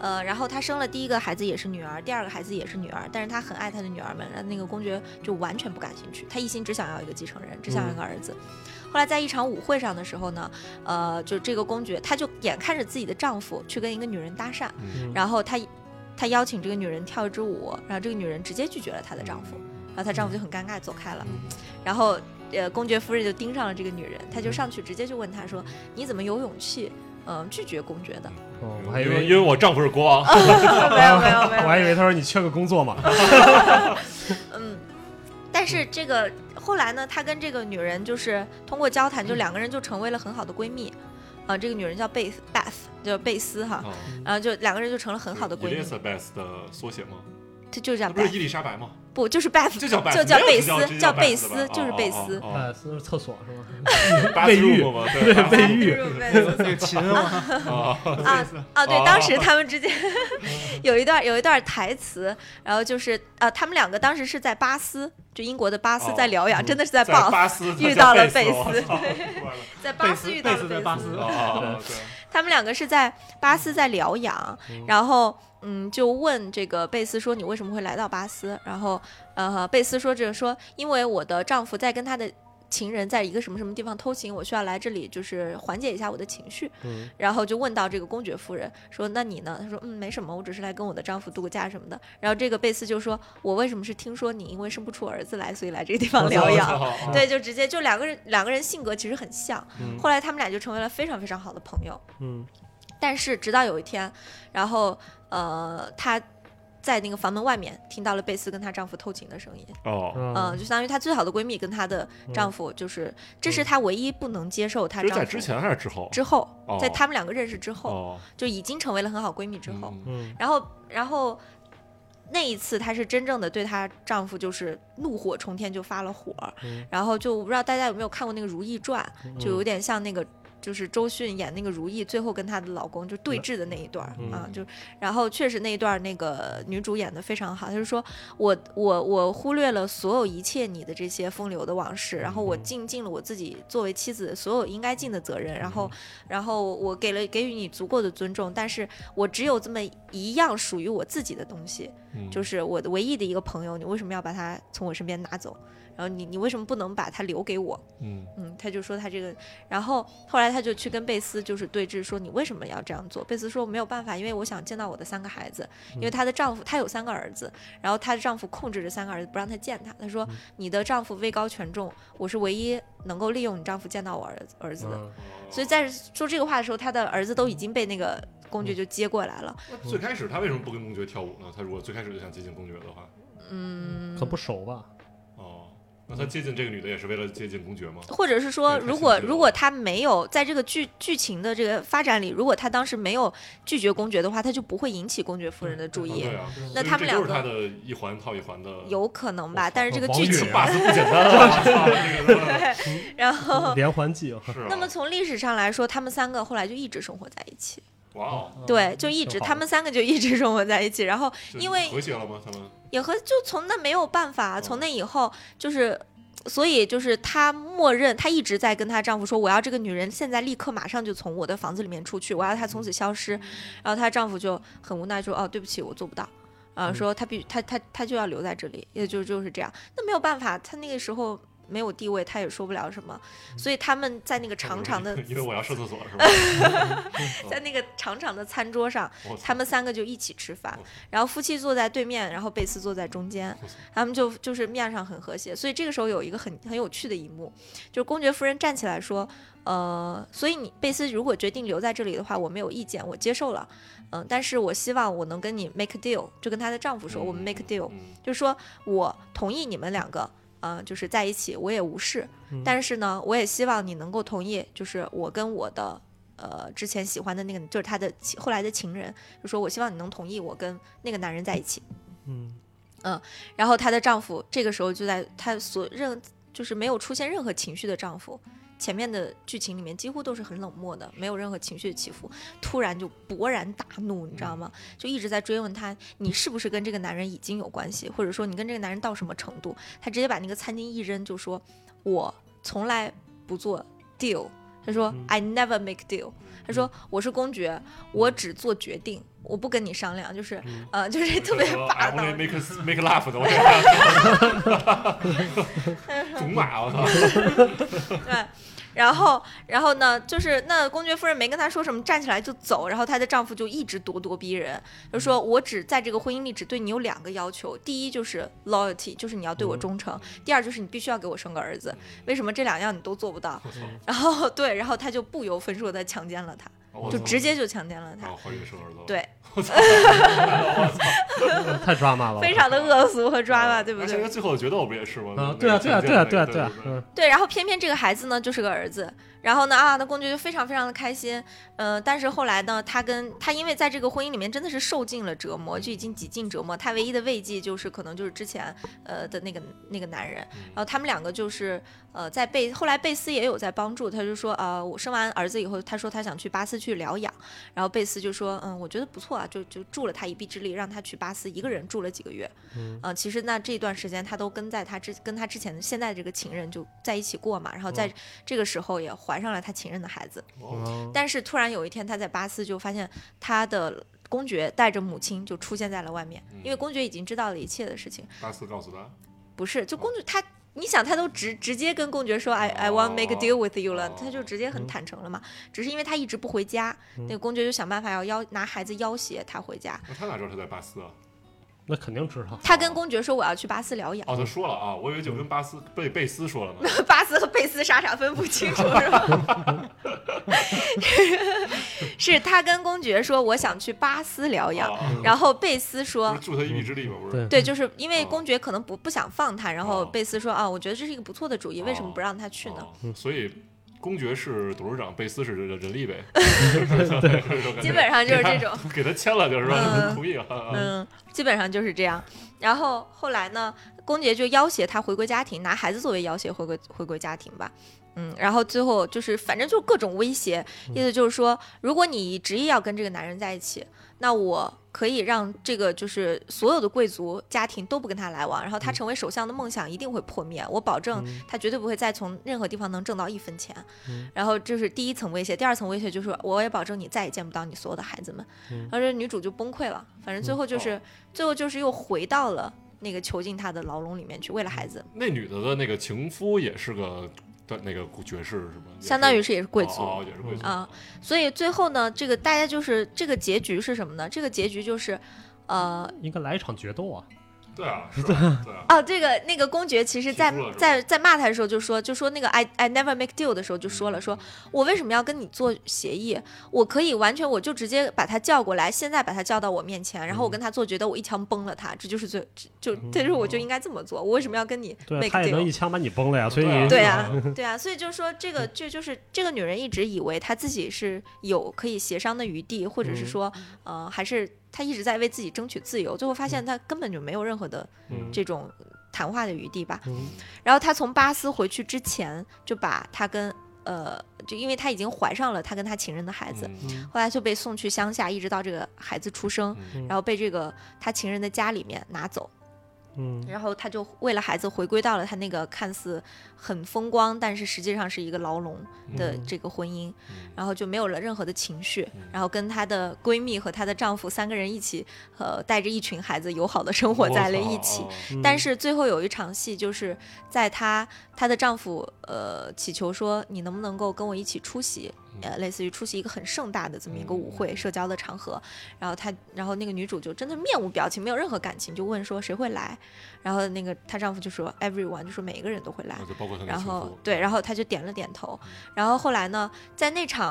[SPEAKER 3] 呃，然后她生了第一个孩子也是女儿，第二个孩子也是女儿，但是她很爱她的女儿们，然后那个公爵就完全不感兴趣，他一心只想要一个继承人，只想要一个儿子。后来在一场舞会上的时候呢，呃，就这个公爵他就眼看着自己的丈夫去跟一个女人搭讪，
[SPEAKER 2] 嗯
[SPEAKER 3] 然后他他邀请这个女人跳一支舞，然后这个女人直接拒绝了她的丈夫，然后她丈夫就很尴尬走开了。然后呃，公爵夫人就盯上了这个女人，她就上去直接就问她说：“你怎么有勇气？”嗯，拒绝公爵的，
[SPEAKER 2] 哦我还以
[SPEAKER 4] 嗯因为因
[SPEAKER 2] 为
[SPEAKER 4] 为我丈夫是国王，
[SPEAKER 3] 哦没有没有没有，
[SPEAKER 2] 我还以为他说你缺个工作嘛，
[SPEAKER 3] 嗯，但是这个后来呢，他跟这个女人就是通过交谈，就两个人就成为了很好的闺蜜。啊、这个女人叫贝斯 Beth，叫贝斯哈，
[SPEAKER 4] 啊
[SPEAKER 3] 然后就两个人就成了很好的闺蜜，
[SPEAKER 4] Elizabeth 的缩写吗？
[SPEAKER 3] 她就叫
[SPEAKER 4] 不是
[SPEAKER 3] Beth，
[SPEAKER 4] 伊丽莎白吗？
[SPEAKER 3] 不就是 Beth，
[SPEAKER 4] 就叫
[SPEAKER 3] 就叫贝斯
[SPEAKER 4] 斯，哦
[SPEAKER 3] 叫贝
[SPEAKER 4] 贝
[SPEAKER 3] 斯就是贝斯
[SPEAKER 2] 哎，是厕所是吗？卫
[SPEAKER 4] 卫
[SPEAKER 2] 浴
[SPEAKER 4] 嘛，对，
[SPEAKER 2] 卫浴
[SPEAKER 5] 那个琴啊，
[SPEAKER 4] 啊，
[SPEAKER 3] 啊啊，对
[SPEAKER 4] 哦，
[SPEAKER 3] 当时他们之间 有一段有一段台词，然后就是呃，他们两个当时是在巴斯，就英国的巴斯，
[SPEAKER 4] 哦
[SPEAKER 3] 在疗养，真的是在
[SPEAKER 4] 在
[SPEAKER 3] 巴
[SPEAKER 4] 巴斯
[SPEAKER 3] 遇到了贝
[SPEAKER 4] 贝
[SPEAKER 3] 斯哦
[SPEAKER 4] 我操
[SPEAKER 3] 在巴
[SPEAKER 5] 贝
[SPEAKER 3] 斯
[SPEAKER 5] 斯
[SPEAKER 3] 遇到
[SPEAKER 5] 贝
[SPEAKER 3] 了
[SPEAKER 5] 斯
[SPEAKER 3] 贝
[SPEAKER 5] 在
[SPEAKER 3] 斯，
[SPEAKER 5] 巴斯
[SPEAKER 4] 啊 啊，对，
[SPEAKER 3] 他们两个是在巴斯在疗养，然后嗯，就问这个贝斯说你为什么会来到巴斯？然后呃，贝斯说这个说因为我的丈夫在跟他的。情人在一个什么什么地方偷情，我需要来这里，就是缓解一下我的情绪。
[SPEAKER 2] 嗯
[SPEAKER 3] 然后就问到这个公爵夫人说：“那你呢？”她说：“嗯，没什么，我只是来跟我的丈夫度个假什么的。”然后这个贝斯就说：“我为什么是听说你因为生不出儿子来，所以来这个地方 疗
[SPEAKER 2] 我
[SPEAKER 3] 养？”
[SPEAKER 4] 啊啊
[SPEAKER 3] 对，就直接就两个人，两个人性格其实很像。
[SPEAKER 2] 嗯
[SPEAKER 3] 后来他们俩就成为了非常非常好的朋友。
[SPEAKER 2] 嗯
[SPEAKER 3] 但是直到有一天，然后呃，她在那个房门外面听到了贝斯跟她丈夫偷情的声音。
[SPEAKER 4] 哦，
[SPEAKER 3] 嗯、
[SPEAKER 2] 嗯
[SPEAKER 3] 就相当于她最好的闺蜜跟她的丈夫，就是、这是她唯一不能接受她
[SPEAKER 4] 嗯这是
[SPEAKER 3] 丈夫
[SPEAKER 4] 在之前还是之后？
[SPEAKER 3] 之后，
[SPEAKER 4] 哦
[SPEAKER 3] 在他们两个认识之后，
[SPEAKER 4] 哦，
[SPEAKER 3] 就已经成为了很好闺蜜之后，
[SPEAKER 4] 嗯
[SPEAKER 2] 嗯
[SPEAKER 3] 然后然后那一次她是真正的对她丈夫就是怒火冲天，就发了火，
[SPEAKER 2] 嗯
[SPEAKER 3] 然后就我不知道大家有没有看过那个《如懿传》，就有点像那个。就是周迅演那个如懿，最后跟她的老公就对峙的那一段儿、
[SPEAKER 2] 嗯
[SPEAKER 3] 啊，就然后确实那一段儿那个女主演的非常好，她就说我我我忽略了所有一切你的这些风流的往事，然后
[SPEAKER 2] 嗯
[SPEAKER 3] 我尽尽了我自己作为妻子所有应该尽的责任，然
[SPEAKER 2] 嗯
[SPEAKER 3] 后然后我给了给予你足够的尊重，但是我只有这么一样属于我自己的东西，
[SPEAKER 4] 嗯
[SPEAKER 3] 就是我的唯一的一个朋友，你为什么要把他从我身边拿走？然后你你为什么不能把他留给我？
[SPEAKER 4] 嗯
[SPEAKER 3] 嗯，他就说他这个，然后后来他就去跟贝斯就是对峙，说你为什么要这样做？贝斯说我没有办法，因为我想见到我的三个孩子，因
[SPEAKER 2] 嗯
[SPEAKER 3] 为她的丈夫她有三个儿子，然后她的丈夫控制着三个儿子不让她见他。她说、
[SPEAKER 2] 嗯
[SPEAKER 3] 你的丈夫位高权重，我是唯一能够利用你丈夫见到我儿子儿子的。
[SPEAKER 2] 嗯
[SPEAKER 3] 所以
[SPEAKER 4] 哦
[SPEAKER 3] 在说这个话的时候，她的儿子都已经被那个公
[SPEAKER 2] 嗯
[SPEAKER 3] 爵就接过来了。
[SPEAKER 4] 那最开始他为什么不跟公爵跳舞呢？他如果最开始就想接近公爵的话，
[SPEAKER 3] 嗯，
[SPEAKER 2] 可不熟吧？
[SPEAKER 4] 哦，那他接近这个女的也是为了接近公爵吗？
[SPEAKER 3] 或者是说，
[SPEAKER 4] 对他
[SPEAKER 3] 如果
[SPEAKER 4] 拒绝了
[SPEAKER 3] 如果他没有在这个剧剧情的这个发展里，如果他当时没有拒绝公爵的话，他就不会引起公爵夫人的注
[SPEAKER 4] 啊
[SPEAKER 3] 意。
[SPEAKER 5] 嗯
[SPEAKER 4] 对啊，
[SPEAKER 3] 那
[SPEAKER 4] 所以
[SPEAKER 3] 他们
[SPEAKER 4] 这就
[SPEAKER 3] 两
[SPEAKER 4] 是
[SPEAKER 3] 个
[SPEAKER 4] 他的一环套一环的。
[SPEAKER 3] 有可能吧，
[SPEAKER 4] 我操
[SPEAKER 3] 但是这个
[SPEAKER 2] 王
[SPEAKER 3] 剧
[SPEAKER 2] 允
[SPEAKER 3] 情，
[SPEAKER 4] 霸斯不简 单啊！这个
[SPEAKER 3] 然后，
[SPEAKER 2] 连环计啊，
[SPEAKER 4] 是啊
[SPEAKER 3] 那么从历史上来说，他们三个后来就一直生活在一起，
[SPEAKER 4] 哇哦，
[SPEAKER 3] 对，就一直
[SPEAKER 2] 挺好
[SPEAKER 3] 他们三个就一直生活在一起，然后
[SPEAKER 4] 就
[SPEAKER 3] 因为
[SPEAKER 4] 和谐了吗？他们嗯
[SPEAKER 3] 也和就从那没有办法，从那以后就是所以就是她默认，她一直在跟她丈夫说，我要这个女人现在立刻马上就从我的房子里面出去，我要她从此消失。然后她丈夫就很无奈说，哦，对不起，我做不到。啊，
[SPEAKER 2] 嗯
[SPEAKER 3] 说她必她她她就要留在这里，也就就是这样。那没有办法，她那个时候没有地位，她也说不了什么。所以他们在那个长长的，
[SPEAKER 4] 嗯 因为我要上厕所是吧？
[SPEAKER 3] 在那个长长的餐桌上，
[SPEAKER 4] 我
[SPEAKER 3] 他们三个就一起吃饭
[SPEAKER 4] 嗯，
[SPEAKER 3] 然后夫妻坐在对面，然后贝斯坐在中间
[SPEAKER 4] 嗯，
[SPEAKER 3] 他们就就是面上很和谐。所以这个时候有一个很很有趣的一幕，就是公爵夫人站起来说：“呃，所以你贝斯如果决定留在这里的话，我没有意见，我接受了。嗯、但是我希望我能跟你 make a deal，就跟她的丈夫说，我们 make a deal，
[SPEAKER 4] 嗯
[SPEAKER 3] 就说我同意你们两个，呃，就是在一起，我也无视，
[SPEAKER 2] 嗯
[SPEAKER 3] 但是呢，我也希望你能够同意，就是我跟我的呃之前喜欢的那个，就是他的情后来的情人，就说我希望你能同意我跟那个男人在一起。
[SPEAKER 2] 嗯
[SPEAKER 3] 然后她的丈夫这个时候就在她所任就是没有出现任何情绪的丈夫，前面的剧情里面几乎都是很冷漠的，没有任何情绪的起伏，突然就勃然大怒，你知道吗？就一直在追问她，你是不是跟这个男人已经有关系，或者说你跟这个男人到什么程度？她直接把那个餐巾一扔，就说：“我从来不做 deal。”她说
[SPEAKER 2] 嗯
[SPEAKER 3] ：“I never make deal。”她说：“我是公爵，我只做决定，我不跟你商量。”就是，呃，就是特别霸
[SPEAKER 4] ，I
[SPEAKER 3] 道
[SPEAKER 4] only。make a- make a laugh 的，我这种马，我操！
[SPEAKER 3] 对，然后，然后呢，就是那公爵夫人没跟他说什么，站起来就走，然后她的丈夫就一直咄咄逼人，就说我只在这个婚姻里只对你有两个要求，第一就是 loyalty，就是你要对我忠诚，第二就是你必须要给我生个儿子。为什么这两样你都做不到？ 然后对，然后他就不由分说的强奸了她，
[SPEAKER 4] 我
[SPEAKER 3] 就
[SPEAKER 4] 操
[SPEAKER 3] 直接就强奸了
[SPEAKER 4] 然
[SPEAKER 3] 她
[SPEAKER 4] 后，怀孕生儿子了，
[SPEAKER 3] 对，
[SPEAKER 2] 太抓马了，
[SPEAKER 3] 非常的恶俗和抓嘛，对不
[SPEAKER 4] 而且
[SPEAKER 3] 对
[SPEAKER 4] 那？最后决斗不也是吗？那
[SPEAKER 2] 啊，
[SPEAKER 4] 个
[SPEAKER 2] 对啊，对啊，
[SPEAKER 4] 强
[SPEAKER 2] 对
[SPEAKER 4] 奸
[SPEAKER 2] 啊，对
[SPEAKER 4] 的
[SPEAKER 2] 啊，
[SPEAKER 4] 那个
[SPEAKER 2] 对啊，嗯，
[SPEAKER 3] 对，然后偏偏这个孩子呢就是个儿子，然后呢啊，那公爵就非常非常的开心，呃，但是后来呢，他跟他因为在这个婚姻里面真的是受尽了折磨，就已经几尽折磨，他唯一的慰藉就是可能就是之前呃的那个那个男人，然后他们两个就是呃在贝后来贝斯也有在帮助，他就说啊、呃我生完儿子以后，他说他想去巴斯去疗养，然后贝斯就说嗯我觉得不错啊，就就助了他一臂之力，让他去巴斯一个人住了几个月，
[SPEAKER 2] 嗯
[SPEAKER 3] 呃，其实那这段时间他都跟在他之跟他之前的现在这个情人就在一起过嘛，然后在这个时候也怀上了他情人的孩子。
[SPEAKER 4] 哦
[SPEAKER 3] 但是突然有一天，他在巴斯就发现他的公爵带着母亲就出现在了外面，因为
[SPEAKER 4] 嗯
[SPEAKER 3] 公爵已经知道了一切的事情。
[SPEAKER 4] 大四告诉他，
[SPEAKER 3] 不是，就公爵他，你想他都直直接跟公爵说 I I want make a deal with you 了，他就直接很坦诚了嘛。只是因为他一直不回家，那个公爵就想办法要要拿孩子要挟他回家。
[SPEAKER 4] 那他哪知道他在巴斯啊？
[SPEAKER 2] 那肯定知道，
[SPEAKER 3] 他跟公爵说我要去巴斯疗养。
[SPEAKER 4] 哦，他说了啊，我以为就跟巴斯贝贝斯说了呢。
[SPEAKER 3] 巴斯和贝斯傻傻分不清楚是吧？ 是他跟公爵说我想去巴斯疗养，
[SPEAKER 4] 啊
[SPEAKER 3] 然后贝斯
[SPEAKER 4] 不
[SPEAKER 3] 说
[SPEAKER 4] 是。助他一臂之力吗？不是，
[SPEAKER 2] 对
[SPEAKER 3] 对，就是因为
[SPEAKER 4] 嗯哦
[SPEAKER 3] 公爵可能不不想放他，然后
[SPEAKER 4] 哦
[SPEAKER 3] 贝斯说啊，我觉得这是一个不错的主意，为什么不让他去呢？
[SPEAKER 4] 哦所以公爵是董事长，贝斯是人人力呗，
[SPEAKER 3] 基本上就是这种，
[SPEAKER 4] 给他签了就是
[SPEAKER 3] 嗯
[SPEAKER 4] 说同意了啊。
[SPEAKER 3] 嗯，基本上就是这样。然后后来呢，公爵就要挟他回归家庭，拿孩子作为要挟回归回归家庭吧。嗯，然后最后就是反正就是各种威胁，意思就是说，如果你执意要跟这个男人在一起，那我可以让这个就是所有的贵族家庭都不跟他来往，然后他成为首相的梦想一定会破灭，我保证他绝对不会再从任何地方能挣到一分钱。
[SPEAKER 4] 嗯
[SPEAKER 3] 然后这是第一层威胁，第二层威胁就是我也保证你再也见不到你所有的孩子们。
[SPEAKER 4] 嗯
[SPEAKER 3] 然后这女主就崩溃了，反正最后就是、
[SPEAKER 4] 哦
[SPEAKER 3] 最后就是又回到了那个囚禁她的牢笼里面去，为了孩子，
[SPEAKER 4] 那女的的那个情夫也是个的那个爵士是吗？嗯也
[SPEAKER 3] 相当于是也是贵族。
[SPEAKER 4] 哦哦也是贵族
[SPEAKER 3] 啊。所以最后呢，这个大家就是这个结局是什么呢？这个结局就是，呃。
[SPEAKER 2] 应该来一场决斗啊，
[SPEAKER 4] 对啊，是啊，对啊。
[SPEAKER 3] 哦，这个那个公爵其实在
[SPEAKER 4] 起诉了是吧
[SPEAKER 3] 在在骂他的时候就说，就说那个 I I never make deal 的时候就说了，说我为什么要跟你做协议？我可以完全我就直接把他叫过来，现在把他叫到我面前，然后我
[SPEAKER 2] 嗯
[SPEAKER 3] 跟他做决斗，我一枪崩了他，这就是最就这就是我就应该这么做，我为什么要跟你
[SPEAKER 2] 哦对啊
[SPEAKER 3] make
[SPEAKER 2] 他也能
[SPEAKER 3] deal？
[SPEAKER 2] 一枪把你崩了呀，所以
[SPEAKER 4] 啊
[SPEAKER 2] 你
[SPEAKER 3] 对啊， 对啊，所以就是说，这
[SPEAKER 2] 嗯
[SPEAKER 3] 个这就是这个女人一直以为她自己是有可以协商的余地，或者
[SPEAKER 2] 嗯
[SPEAKER 3] 是说，呃，还是她一直在为自己争取自由，最后发现她根本就没有任何的
[SPEAKER 2] 嗯
[SPEAKER 3] 这种谈话的余地吧。
[SPEAKER 2] 嗯
[SPEAKER 3] 然后她从巴斯回去之前，就把她跟呃，就因为她已经怀上了她跟她情人的孩 子，
[SPEAKER 4] 嗯
[SPEAKER 3] 后来就被送去乡下，一直到这个孩子出生，
[SPEAKER 4] 嗯
[SPEAKER 3] 然后被这个她情人的家里面拿走。
[SPEAKER 2] 嗯
[SPEAKER 3] 然后他就为了孩子回归到了他那个看似很风光，但是实际上是一个牢笼的
[SPEAKER 2] 嗯
[SPEAKER 3] 这个婚姻，
[SPEAKER 4] 嗯
[SPEAKER 3] 然后就没有了任何的情绪
[SPEAKER 4] 嗯，
[SPEAKER 3] 然后跟她的闺蜜和她的丈夫三个人一起，呃，带着一群孩子友好的生活在了一起。
[SPEAKER 4] 我操哦
[SPEAKER 2] 嗯
[SPEAKER 3] 但是最后有一场戏，就是在她她的丈夫呃祈求说，你能不能够跟我一起出席，呃，类似于出席一个很盛大的这么一个舞会、社交的场合。然后她，然后那个女主就真的面无表情，没有任何感情，就问说谁会来。然后那个她丈夫就说 everyone，就说每一个人都会来
[SPEAKER 4] 哦。就包括他的
[SPEAKER 3] 然
[SPEAKER 4] 情
[SPEAKER 3] 后
[SPEAKER 4] 妇
[SPEAKER 3] 对，然后她就点了点头。然后后来呢，在那场。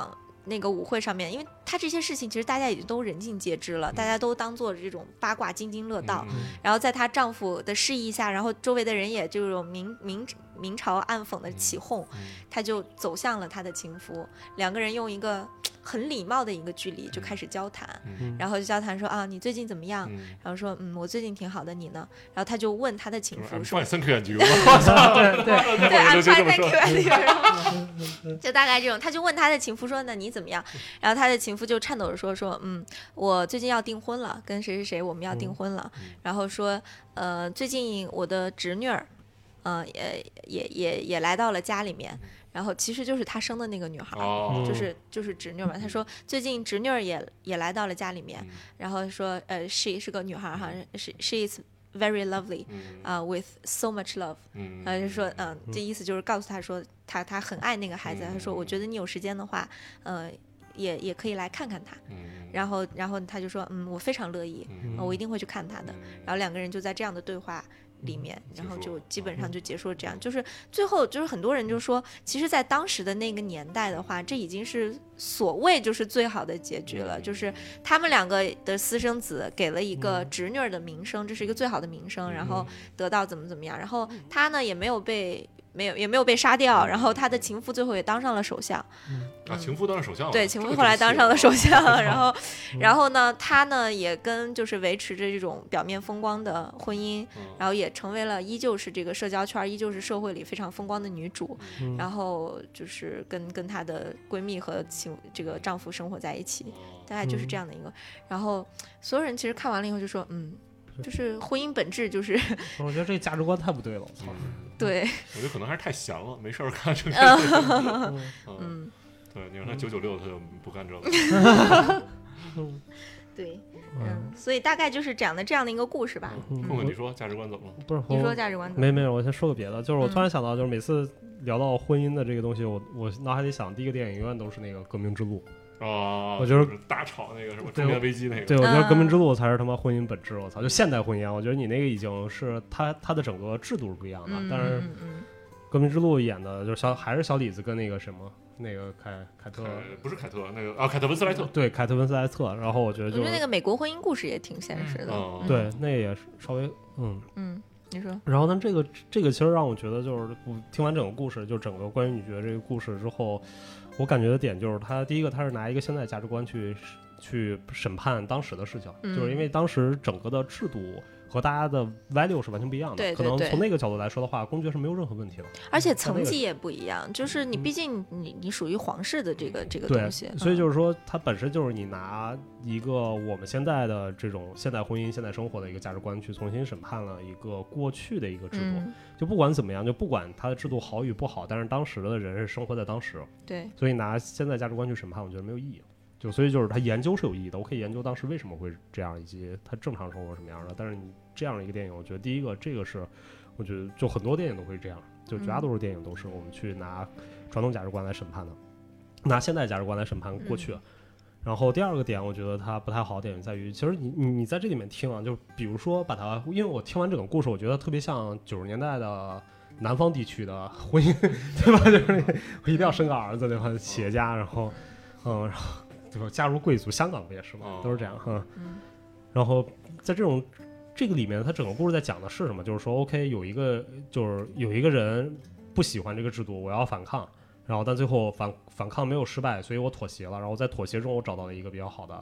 [SPEAKER 3] 那个舞会上面，因为她这些事情其实大家已经都人尽皆知了，大家都当做这种八卦津津乐道。
[SPEAKER 4] 嗯嗯
[SPEAKER 3] 然后在她丈夫的示意下，然后周围的人也就有明明明嘲暗讽的起哄，
[SPEAKER 4] 嗯
[SPEAKER 3] 她就走向了她的情夫，两个人用一个很礼貌的一个距离就开始交谈，
[SPEAKER 2] 嗯
[SPEAKER 3] 然后就交谈说啊，你最近怎么样？
[SPEAKER 4] 嗯
[SPEAKER 3] 然后说嗯，我最近挺好的，你呢？然后她就问她的情
[SPEAKER 4] 就是
[SPEAKER 3] 夫
[SPEAKER 4] I'm
[SPEAKER 3] 说
[SPEAKER 4] fine，thank you and you 我操，
[SPEAKER 2] 对对，
[SPEAKER 4] 那
[SPEAKER 3] 对啊
[SPEAKER 4] 会儿
[SPEAKER 3] ，I'm
[SPEAKER 4] 就就这
[SPEAKER 3] fine,
[SPEAKER 4] 么
[SPEAKER 3] thank
[SPEAKER 4] 说
[SPEAKER 3] you, and you，然后 就大概这种。他就问他的情夫说：“那你怎么样？”然后他的情夫就颤抖着说：“说，嗯，我最近要订婚了，跟谁谁谁我们要订婚了。
[SPEAKER 4] 嗯
[SPEAKER 3] 然后说，呃，最近我的侄女儿，呃，也也也也来到了家里面，然后其实就是他生的那个女孩儿。
[SPEAKER 4] 哦，
[SPEAKER 3] 就是就是侄女儿嘛，他说最近侄女儿也也来到了家里面，
[SPEAKER 4] 嗯
[SPEAKER 3] 然后说呃，she 是个女孩儿哈，she she is very lovely
[SPEAKER 4] 嗯
[SPEAKER 3] 啊、w i t h so much love，
[SPEAKER 4] 嗯，
[SPEAKER 3] 然后就说，嗯，
[SPEAKER 2] 嗯
[SPEAKER 3] 这意思就是告诉他说，他他很爱那个孩子。他
[SPEAKER 4] 嗯
[SPEAKER 3] 说，我觉得你有时间的话，呃，也也可以来看看他。
[SPEAKER 4] 嗯，
[SPEAKER 3] 然后，然后他就说，嗯，我非常乐意，
[SPEAKER 4] 嗯
[SPEAKER 3] 呃我一定会去看他的。然后两个人就在这样的对话里面，
[SPEAKER 4] 结
[SPEAKER 3] 然后
[SPEAKER 4] 束
[SPEAKER 3] 就
[SPEAKER 4] 了
[SPEAKER 3] 基本
[SPEAKER 2] 嗯
[SPEAKER 3] 上就结束了。这样就是最后就是很多人就说，其实，在当时的那个年代的话，这已经是所谓就是最好的结局
[SPEAKER 4] 嗯
[SPEAKER 3] 了，就是他们两个的私生子给了一个
[SPEAKER 2] 嗯
[SPEAKER 3] 侄女儿的名声，这是一个最好的名
[SPEAKER 4] 嗯
[SPEAKER 3] 声，然后得到怎么怎么样，然后他呢也没有被没有也没有被杀掉，然后他的情夫最后也当上了首相，
[SPEAKER 4] 啊，情夫当上首相
[SPEAKER 3] 嗯
[SPEAKER 4] 了，
[SPEAKER 3] 对，
[SPEAKER 4] 这
[SPEAKER 3] 情
[SPEAKER 4] 个
[SPEAKER 3] 夫
[SPEAKER 4] 真
[SPEAKER 3] 后来
[SPEAKER 4] 是
[SPEAKER 3] 当上了首相，然后
[SPEAKER 2] 嗯
[SPEAKER 3] 然后呢，他呢也跟就是维持着这种表面风光的婚姻，
[SPEAKER 4] 嗯
[SPEAKER 3] 然后也成为了依旧是这个社交圈，依旧是社会里非常风光的女主，
[SPEAKER 2] 嗯
[SPEAKER 3] 然后就是跟跟她的闺蜜和情这个丈夫生活在一
[SPEAKER 4] 嗯
[SPEAKER 3] 起，大概就是这样的一个。然后所有人其实看完了以后就说，嗯，就是婚姻本质就是
[SPEAKER 2] 我觉得这个价值观太不对了，我操！
[SPEAKER 4] 嗯
[SPEAKER 3] 对，
[SPEAKER 4] 我觉得可能还是太闲了，没事儿 干这个。
[SPEAKER 2] 嗯
[SPEAKER 4] 嗯，
[SPEAKER 3] 嗯，
[SPEAKER 4] 对，你让他九九六，他就不干这个。
[SPEAKER 2] 嗯
[SPEAKER 3] 对，
[SPEAKER 2] 嗯
[SPEAKER 3] 嗯，所以大概就是讲的这样的一个故事吧。
[SPEAKER 4] 嗯 困困，你说价值观怎么了？
[SPEAKER 2] 嗯不是
[SPEAKER 3] 你说
[SPEAKER 2] 我
[SPEAKER 3] 价值观怎嗯么？
[SPEAKER 2] 没没有，我先说个别的，就是我突然想到，就是每次聊到婚姻的这个东西，我我脑海里想第一个电影永远都是那个《革命之路
[SPEAKER 4] 啊，
[SPEAKER 2] 我觉得
[SPEAKER 4] 就是大吵那个什么
[SPEAKER 2] 对
[SPEAKER 4] 中年危机那》。个，
[SPEAKER 2] 对，我觉得《
[SPEAKER 3] 嗯
[SPEAKER 2] 革命之路》才是他妈婚姻本质。我操，就现代婚姻啊，我觉得你那个已经是它它的整个制度是不一样的，
[SPEAKER 3] 嗯
[SPEAKER 2] 但是《
[SPEAKER 3] 嗯嗯
[SPEAKER 2] 革命之路》演的就是小还是小李子跟那个什么那个凯凯特。
[SPEAKER 4] 呃不是凯特那个啊，凯特温斯莱特。
[SPEAKER 2] 对凯特温斯莱特，然后我觉得
[SPEAKER 3] 嗯
[SPEAKER 2] 就
[SPEAKER 3] 我觉得那
[SPEAKER 2] 是
[SPEAKER 3] 个美国婚姻故事也挺现实的。
[SPEAKER 4] 嗯
[SPEAKER 3] 嗯
[SPEAKER 2] 对，那也是稍微嗯，
[SPEAKER 3] 嗯，你说，
[SPEAKER 2] 然后呢，这个这个其实让我觉得，就是我听完整个故事，就整个关于女爵这个故事之后，我感觉的点就是，他第一个他是拿一个现在价值观去去审判当时的事情，
[SPEAKER 3] 嗯
[SPEAKER 2] 就是因为当时整个的制度和大家的 value 是完全不一样的。
[SPEAKER 3] 对对
[SPEAKER 2] 可能
[SPEAKER 3] 对
[SPEAKER 2] 从那个角度来说的话，公爵是没有任何问题的。
[SPEAKER 3] 而且
[SPEAKER 2] 那
[SPEAKER 3] 层
[SPEAKER 2] 个嗯
[SPEAKER 3] 级也不一样，就是你毕竟你你属于皇室的这个这个
[SPEAKER 2] 对
[SPEAKER 3] 东西，，
[SPEAKER 2] 所以
[SPEAKER 3] 嗯
[SPEAKER 2] 就是说，它本身就是你拿一个我们现在的这种现代婚姻、现代生活的一个价值观去重新审判了一个过去的一个制度。
[SPEAKER 3] 嗯，
[SPEAKER 2] 就不管怎么样，就不管它的制度好与不好，但是当时的人是生活在当时，哦
[SPEAKER 3] 对，
[SPEAKER 2] 所以拿现在价值观去审判，我觉得没有意义。就所以就是它研究是有意义的，我可以研究当时为什么会这样，以及它正常生活是什么样的。但是你这样的一个电影，我觉得第一个这个是，我觉得就很多电影都会这样，就绝大多数电影都是我们去拿传统价值观来审判的，拿现代价值观来审判过去。然后第二个点，我觉得它不太好的点在于，其实你你你在这里面听啊，就比如说把它，因为我听完整个故事，我觉得特别像九十年代的南方地区 的婚姻，对吧？就是那个我一定要生个儿子，对吧？企业家，然后，嗯，然后对吧？嫁入贵族，香港不也是吗
[SPEAKER 4] 哦？
[SPEAKER 2] 都是这样哈、
[SPEAKER 3] 嗯
[SPEAKER 2] 然后在这种这个里面，他整个故事在讲的是什么？就是说，OK，有一个就是有一个人不喜欢这个制度，我要反抗。然后，但最后反反抗没有失败，所以我妥协了。然后在妥协中，我找到了一个比较好的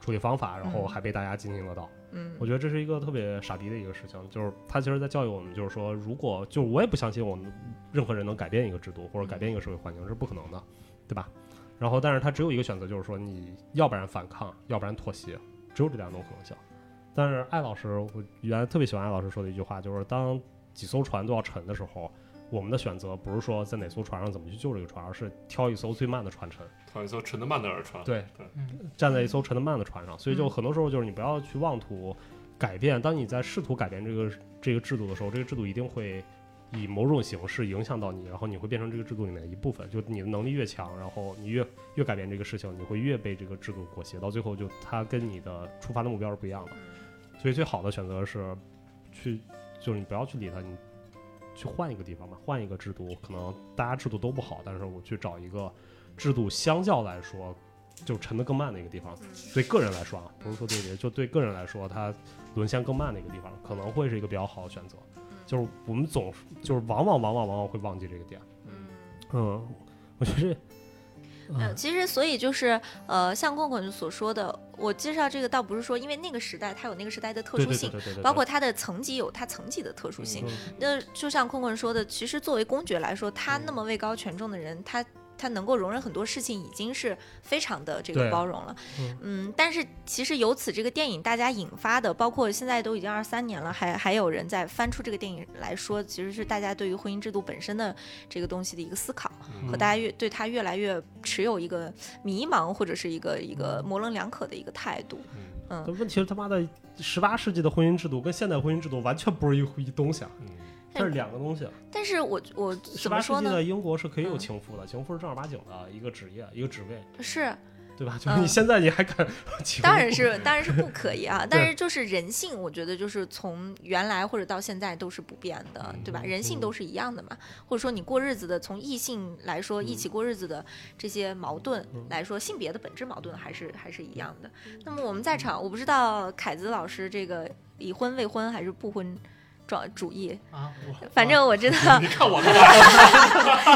[SPEAKER 2] 处理方法，然后
[SPEAKER 3] 嗯
[SPEAKER 2] 还被大家津津乐道。
[SPEAKER 3] 嗯
[SPEAKER 2] 我觉得这是一个特别傻逼的一个事情，就是他其实，在教育我们，就是说，如果就是我也不相信我们任何人能改变一个制度或者改变一个社会环境是不可能的，对吧？然后，但是他只有一个选择，就是说你要不然反抗，要不然妥协，只有这两种可能性。但是艾老师，我原来特别喜欢艾老师说的一句话，就是当几艘船都要沉的时候，我们的选择不是说在哪艘船上怎么去救这个船，而是挑一艘最慢的船沉，
[SPEAKER 4] 好像说沉得慢的耳船，
[SPEAKER 2] 对
[SPEAKER 4] 对，
[SPEAKER 5] 嗯
[SPEAKER 2] 站在一艘沉得慢的船上。所以就
[SPEAKER 5] 嗯
[SPEAKER 2] 很多时候就是你不要去妄图改变，当你在试图改变这个这个制度的时候，这个制度一定会以某种形式影响到你，然后你会变成这个制度里面的一部分。就你的能力越强，然后你越越改变这个事情，你会越被这个制度裹挟，到最后就它跟你的出发的目标是不一样的。所以最好的选择是去，就是你不要去理它，你去换一个地方吧，换一个制度。可能大家制度都不好，但是我去找一个制度相较来说就沉得更慢的一个地方。对个人来说啊，不是说对别人，就对个人来说，它沦陷更慢的一个地方，可能会是一个比较好的选择。
[SPEAKER 3] 嗯
[SPEAKER 2] 就是我们总是就是往往往往往往会忘记这个点。嗯，我觉得这，
[SPEAKER 3] 嗯，
[SPEAKER 2] 嗯
[SPEAKER 3] 其实所以就是呃，像棍棍所说的，我介绍这个倒不是说因为那个时代它有那个时代的特
[SPEAKER 2] 对
[SPEAKER 3] 殊
[SPEAKER 2] 对对
[SPEAKER 3] 性，
[SPEAKER 2] 对对对，嗯
[SPEAKER 3] 包括它的层级有它层级的特殊性。那就像坤坤说的，其实作为公爵来说，他
[SPEAKER 2] 嗯
[SPEAKER 3] 那么位高权重的人，他他能够容忍很多事情，已经是非常的这个
[SPEAKER 2] 对
[SPEAKER 3] 包容了
[SPEAKER 2] 嗯。
[SPEAKER 3] 嗯，但是其实由此这个电影大家引发的，包括现在都已经二三年了，还还有人在翻出这个电影来说，其实是大家对于婚姻制度本身的这个东西的一个思考，
[SPEAKER 4] 嗯
[SPEAKER 3] 和大家越对它越来越持有一个迷茫或者是一个一
[SPEAKER 2] 嗯
[SPEAKER 3] 个模棱两可的一个态度。
[SPEAKER 4] 嗯
[SPEAKER 2] 但问题是他妈的，十八世纪的婚姻制度跟现代婚姻制度完全不是一一东西啊，
[SPEAKER 4] 嗯
[SPEAKER 2] 它是两个东西啊。
[SPEAKER 3] 但是我我
[SPEAKER 2] 十
[SPEAKER 3] 怎
[SPEAKER 2] 八
[SPEAKER 3] 么
[SPEAKER 2] 世
[SPEAKER 3] 说
[SPEAKER 2] 纪
[SPEAKER 3] 呢
[SPEAKER 2] 的？英国是可以有
[SPEAKER 3] 嗯
[SPEAKER 2] 情妇的，情妇是正儿八经的一个职业，一个职位，
[SPEAKER 3] 是
[SPEAKER 2] 对吧？就是你
[SPEAKER 3] 嗯
[SPEAKER 2] 现在你还 敢情妇？
[SPEAKER 3] 当然是，当然是不可以啊。但是就是人性，我觉得就是从原来或者到现在都是不变的，对吧？人性都是一样的嘛。或者说你过日子的，从异性来说，一起过日子的这些矛盾来说，性别的本质矛盾还是还是一样的。那么我们在场，我不知道凯子老师这个已婚未婚还是不婚。主主义，
[SPEAKER 5] 啊，我
[SPEAKER 3] 反正我知道
[SPEAKER 4] 你看我干嘛？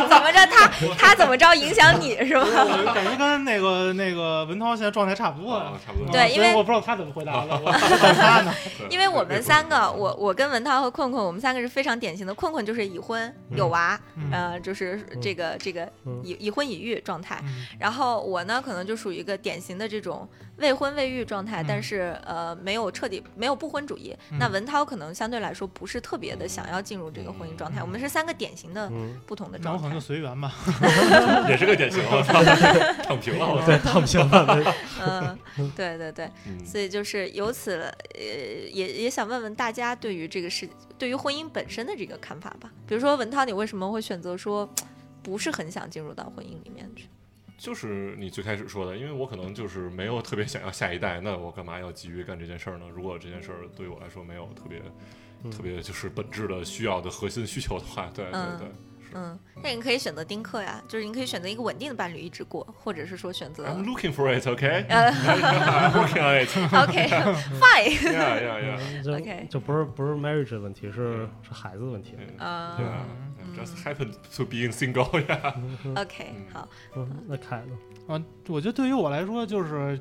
[SPEAKER 3] 怎么着他他怎么着影响你是吧？
[SPEAKER 5] 我感觉跟那个那个文涛现在状态差不多
[SPEAKER 4] 啊
[SPEAKER 5] 啊。
[SPEAKER 4] 差不多，
[SPEAKER 3] 哦对
[SPEAKER 5] 啊
[SPEAKER 3] 因
[SPEAKER 5] 所以
[SPEAKER 3] 为
[SPEAKER 5] 我不知道他怎么回答的，我等他呢。
[SPEAKER 4] 对
[SPEAKER 3] 因为我们三个，我
[SPEAKER 4] 对
[SPEAKER 3] 我跟文涛和困困，我们三个是非常典型的。困困就是已婚有娃，
[SPEAKER 5] 嗯
[SPEAKER 3] 呃，就是这个这个
[SPEAKER 2] 嗯
[SPEAKER 3] 已已婚已育状态。
[SPEAKER 5] 嗯
[SPEAKER 3] 然后我呢，可能就属于一个典型的这种未婚未育状态，
[SPEAKER 5] 嗯
[SPEAKER 3] 但是呃，没有彻底没有不婚主义。
[SPEAKER 5] 嗯
[SPEAKER 3] 那文涛可能相对来说不是特别的想要进入这个婚姻状态。
[SPEAKER 5] 嗯
[SPEAKER 3] 我们是三个典型的
[SPEAKER 2] 嗯，
[SPEAKER 3] 不同的
[SPEAKER 5] 那
[SPEAKER 3] 状
[SPEAKER 5] 我可能
[SPEAKER 3] 态
[SPEAKER 5] 就。随缘吧。
[SPEAKER 4] 也是个典型， 我操，躺平了，我操
[SPEAKER 2] 哦对，他们现在
[SPEAKER 3] 嗯，对对对，
[SPEAKER 4] 嗯
[SPEAKER 3] 所以就是由此呃，也也想问问大家对于这个事，对于婚姻本身的这个看法吧。比如说文涛，你为什么会选择说不是很想进入到婚姻里面去？
[SPEAKER 4] 就是你最开始说的，因为我可能就是没有特别想要下一代，那我干嘛要急于干这件事儿呢？如果这件事儿对于我来说没有特别、
[SPEAKER 2] 嗯
[SPEAKER 4] 特别就是本质的需要的核心需求的话，对对
[SPEAKER 3] 嗯
[SPEAKER 4] 对。是
[SPEAKER 3] 嗯，那你可以选择丁克呀，就是你可以选择一个稳定的伴侣一直过，或者是说选择
[SPEAKER 5] 嗯
[SPEAKER 4] I'm looking for it, OK?
[SPEAKER 3] 呃
[SPEAKER 4] I'm working on it.
[SPEAKER 3] OK fine，
[SPEAKER 4] Yeah, yeah, yeah.
[SPEAKER 2] 嗯就
[SPEAKER 3] OK
[SPEAKER 2] 就不是不是 marriage 的问题，是是孩子的问题。
[SPEAKER 4] 嗯
[SPEAKER 3] 呃
[SPEAKER 4] Yeah, just happen to being single. Yeah.
[SPEAKER 3] OK
[SPEAKER 4] 嗯
[SPEAKER 3] 好，
[SPEAKER 2] 嗯，那凯呢？
[SPEAKER 5] 啊，我觉得对于我来说，就是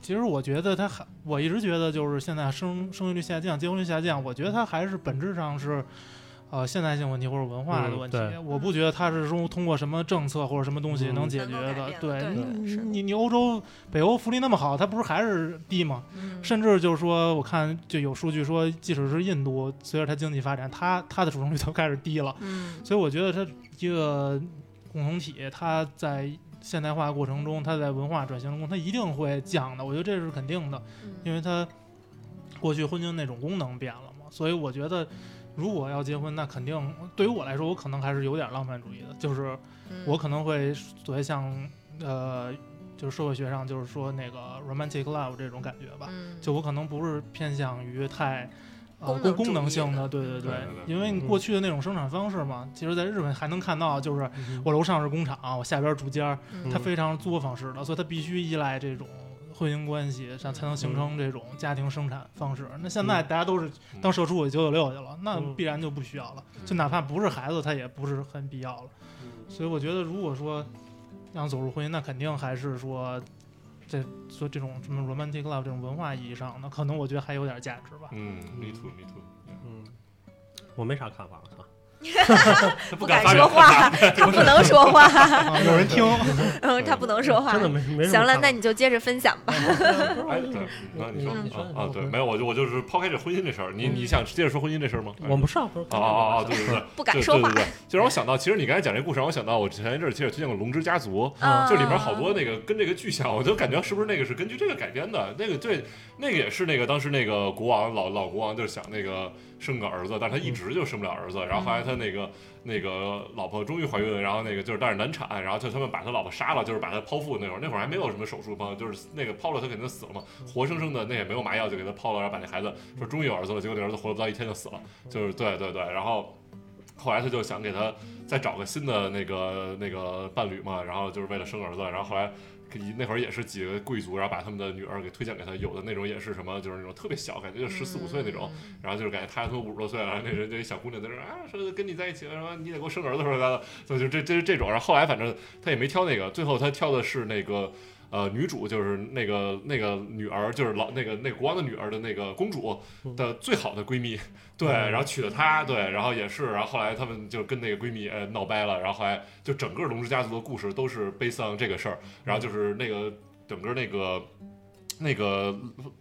[SPEAKER 5] 其实我觉得他还，我一直觉得就是现在生生育率下降，结婚率下降，我觉得它还是本质上是。呃，现代性问题或者文化的
[SPEAKER 2] 嗯
[SPEAKER 5] 问题，
[SPEAKER 2] 对
[SPEAKER 5] 我不觉得它是说通过什么政策或者什么东西
[SPEAKER 2] 嗯
[SPEAKER 5] 能解
[SPEAKER 3] 能
[SPEAKER 5] 决
[SPEAKER 3] 够改
[SPEAKER 5] 的。
[SPEAKER 3] 变
[SPEAKER 5] 对
[SPEAKER 3] 对
[SPEAKER 5] 你
[SPEAKER 3] 对是
[SPEAKER 5] 你你欧洲北欧福利那么好，它不是还是低吗？
[SPEAKER 3] 嗯
[SPEAKER 5] 甚至就是说，我看就有数据说，即使是印度，随着它经济发展，它它的出生率都开始低了。
[SPEAKER 3] 嗯
[SPEAKER 5] 所以我觉得它一个共同体，它在现代化过程中，它在文化转型中，它一定会降的。我觉得这是肯定的，
[SPEAKER 3] 嗯
[SPEAKER 5] 因为它过去婚姻那种功能变了嘛。所以我觉得，如果要结婚，那肯定对于我来说，我可能还是有点浪漫主义的，就是
[SPEAKER 3] 嗯
[SPEAKER 5] 我可能会所谓像呃，就是社会学上就是说那个 romantic love 这种感觉吧。
[SPEAKER 3] 嗯
[SPEAKER 5] 就我可能不是偏向于太。呃
[SPEAKER 3] 功，能
[SPEAKER 5] 功功能
[SPEAKER 3] 主义
[SPEAKER 5] 性
[SPEAKER 3] 的
[SPEAKER 5] 的，对 对
[SPEAKER 4] 对对对
[SPEAKER 5] 因为你
[SPEAKER 2] 嗯
[SPEAKER 5] 过去的那种生产方式嘛，其实在日本还能看到，就是
[SPEAKER 2] 嗯
[SPEAKER 5] 我楼上是工厂，我下边儿住家儿，
[SPEAKER 3] 嗯
[SPEAKER 5] 它非常作坊式的，所以它必须依赖这种婚姻关系，上才能形成这种家庭生产方式。那现在大家都是
[SPEAKER 4] 嗯
[SPEAKER 5] 当社畜九九六去了，那
[SPEAKER 2] 嗯
[SPEAKER 5] 必然就不需要了，就哪怕不是孩子，它也不是很必要了。所以我觉得，如果说要走入婚姻，那肯定还是说。这说这种什么 romantic love 这种文化意义上 的，可能我觉得还有点价值吧。
[SPEAKER 4] 嗯嗯，me too, me too.
[SPEAKER 2] 嗯，我没啥看法了。
[SPEAKER 4] 他
[SPEAKER 3] 不
[SPEAKER 4] 敢发
[SPEAKER 3] 说
[SPEAKER 4] 表
[SPEAKER 3] 话，他不能说话，
[SPEAKER 5] 啊有人听，
[SPEAKER 3] 嗯，他不能 说话。
[SPEAKER 2] 真的没没什么
[SPEAKER 3] 行了，
[SPEAKER 2] 看法
[SPEAKER 3] 那你就接着分享吧。
[SPEAKER 4] 哎，对，那你说
[SPEAKER 2] 嗯
[SPEAKER 4] 啊啊，对，没有，我就我就是抛开这婚姻这事儿，你你想接着说婚姻这事儿吗？
[SPEAKER 2] 我们不上，不是
[SPEAKER 4] 哦哦哦，对对对，
[SPEAKER 3] 不敢
[SPEAKER 4] 对
[SPEAKER 3] 说话
[SPEAKER 4] 对对对，就让我想到，其实你刚才讲这故事，让我想到我前一阵儿其实也推荐过《龙之家族》，
[SPEAKER 3] 嗯
[SPEAKER 4] 就里面好多那个跟这个巨像，我就感觉是不是那个是根据这个改编的？那个对，那个也是那个当时那个国王老老国王就是想那个生个儿子，但是他一直就生不了儿子，然后后来他那个那个老婆终于怀孕，然后那个就是但是难产，然后就他们把他老婆杀了，就是把他剖腹那会儿，那会儿还没有什么手术嘛，就是那个剖了他肯定死了嘛，活生生的那也没有麻药就给他剖了，然后把那孩子说终于有儿子了，结果那儿子活了不到一天就死了，就是对对对，然后。后来他就想给他再找个新的那个那个伴侣嘛，然后就是为了生儿子，然后后来。那会儿也是几个贵族，然后把他们的女儿给推荐给他，有的那种也是什么，就是那种特别小，感觉就十四五岁那种，然后就是感觉他他妈五十多岁了，然后那人就一小姑娘在那儿啊，说跟你在一起了，什么你得给我生儿子什么的，就就这这这种，然后后来反正他也没挑那个，最后他挑的是那个呃女主，就是那个那个女儿，就是老那个那个国王的女儿的那个公主的最好的闺蜜，对，然后娶了她，对，然后也是，然后后来他们就跟那个闺蜜呃闹掰了，然后后来就整个龙之家族的故事都是悲伤这个事儿，然后就是那个整个那个那个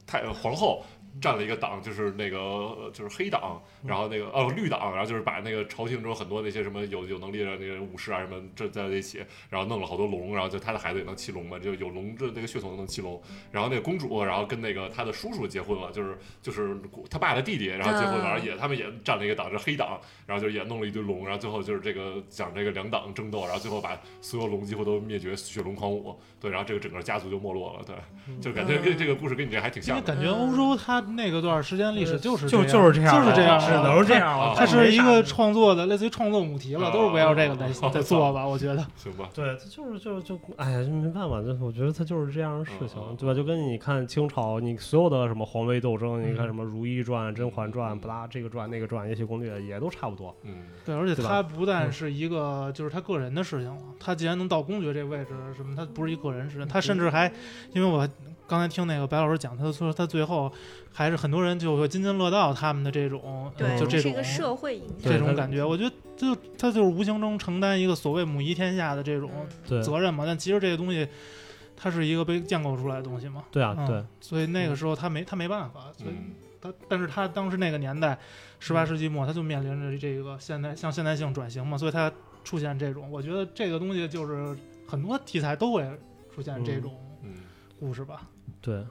[SPEAKER 4] 太皇后。占了一个党，就是那个呃就是黑党，然后那个哦绿党，然后就是把那个朝廷中很多那些什么有有能力的那个武士啊什么这在一起，然后弄了好多龙，然后就他的孩子也能骑龙嘛，就有龙这那个血统能骑龙，然后那个公主，然后跟那个她的叔叔结婚了，就是就是他爸的弟弟，然后结婚了，
[SPEAKER 3] 啊
[SPEAKER 4] 然后也他们也占了一个党，是黑党，然后就也弄了一堆龙，然后最后就是这个讲这个两党争斗，然后最后把所有龙几乎都灭绝，血龙狂舞，对，然后这个整个家族就没落了，对，就感觉跟这个故事跟你这还挺
[SPEAKER 5] 因为
[SPEAKER 4] 像的。
[SPEAKER 5] 感觉欧洲它那个段时间历史就是
[SPEAKER 2] 就
[SPEAKER 5] 就是
[SPEAKER 2] 这样，
[SPEAKER 5] 就是这样，啊
[SPEAKER 2] 只能是这。样了。
[SPEAKER 5] 它
[SPEAKER 2] 看
[SPEAKER 5] 是
[SPEAKER 2] 没
[SPEAKER 5] 一
[SPEAKER 2] 啥
[SPEAKER 5] 个创作的，类似于创作母题了，都是围绕这个来
[SPEAKER 4] 哦
[SPEAKER 5] 在做吧，我觉得。
[SPEAKER 4] 行吧，
[SPEAKER 2] 对，他就是就是就，哎呀，就没办法，就是我觉得他就是这样的事情，
[SPEAKER 4] 嗯嗯
[SPEAKER 2] 对吧？就跟你看清朝，你所有的什么皇位斗争，你看什么《如懿传》《甄嬛传》不拉这个传那个传，《延禧攻略》也都差不多。
[SPEAKER 4] 嗯，
[SPEAKER 5] 对，而且
[SPEAKER 2] 对吧嗯
[SPEAKER 5] 他不但是一个就是他个人的事情了，他既然能到公爵这个位置，什么他不是一个人事情，他甚至还，因为我刚才听那个白老师讲，他说他最后还是很多人就会津津乐道他们的这种，
[SPEAKER 4] 嗯
[SPEAKER 3] 对，
[SPEAKER 5] 就这
[SPEAKER 3] 是
[SPEAKER 5] 种
[SPEAKER 3] 一个社会影响。
[SPEAKER 5] 这
[SPEAKER 2] 对
[SPEAKER 5] 种
[SPEAKER 2] 他
[SPEAKER 5] 感觉，我觉得就他就是无形中承担一个所谓母仪天下的这种
[SPEAKER 2] 对，
[SPEAKER 5] 责任嘛，但其实这个东西。它是一个被建构出来的东西嘛，
[SPEAKER 2] 对啊，
[SPEAKER 5] 嗯
[SPEAKER 2] 对，
[SPEAKER 5] 所以那个时候他没他没办法，所以
[SPEAKER 4] 嗯，
[SPEAKER 5] 他，但是他当时那个年代，十八世纪末，他就面临着这个现代向现代性转型嘛，所以他出现这种，我觉得这个东西就是很多题材都会出现这种
[SPEAKER 4] 嗯，
[SPEAKER 5] 故事 吧。
[SPEAKER 2] 对。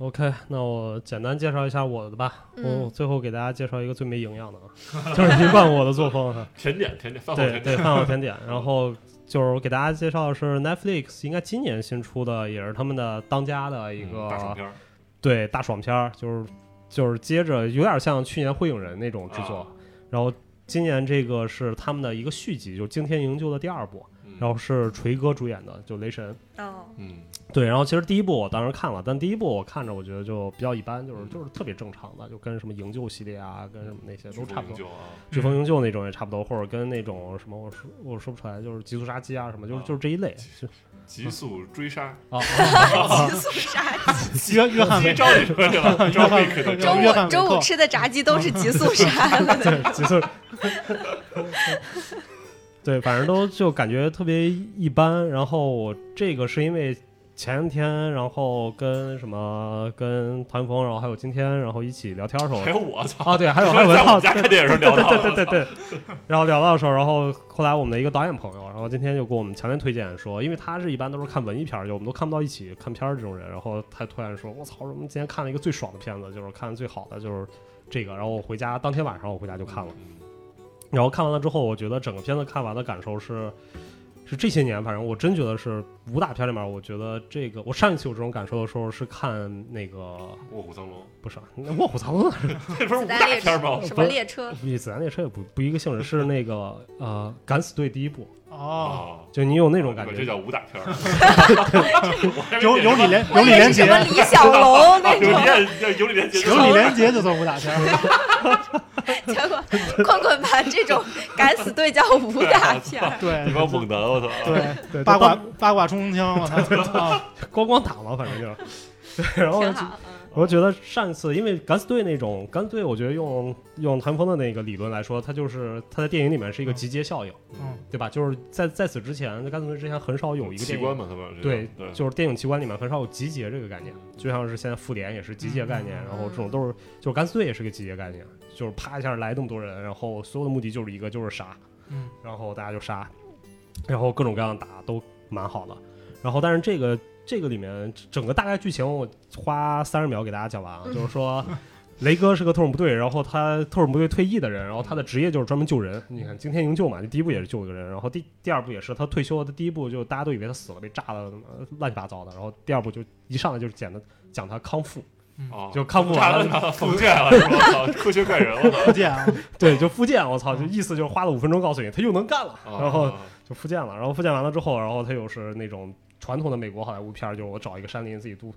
[SPEAKER 2] OK，那我简单介绍一下我的吧。我
[SPEAKER 3] 嗯
[SPEAKER 2] 最后给大家介绍一个最没营养的，啊， 就是一贯我的作风 哈。
[SPEAKER 4] 甜点甜点，饭后
[SPEAKER 2] 对
[SPEAKER 4] 甜点，
[SPEAKER 2] 对，饭后甜点。然后就是我给大家介绍的是 Netflix 应该今年新出的，也是他们的当家的一个、
[SPEAKER 4] 嗯大爽片儿，
[SPEAKER 2] 对大爽片儿，就是就是接着有点像去年《灰影人》那种制作，
[SPEAKER 4] 啊
[SPEAKER 2] 然后今年这个是他们的一个续集，就是《惊天营救》的第二部，
[SPEAKER 4] 嗯
[SPEAKER 2] 然后是锤哥主演的，就雷神。
[SPEAKER 3] 哦，
[SPEAKER 4] 嗯，
[SPEAKER 2] 对，然后其实第一部我当时看了，但第一部我看着我觉得就比较一般，
[SPEAKER 4] 嗯
[SPEAKER 2] 就是就是特别正常的，就跟什么营救系列啊，跟什么那些都差不多。
[SPEAKER 4] 多啊，
[SPEAKER 2] 飓风营救那种也差不多，或者跟那种什么，我说我说不出来，就是极速杀机啊什么，就是
[SPEAKER 4] 啊
[SPEAKER 2] 就是这一类。
[SPEAKER 4] 极速追杀，
[SPEAKER 2] 啊，
[SPEAKER 3] 极速杀鸡。
[SPEAKER 5] 约约翰
[SPEAKER 4] 接
[SPEAKER 5] 维
[SPEAKER 4] 招你说去了，招你可能
[SPEAKER 5] 周
[SPEAKER 3] 周
[SPEAKER 5] 约翰
[SPEAKER 3] 五
[SPEAKER 5] 维
[SPEAKER 3] 周
[SPEAKER 5] 克
[SPEAKER 3] 五吃的炸鸡都是极速杀
[SPEAKER 4] 嗯
[SPEAKER 3] 了的。
[SPEAKER 2] 极速， 对，反正都就感觉特别一般。然后我这个是因为前天，然后跟什么跟谭峰，然后还有今天，然后一起聊天的时候
[SPEAKER 4] 还，有我操，
[SPEAKER 2] 啊，对，还有还
[SPEAKER 4] 说
[SPEAKER 2] 有文
[SPEAKER 4] 在我
[SPEAKER 2] 浩
[SPEAKER 4] 们，家看电影时候 聊到，
[SPEAKER 2] 对对对对，然后聊到的时候，然后后来我们的一个导演朋友，然后今天就给我们强烈推荐说，因为他是一般都是看文艺片儿，就我们都看不到一起看片儿这种人，然后他突然说：“我操，我们今天看了一个最爽的片子，就是看最好的就是这个。”然后我回家当天晚上我回家就看了，然后看完了之后，我觉得整个片子看完的感受是。是这些年，反正我真觉得是武打片里面，我觉得这个我上一期有这种感受的时候是看那个
[SPEAKER 4] 卧虎藏龙，
[SPEAKER 2] 不是那《卧虎藏龙》
[SPEAKER 4] 这不是武打片儿吗？
[SPEAKER 3] 什么列车？
[SPEAKER 2] 比《子弹列车》也不不一个性质，是那个呃《敢死队》第一部，
[SPEAKER 5] 哦，
[SPEAKER 2] 就你有那种感
[SPEAKER 4] 这
[SPEAKER 2] 觉，
[SPEAKER 4] 叫武打片儿。
[SPEAKER 5] 有有李连有
[SPEAKER 3] 我以
[SPEAKER 5] 李
[SPEAKER 3] 为是
[SPEAKER 5] 连
[SPEAKER 3] 什
[SPEAKER 5] 杰，
[SPEAKER 3] 么李小龙那
[SPEAKER 4] 有李
[SPEAKER 3] 种，
[SPEAKER 4] 连有李连杰，
[SPEAKER 5] 有李连杰就做武打片儿，
[SPEAKER 3] 结果困困把这种敢死队叫武打片 儿。
[SPEAKER 4] 你
[SPEAKER 5] 对
[SPEAKER 4] 妈猛男，啊我操！，
[SPEAKER 5] 对
[SPEAKER 2] 对
[SPEAKER 5] 八卦
[SPEAKER 2] 当
[SPEAKER 5] 八卦冲锋枪，我操，啊
[SPEAKER 2] 咣咣打嘛，反正就是。对，然后
[SPEAKER 4] 哦
[SPEAKER 3] 挺
[SPEAKER 2] 就
[SPEAKER 3] 好，嗯
[SPEAKER 2] 我觉得上次因为敢死队那种敢死队，我觉得用用谭峰的那个理论来说，它就是它在电影里面是一个集结效应，
[SPEAKER 5] 嗯，
[SPEAKER 2] 对吧？就是在在此之前，在敢死队之前很少有一个
[SPEAKER 4] 器
[SPEAKER 2] 电
[SPEAKER 4] 官
[SPEAKER 2] 影。
[SPEAKER 4] 嘛，他们
[SPEAKER 2] 对，
[SPEAKER 4] 对，
[SPEAKER 2] 就是电影器官里面很少有集结这个概念，就像是现在复联也是集
[SPEAKER 4] 嗯
[SPEAKER 2] 结概念，然后这种都是就是敢死队也是个集结概念，就是啪一下来那么多人，然后所有的目的就是一个就是杀，
[SPEAKER 5] 嗯，
[SPEAKER 2] 然后大家就杀，然后各种各样的打都蛮好的，然后但是这个这个里面整个大概剧情我花三十秒给大家讲完啊，就是说。雷哥是个特种部队，然后他特种部队退役的人，然后他的职业就是专门救人。你看惊天营救嘛，就第一部也是救一个人，然后第第二部也是他退休了，他第一部就大家都以为他死了，被炸的乱七八糟的，然后第二部就一上来就是讲的讲他康复，
[SPEAKER 4] 哦，
[SPEAKER 2] 就康复完
[SPEAKER 4] 差
[SPEAKER 2] 了
[SPEAKER 4] 点把他 封建了，是吧？我操，科学怪人了
[SPEAKER 5] 不见啊，
[SPEAKER 2] 对，就复健，我操，
[SPEAKER 4] 哦
[SPEAKER 2] 就意思就是花了五分钟告诉你他又能干了，
[SPEAKER 4] 啊。
[SPEAKER 2] 然后
[SPEAKER 4] 啊
[SPEAKER 2] 就复健了，然后复健完了之后，然后他又是那种传统的美国好莱坞片儿，就是我找一个山林自己度，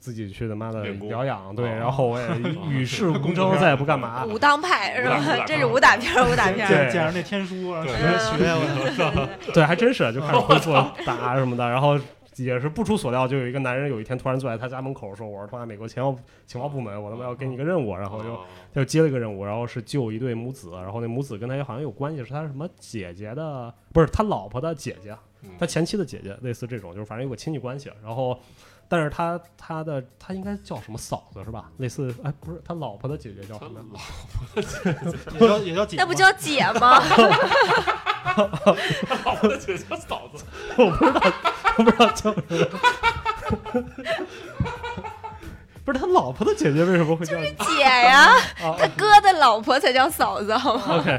[SPEAKER 2] 自己去他妈的
[SPEAKER 4] 练功
[SPEAKER 2] 疗养，对，
[SPEAKER 4] 哦
[SPEAKER 2] 然后我 也与世无
[SPEAKER 5] 功
[SPEAKER 2] 争
[SPEAKER 5] 夫，片
[SPEAKER 2] 再也不干嘛。
[SPEAKER 3] 武当派是
[SPEAKER 4] 武打武打
[SPEAKER 3] 吧？这是武打片儿，武打片儿。
[SPEAKER 2] 对
[SPEAKER 5] 见着那天书，啊然后
[SPEAKER 4] 对
[SPEAKER 5] 学学我操，
[SPEAKER 2] 对，还真是就开始恢复打啊什么的，然后也是不出所料，就有一个男人有一天突然坐在他家门口说：“我是他妈美国情报情报部门，我他妈要给你一个任务。”然后就
[SPEAKER 4] 哦
[SPEAKER 2] 他就接了一个任务，然后是救一对母子，然后那母子跟他好像有关系，是他什么姐姐的，不是他老婆的姐姐
[SPEAKER 4] 嗯，
[SPEAKER 2] 他前妻的姐姐，类似这种，就是反正有个亲戚关系。然后，但是他他的他应该叫什么嫂子是吧？类似哎，不是他老婆的姐姐叫什么？
[SPEAKER 5] 也叫也叫姐吗，
[SPEAKER 3] 那不叫姐 吗？
[SPEAKER 4] 老婆的姐姐嫂子，
[SPEAKER 2] 我不知道，我不知道叫什么。不是他老婆的姐姐为什么会叫？
[SPEAKER 3] 姐呀，
[SPEAKER 4] 哦
[SPEAKER 2] 啊
[SPEAKER 3] 他哥的老婆才叫嫂子，好吗？
[SPEAKER 2] OK，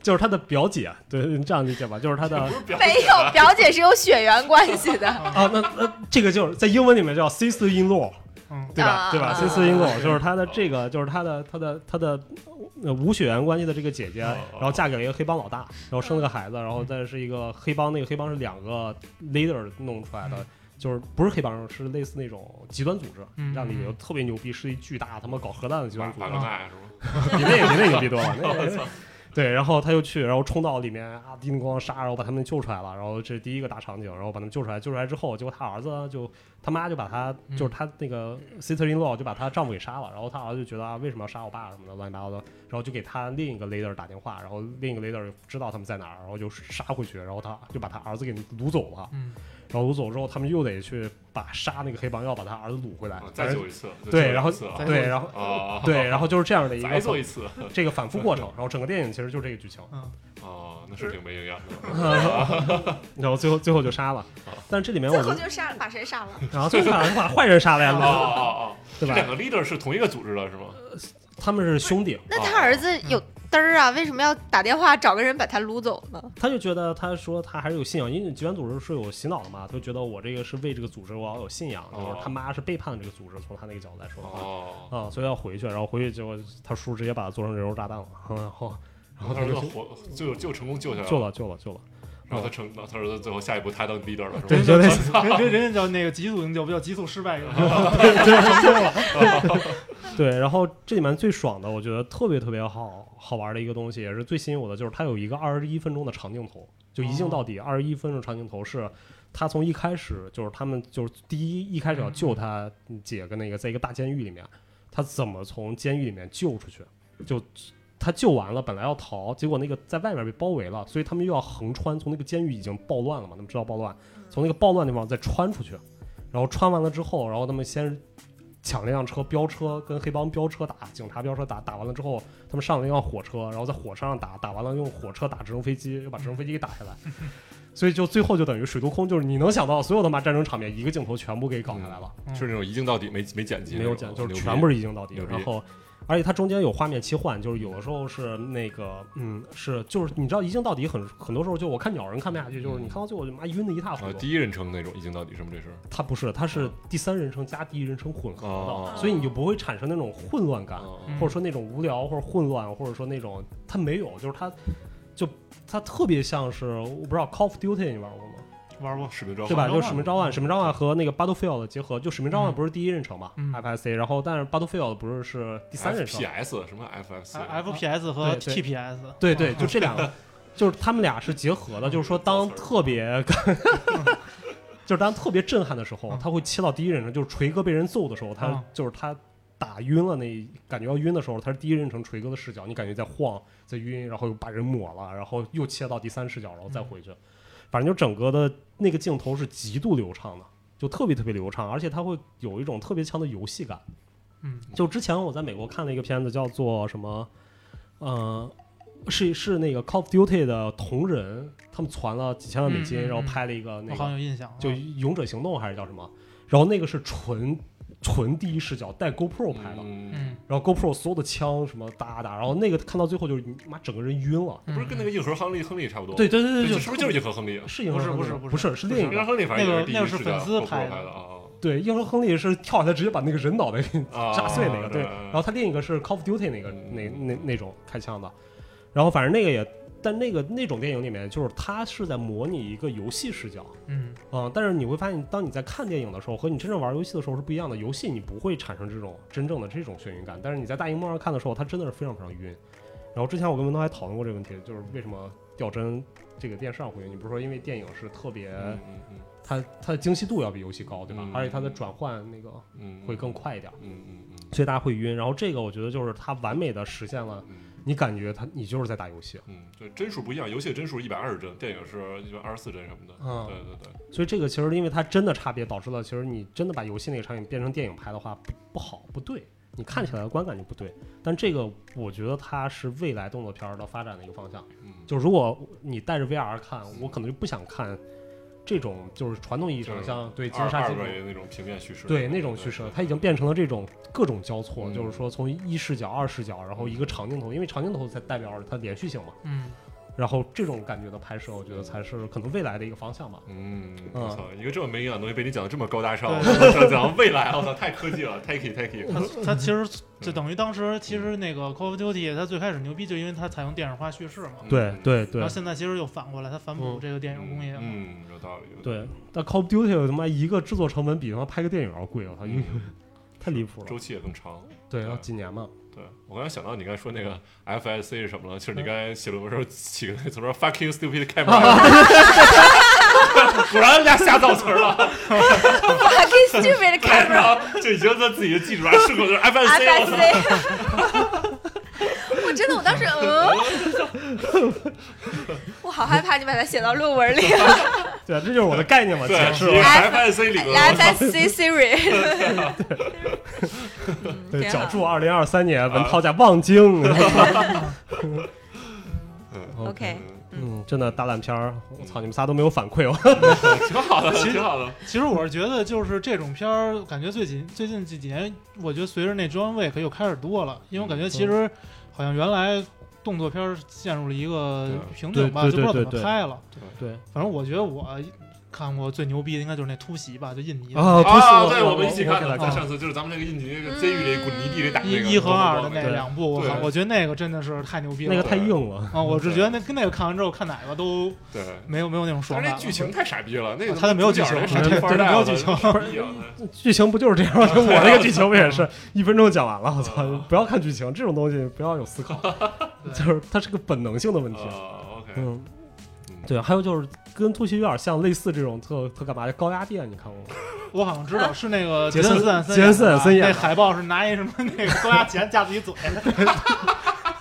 [SPEAKER 2] 就是他的表姐，对，这样理解吧，就是他的
[SPEAKER 3] 没有，表姐是有血缘关系 的。
[SPEAKER 2] 啊，那那这个就是在英文里面叫 sister in law，
[SPEAKER 5] 嗯
[SPEAKER 2] 对吧？
[SPEAKER 3] 啊
[SPEAKER 2] 对吧
[SPEAKER 3] 啊
[SPEAKER 2] ？sister in law 就是他的这个，就是他的他的他的呃无血缘关系的这个姐
[SPEAKER 5] 啊
[SPEAKER 2] 姐，
[SPEAKER 4] 哦
[SPEAKER 2] 然后嫁给了一个黑帮老大，然后生了个孩子，然后再是一个黑帮，那个黑帮是两个 leader 弄出来的
[SPEAKER 5] 嗯。
[SPEAKER 2] 就是不是黑帮，是类似那种极端组织，
[SPEAKER 5] 嗯
[SPEAKER 2] 让你特别牛逼，是一巨大他妈搞核弹的极端
[SPEAKER 4] 马
[SPEAKER 2] 组织
[SPEAKER 4] 马，格奈是吧？
[SPEAKER 2] 比那个比那个牛逼多了。那个对，然后他就去，然后冲到里面啊，叮叮咣咣杀，然后把他们救出来了。然后这是第一个大场景，然后把他们救出来。救出来之后，结果他儿子就他妈就把他、就是他那个 sister in law 就把他丈夫给杀了。然后他儿子就觉得啊，为什么要杀我爸什么的乱七八糟的，然后就给他另一个 leader 打电话，然后另一个 leader 知道他们在哪儿，然后就杀回去，然后他就把他儿子给掳走了。
[SPEAKER 5] 嗯
[SPEAKER 2] 然后掳走之后，他们又得去把杀那个黑帮，要把他儿子掳回来。
[SPEAKER 4] 啊再救一次，再救
[SPEAKER 2] 对，
[SPEAKER 4] 一
[SPEAKER 2] 然后
[SPEAKER 4] 次啊
[SPEAKER 2] 对，然后
[SPEAKER 4] 啊，
[SPEAKER 2] 对，然后就是这样的一个
[SPEAKER 4] 再做一次，
[SPEAKER 2] 这个反复过程，
[SPEAKER 3] 嗯
[SPEAKER 2] 然后整个电影其实就这个剧情，
[SPEAKER 4] 哦，那是挺没营养 的。
[SPEAKER 2] 然后最后最后就杀了。但是这里面
[SPEAKER 3] 嗯最
[SPEAKER 2] 我
[SPEAKER 3] 后
[SPEAKER 2] 们，
[SPEAKER 3] 就嗯杀了，把谁杀了？
[SPEAKER 2] 然后最后把把坏人杀了
[SPEAKER 4] 哦
[SPEAKER 2] 呀，
[SPEAKER 4] 哦哦，这
[SPEAKER 2] 对
[SPEAKER 4] 两
[SPEAKER 2] 吧？
[SPEAKER 4] 个 leader 是同一个组织的是吗？
[SPEAKER 2] 他们是兄弟，
[SPEAKER 3] 那他儿子有嘚儿啊？为什么要打电话找个人把他撸走 呢？
[SPEAKER 2] 他就觉得他说他还是有信仰，因为极端组织是有洗脑的嘛，他就觉得我这个是为这个组织，我要有信仰。然
[SPEAKER 3] 哦
[SPEAKER 2] 后他妈是背叛这个组织，从他那个角度来说的话，
[SPEAKER 4] 哦，
[SPEAKER 2] 啊，所以要回去，然后回去结果他叔直接把他做成人肉炸弹了，然后然后
[SPEAKER 4] 他
[SPEAKER 2] 他
[SPEAKER 4] 儿子
[SPEAKER 3] 哦
[SPEAKER 2] 就
[SPEAKER 4] 活就就成功救下来
[SPEAKER 2] 救，了救了救了，
[SPEAKER 4] 然后他成，他儿子最后下一步他当 leader 了是吧？
[SPEAKER 2] 对，就类似
[SPEAKER 5] 人人人家叫那个急速营救，不叫急速失败营 救，
[SPEAKER 2] 对，然后这里面最爽的，我觉得特别特别好好玩的一个东西，也是最吸引我的，就是它有一个二十一分钟的长镜头，就一镜到底。二十一分钟长镜头是，他从一开始就是他们就是第一一开始要救他姐跟那个在一个大监狱里面，他怎么从监狱里面救出去，就。他救完了，本来要逃，结果那个在外面被包围了，所以他们又要横穿，从那个监狱已经暴乱了嘛，他们知道暴乱，从那个暴乱地方再穿出去，然后穿完了之后，然后他们先抢了一辆车，飙车跟黑帮飙车打，警察飙车打，打完了之后，他们上了一辆火车，然后在火车上打，打完了用火车打直升飞机，又把直升飞机给打下来，所以就最后就等于水陆空，就是你能想到所有他妈战争场面，一个镜头全部给搞下来了，
[SPEAKER 4] 是那种一镜到底没没剪辑
[SPEAKER 2] 嗯没
[SPEAKER 4] 那种，啊
[SPEAKER 2] 有剪，就是
[SPEAKER 4] 牛逼
[SPEAKER 2] 全部是一镜到底
[SPEAKER 4] 哦牛，逼
[SPEAKER 2] 然后。而且它中间有画面切换，就是有的时候是那个，嗯，是就是你知道一镜到底很很多时候就我看鸟人看不下去，
[SPEAKER 4] 嗯
[SPEAKER 2] 就是你看到最后就妈晕的一塌糊
[SPEAKER 4] 啊，
[SPEAKER 2] 涂。
[SPEAKER 4] 第一人称那种一镜到底是吗？这是
[SPEAKER 2] 它不是，它是第三人称加第一人称混合的，
[SPEAKER 4] 哦
[SPEAKER 2] 所以你就不会产生那种混乱感，
[SPEAKER 4] 哦
[SPEAKER 5] 嗯
[SPEAKER 2] 或者说那种无聊或者混乱，或者说那种它没有，就是它就它特别像是我不知道《Call of Duty》你玩过吗？
[SPEAKER 5] 玩过，
[SPEAKER 4] 使命召
[SPEAKER 2] 对吧？
[SPEAKER 4] 唤
[SPEAKER 5] 召
[SPEAKER 2] 就
[SPEAKER 5] 唤
[SPEAKER 2] 《使命召
[SPEAKER 4] 嗯
[SPEAKER 2] 唤》，《使命召唤》和那个《Battlefield》结合，就《使命召唤》不是第一人称嘛、
[SPEAKER 5] 嗯
[SPEAKER 2] f s c 然后但是《Battlefield》不是是第三人称
[SPEAKER 4] p，s 啊什么 FFC
[SPEAKER 5] 啊 F P S 和
[SPEAKER 2] 对
[SPEAKER 5] T P S，
[SPEAKER 2] 对对，就
[SPEAKER 5] 嗯
[SPEAKER 2] 这两个，就是他们俩是结合的，就是说当特别，就是当特别震撼的时候，
[SPEAKER 5] 嗯
[SPEAKER 2] 他会切到第一人称，就是锤哥被人揍的时候，他、
[SPEAKER 5] 嗯
[SPEAKER 2] 就是他打晕了那一感觉要晕的时候，他是第一人称锤哥的视角，你感觉在晃在晕，然后又把人抹了，然后又切到第三视角，然后
[SPEAKER 5] 嗯
[SPEAKER 2] 再回去，反正就整个的那个镜头是极度流畅的，就特别特别流畅，而且它会有一种特别强的游戏感。
[SPEAKER 5] 嗯，
[SPEAKER 2] 就之前我在美国看了一个片子，叫做什么，呃，是是那个《Call of Duty》的同人，他们攒了几千万美金，
[SPEAKER 5] 嗯嗯嗯
[SPEAKER 2] 然后拍了一个那
[SPEAKER 5] 我好像
[SPEAKER 2] 个
[SPEAKER 5] 有印象啊，
[SPEAKER 2] 就《勇者行动》还是叫什么，然后那个是纯纯第一视角带 GoPro 拍的，
[SPEAKER 4] 嗯，
[SPEAKER 5] 嗯，
[SPEAKER 2] 然后 GoPro 所有的枪什么哒哒，然后那个看到最后就是你妈整个人晕了。
[SPEAKER 5] 嗯
[SPEAKER 4] 不是跟那个硬核亨利亨利差不多？
[SPEAKER 2] 对对对
[SPEAKER 4] 对，
[SPEAKER 2] 对，
[SPEAKER 4] 是不是就是硬核亨利啊？
[SPEAKER 2] 是银河
[SPEAKER 5] 不是
[SPEAKER 2] 亨利
[SPEAKER 5] 不是
[SPEAKER 2] 不
[SPEAKER 5] 不是
[SPEAKER 2] 是是另一
[SPEAKER 4] 硬核
[SPEAKER 2] 个
[SPEAKER 4] 亨利，反正也第
[SPEAKER 5] 那
[SPEAKER 4] 一
[SPEAKER 5] 个
[SPEAKER 4] 视角
[SPEAKER 5] 那个是粉丝
[SPEAKER 4] GoPro
[SPEAKER 5] 拍的
[SPEAKER 4] 拍的啊
[SPEAKER 2] 对，硬核亨利是跳下来直接把那个人脑袋给
[SPEAKER 4] 啊啊！
[SPEAKER 2] 嗯炸碎那个，对。然后他另一个是 Call of Duty 那个
[SPEAKER 4] 嗯
[SPEAKER 2] 那那那种开枪的，然后反正那个也，但那个那种电影里面，就是他是在模拟一个游戏视角，
[SPEAKER 5] 嗯
[SPEAKER 2] 嗯，但是你会发现，当你在看电影的时候和你真正玩游戏的时候是不一样的。游戏你不会产生这种真正的这种眩晕感，但是你在大荧幕上看的时候，它真的是非常非常晕。然后之前我跟文涛还讨论过这个问题，就是为什么掉帧这个电视上会晕？你不是说因为电影是特别，
[SPEAKER 4] 嗯嗯嗯
[SPEAKER 2] 它它的精细度要比游戏高，对吧？
[SPEAKER 4] 嗯
[SPEAKER 2] 而且它的转换那个
[SPEAKER 4] 嗯，
[SPEAKER 2] 会更快一点。
[SPEAKER 4] 嗯嗯嗯
[SPEAKER 2] 所以大家会晕。然后这个我觉得就是它完美的实现了，
[SPEAKER 4] 嗯
[SPEAKER 2] 你感觉它你就是在打游戏，
[SPEAKER 4] 嗯，对，帧数不一样，游戏帧数一百二十帧，电影是一百二十四帧什么的。
[SPEAKER 2] 嗯
[SPEAKER 4] 对对对，
[SPEAKER 2] 所以这个其实因为它真的差别导致了，其实你真的把游戏那个场景变成电影拍的话不不好不对，你看起来的观感就不对。但这个我觉得它是未来动作片儿的发展的一个方向，
[SPEAKER 4] 嗯，
[SPEAKER 2] 就如果你带着 VR 看，我可能就不想看这种就是传统意义上
[SPEAKER 4] 就是
[SPEAKER 2] 像对金
[SPEAKER 4] 嗯二
[SPEAKER 2] 沙
[SPEAKER 4] 二
[SPEAKER 2] 金主。
[SPEAKER 4] 维那种平面叙事，
[SPEAKER 2] 对那种叙事，它已经变成了这种各种交错，
[SPEAKER 4] 嗯
[SPEAKER 2] 就是说从一视角、二视角，然后一个长镜头，因为长镜头才代表着它连续性嘛。
[SPEAKER 5] 嗯，
[SPEAKER 2] 然后这种感觉的拍摄，我觉得才是可能未来的一个方向吧。
[SPEAKER 4] 嗯，
[SPEAKER 2] 嗯
[SPEAKER 4] 我操，一个这么没营养的东西被你讲的这么高大上，我
[SPEAKER 5] 对
[SPEAKER 4] 操，讲未来，我操，太科技了，techy techy，
[SPEAKER 5] 他他其实
[SPEAKER 2] 嗯
[SPEAKER 5] 就等于当时其实那个 Call of Duty 它最开始牛逼，就因为它采用电影化叙事
[SPEAKER 4] 嗯
[SPEAKER 5] 嘛。
[SPEAKER 2] 对对对
[SPEAKER 5] 然后现在其实又反过来，它反
[SPEAKER 2] 嗯
[SPEAKER 5] 哺这个电影工业嘛。
[SPEAKER 4] 嗯，有道理，有道
[SPEAKER 2] 对，
[SPEAKER 4] 理，
[SPEAKER 2] 但 Call of Duty 我他妈一个制作成本比他妈拍个电影要贵，我操，
[SPEAKER 4] 嗯
[SPEAKER 2] 太离谱了。
[SPEAKER 4] 周期也更长。
[SPEAKER 2] 对，
[SPEAKER 4] 对
[SPEAKER 2] 要几年 嘛？
[SPEAKER 4] 对我刚才想到你刚才说那个 FSC 是什么了，就是
[SPEAKER 2] 嗯
[SPEAKER 4] 你刚才写论文时候起个那词儿 “fucking stupid camera”，果然人家瞎造词儿了，
[SPEAKER 3] Fucking stupid
[SPEAKER 4] 然
[SPEAKER 3] camera
[SPEAKER 4] 后就已经在自己的记住了，顺口就是 FSC，我操。
[SPEAKER 3] FSC。我真的，我当时嗯，我好害怕你把它写到论文里了。
[SPEAKER 2] 对，这就是 我的概念嘛，
[SPEAKER 4] 对啊
[SPEAKER 2] 解释哎
[SPEAKER 4] 一个
[SPEAKER 2] 嘛。
[SPEAKER 4] ，FSC 里边
[SPEAKER 3] FSC Siri，嗯
[SPEAKER 2] 对，
[SPEAKER 3] 挺好
[SPEAKER 2] 脚注二零二三
[SPEAKER 4] 啊
[SPEAKER 2] 年文涛家望 京。
[SPEAKER 4] 嗯
[SPEAKER 3] OK，
[SPEAKER 2] 嗯，真的大烂片儿，我操，你们仨都没有反馈哦。
[SPEAKER 4] 挺好的，挺好的。
[SPEAKER 5] 其实我是觉得，就是这种片儿，感觉最近最近这几年，我觉得随着那 John Wick 又开始多了，因为我感
[SPEAKER 2] 嗯
[SPEAKER 5] 觉其实好像原来动作片儿陷入了一个
[SPEAKER 4] 对
[SPEAKER 5] 瓶颈吧，
[SPEAKER 2] 对
[SPEAKER 5] 就
[SPEAKER 2] 对
[SPEAKER 5] 不知道
[SPEAKER 2] 对
[SPEAKER 5] 怎
[SPEAKER 2] 对
[SPEAKER 5] 么拍了。
[SPEAKER 2] 对
[SPEAKER 5] 反正我觉得我看过最牛逼的应该就是那突袭吧，就印尼的
[SPEAKER 2] 啊，不
[SPEAKER 4] 啊，
[SPEAKER 2] 行，
[SPEAKER 4] 对，
[SPEAKER 2] 我
[SPEAKER 4] 我们一起看
[SPEAKER 2] 我
[SPEAKER 4] 的，
[SPEAKER 2] 给他
[SPEAKER 4] 在
[SPEAKER 5] 看
[SPEAKER 4] 上次就是咱们那个印尼那个监狱里滚泥地里打
[SPEAKER 5] 一
[SPEAKER 4] 那个
[SPEAKER 5] 一和二的那
[SPEAKER 2] 对
[SPEAKER 5] 两部，我
[SPEAKER 4] 对
[SPEAKER 5] 靠，我觉得那个真的是太牛逼
[SPEAKER 2] 那
[SPEAKER 5] 了。
[SPEAKER 2] 个太硬了。
[SPEAKER 5] 啊，我是觉得那跟那个看完之后，看哪个都
[SPEAKER 4] 对，
[SPEAKER 5] 没有没有那种爽
[SPEAKER 4] 但是那
[SPEAKER 5] 感了。
[SPEAKER 4] 剧情太傻逼了，那个
[SPEAKER 5] 啊他都没有剧情
[SPEAKER 4] 傻逼
[SPEAKER 5] 对没有剧情
[SPEAKER 4] 傻逼啊！
[SPEAKER 2] 剧情不就是这样 吗？就我那个剧情不也是一分钟讲完了？我操！不要看剧情，这种东西不要有思 考，
[SPEAKER 5] 对
[SPEAKER 2] 就是它是个本能性的问题。
[SPEAKER 4] 啊，OK，
[SPEAKER 2] 嗯，对，还有就是跟突袭有点像，类似这种特特干嘛的高压电，你看过吗？
[SPEAKER 5] 我好像知道是那 个
[SPEAKER 2] 杰森
[SPEAKER 5] 斯坦森
[SPEAKER 2] 杰
[SPEAKER 5] 演的
[SPEAKER 2] 森
[SPEAKER 5] 吧，
[SPEAKER 2] 斯坦森演的
[SPEAKER 5] 那海报是拿一什么那个高压钳架 自己嘴，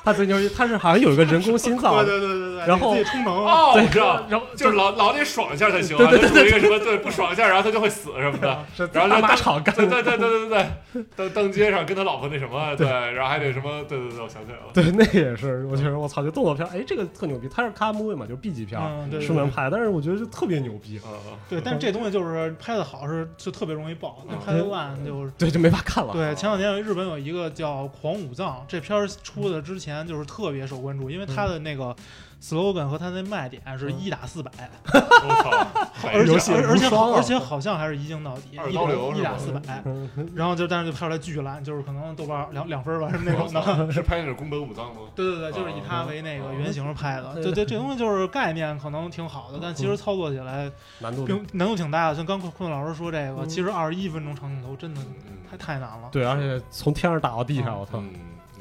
[SPEAKER 2] 他最牛逼，他是好像有一个人工心脏，
[SPEAKER 5] 对对对对
[SPEAKER 2] 然后啊
[SPEAKER 5] 给自己充能。
[SPEAKER 4] 哦，我
[SPEAKER 2] 对
[SPEAKER 4] 知道，
[SPEAKER 2] 然后
[SPEAKER 4] 就是老老得爽一下才行啊，就处于一个什么对不爽一下，然后他就会死什么的，
[SPEAKER 2] 是
[SPEAKER 4] 然后
[SPEAKER 2] 大
[SPEAKER 4] 就
[SPEAKER 2] 马场干
[SPEAKER 4] 对
[SPEAKER 2] 的，
[SPEAKER 4] 对对对对对，登登街上跟他老婆那什么，对，然后还得什么，对对对，我想起来了，
[SPEAKER 2] 对，那也是，我觉得我操，就动作片，哎，这个特牛逼，他是咖 movie 嘛，就是 B 级片，
[SPEAKER 5] 嗯，对对
[SPEAKER 2] 是
[SPEAKER 5] 对
[SPEAKER 2] 门派，但是我觉得就特别牛逼，
[SPEAKER 4] 嗯嗯
[SPEAKER 5] 对，但是这东西就是拍的好是就特别容易爆，
[SPEAKER 2] 嗯
[SPEAKER 5] 但拍的
[SPEAKER 2] 哎
[SPEAKER 5] 烂就是。
[SPEAKER 2] 对，就没法看了。
[SPEAKER 5] 对，前两年日本有一个叫《狂武藏》，这片儿出的之前就是特别受关注，因为
[SPEAKER 2] 嗯
[SPEAKER 5] 它的那个 slogan 和它那卖点是一打四百，
[SPEAKER 4] 我操，
[SPEAKER 5] 而且
[SPEAKER 2] 游戏
[SPEAKER 5] 而而且
[SPEAKER 2] 无双
[SPEAKER 5] 好
[SPEAKER 2] 啊
[SPEAKER 5] 而且好像还是一镜到底，
[SPEAKER 4] 二
[SPEAKER 5] 一
[SPEAKER 4] 刀流
[SPEAKER 5] 打
[SPEAKER 4] 是
[SPEAKER 5] 一
[SPEAKER 4] 吧
[SPEAKER 5] 打四百，
[SPEAKER 2] 嗯，
[SPEAKER 5] 然后就但是就拍出来巨烂，就是可能豆瓣儿两两分儿吧，什么那种的。
[SPEAKER 4] 是拍那种宫本武藏吗？
[SPEAKER 5] 对对对，就是以它为那个原型拍的。对对，这东西就是概念可能挺好的，但其实操作起来
[SPEAKER 2] 难度
[SPEAKER 5] 并难度挺大的。像刚坤老师说这
[SPEAKER 2] 嗯
[SPEAKER 5] 个，其实二十一分钟长镜头真的
[SPEAKER 4] 嗯
[SPEAKER 5] 太太难了。
[SPEAKER 2] 对，而且从天上打到地上，我操，
[SPEAKER 4] 嗯，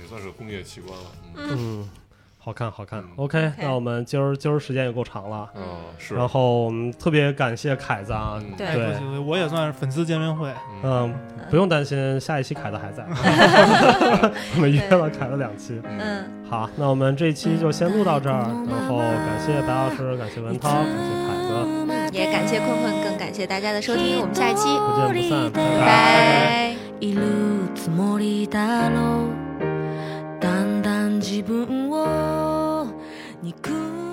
[SPEAKER 4] 也算是工业奇观了，嗯
[SPEAKER 2] 嗯。好看，好看
[SPEAKER 4] 嗯。
[SPEAKER 2] OK，,
[SPEAKER 3] OK
[SPEAKER 2] 那我们今儿今儿时间也够长了，
[SPEAKER 4] 嗯，是，
[SPEAKER 2] 然后我们特别感谢凯子啊，
[SPEAKER 4] 嗯
[SPEAKER 3] 对
[SPEAKER 5] 哎
[SPEAKER 2] 对
[SPEAKER 5] 不行我也算是粉丝见面会，
[SPEAKER 4] 嗯
[SPEAKER 2] 嗯，不用担心，下一期凯子 还在， 我们约了凯子两期。
[SPEAKER 4] 嗯，
[SPEAKER 3] 嗯，
[SPEAKER 2] 好，那我们这期就先录到这儿，然后感谢白老师，感谢文涛，感谢凯子，
[SPEAKER 3] 嗯也感谢困困，更感谢大家的收听，我们下一期
[SPEAKER 2] 不见不散，
[SPEAKER 3] 拜
[SPEAKER 2] 拜
[SPEAKER 3] 拜。
[SPEAKER 1] いるつもりだろうだんだん自分を憎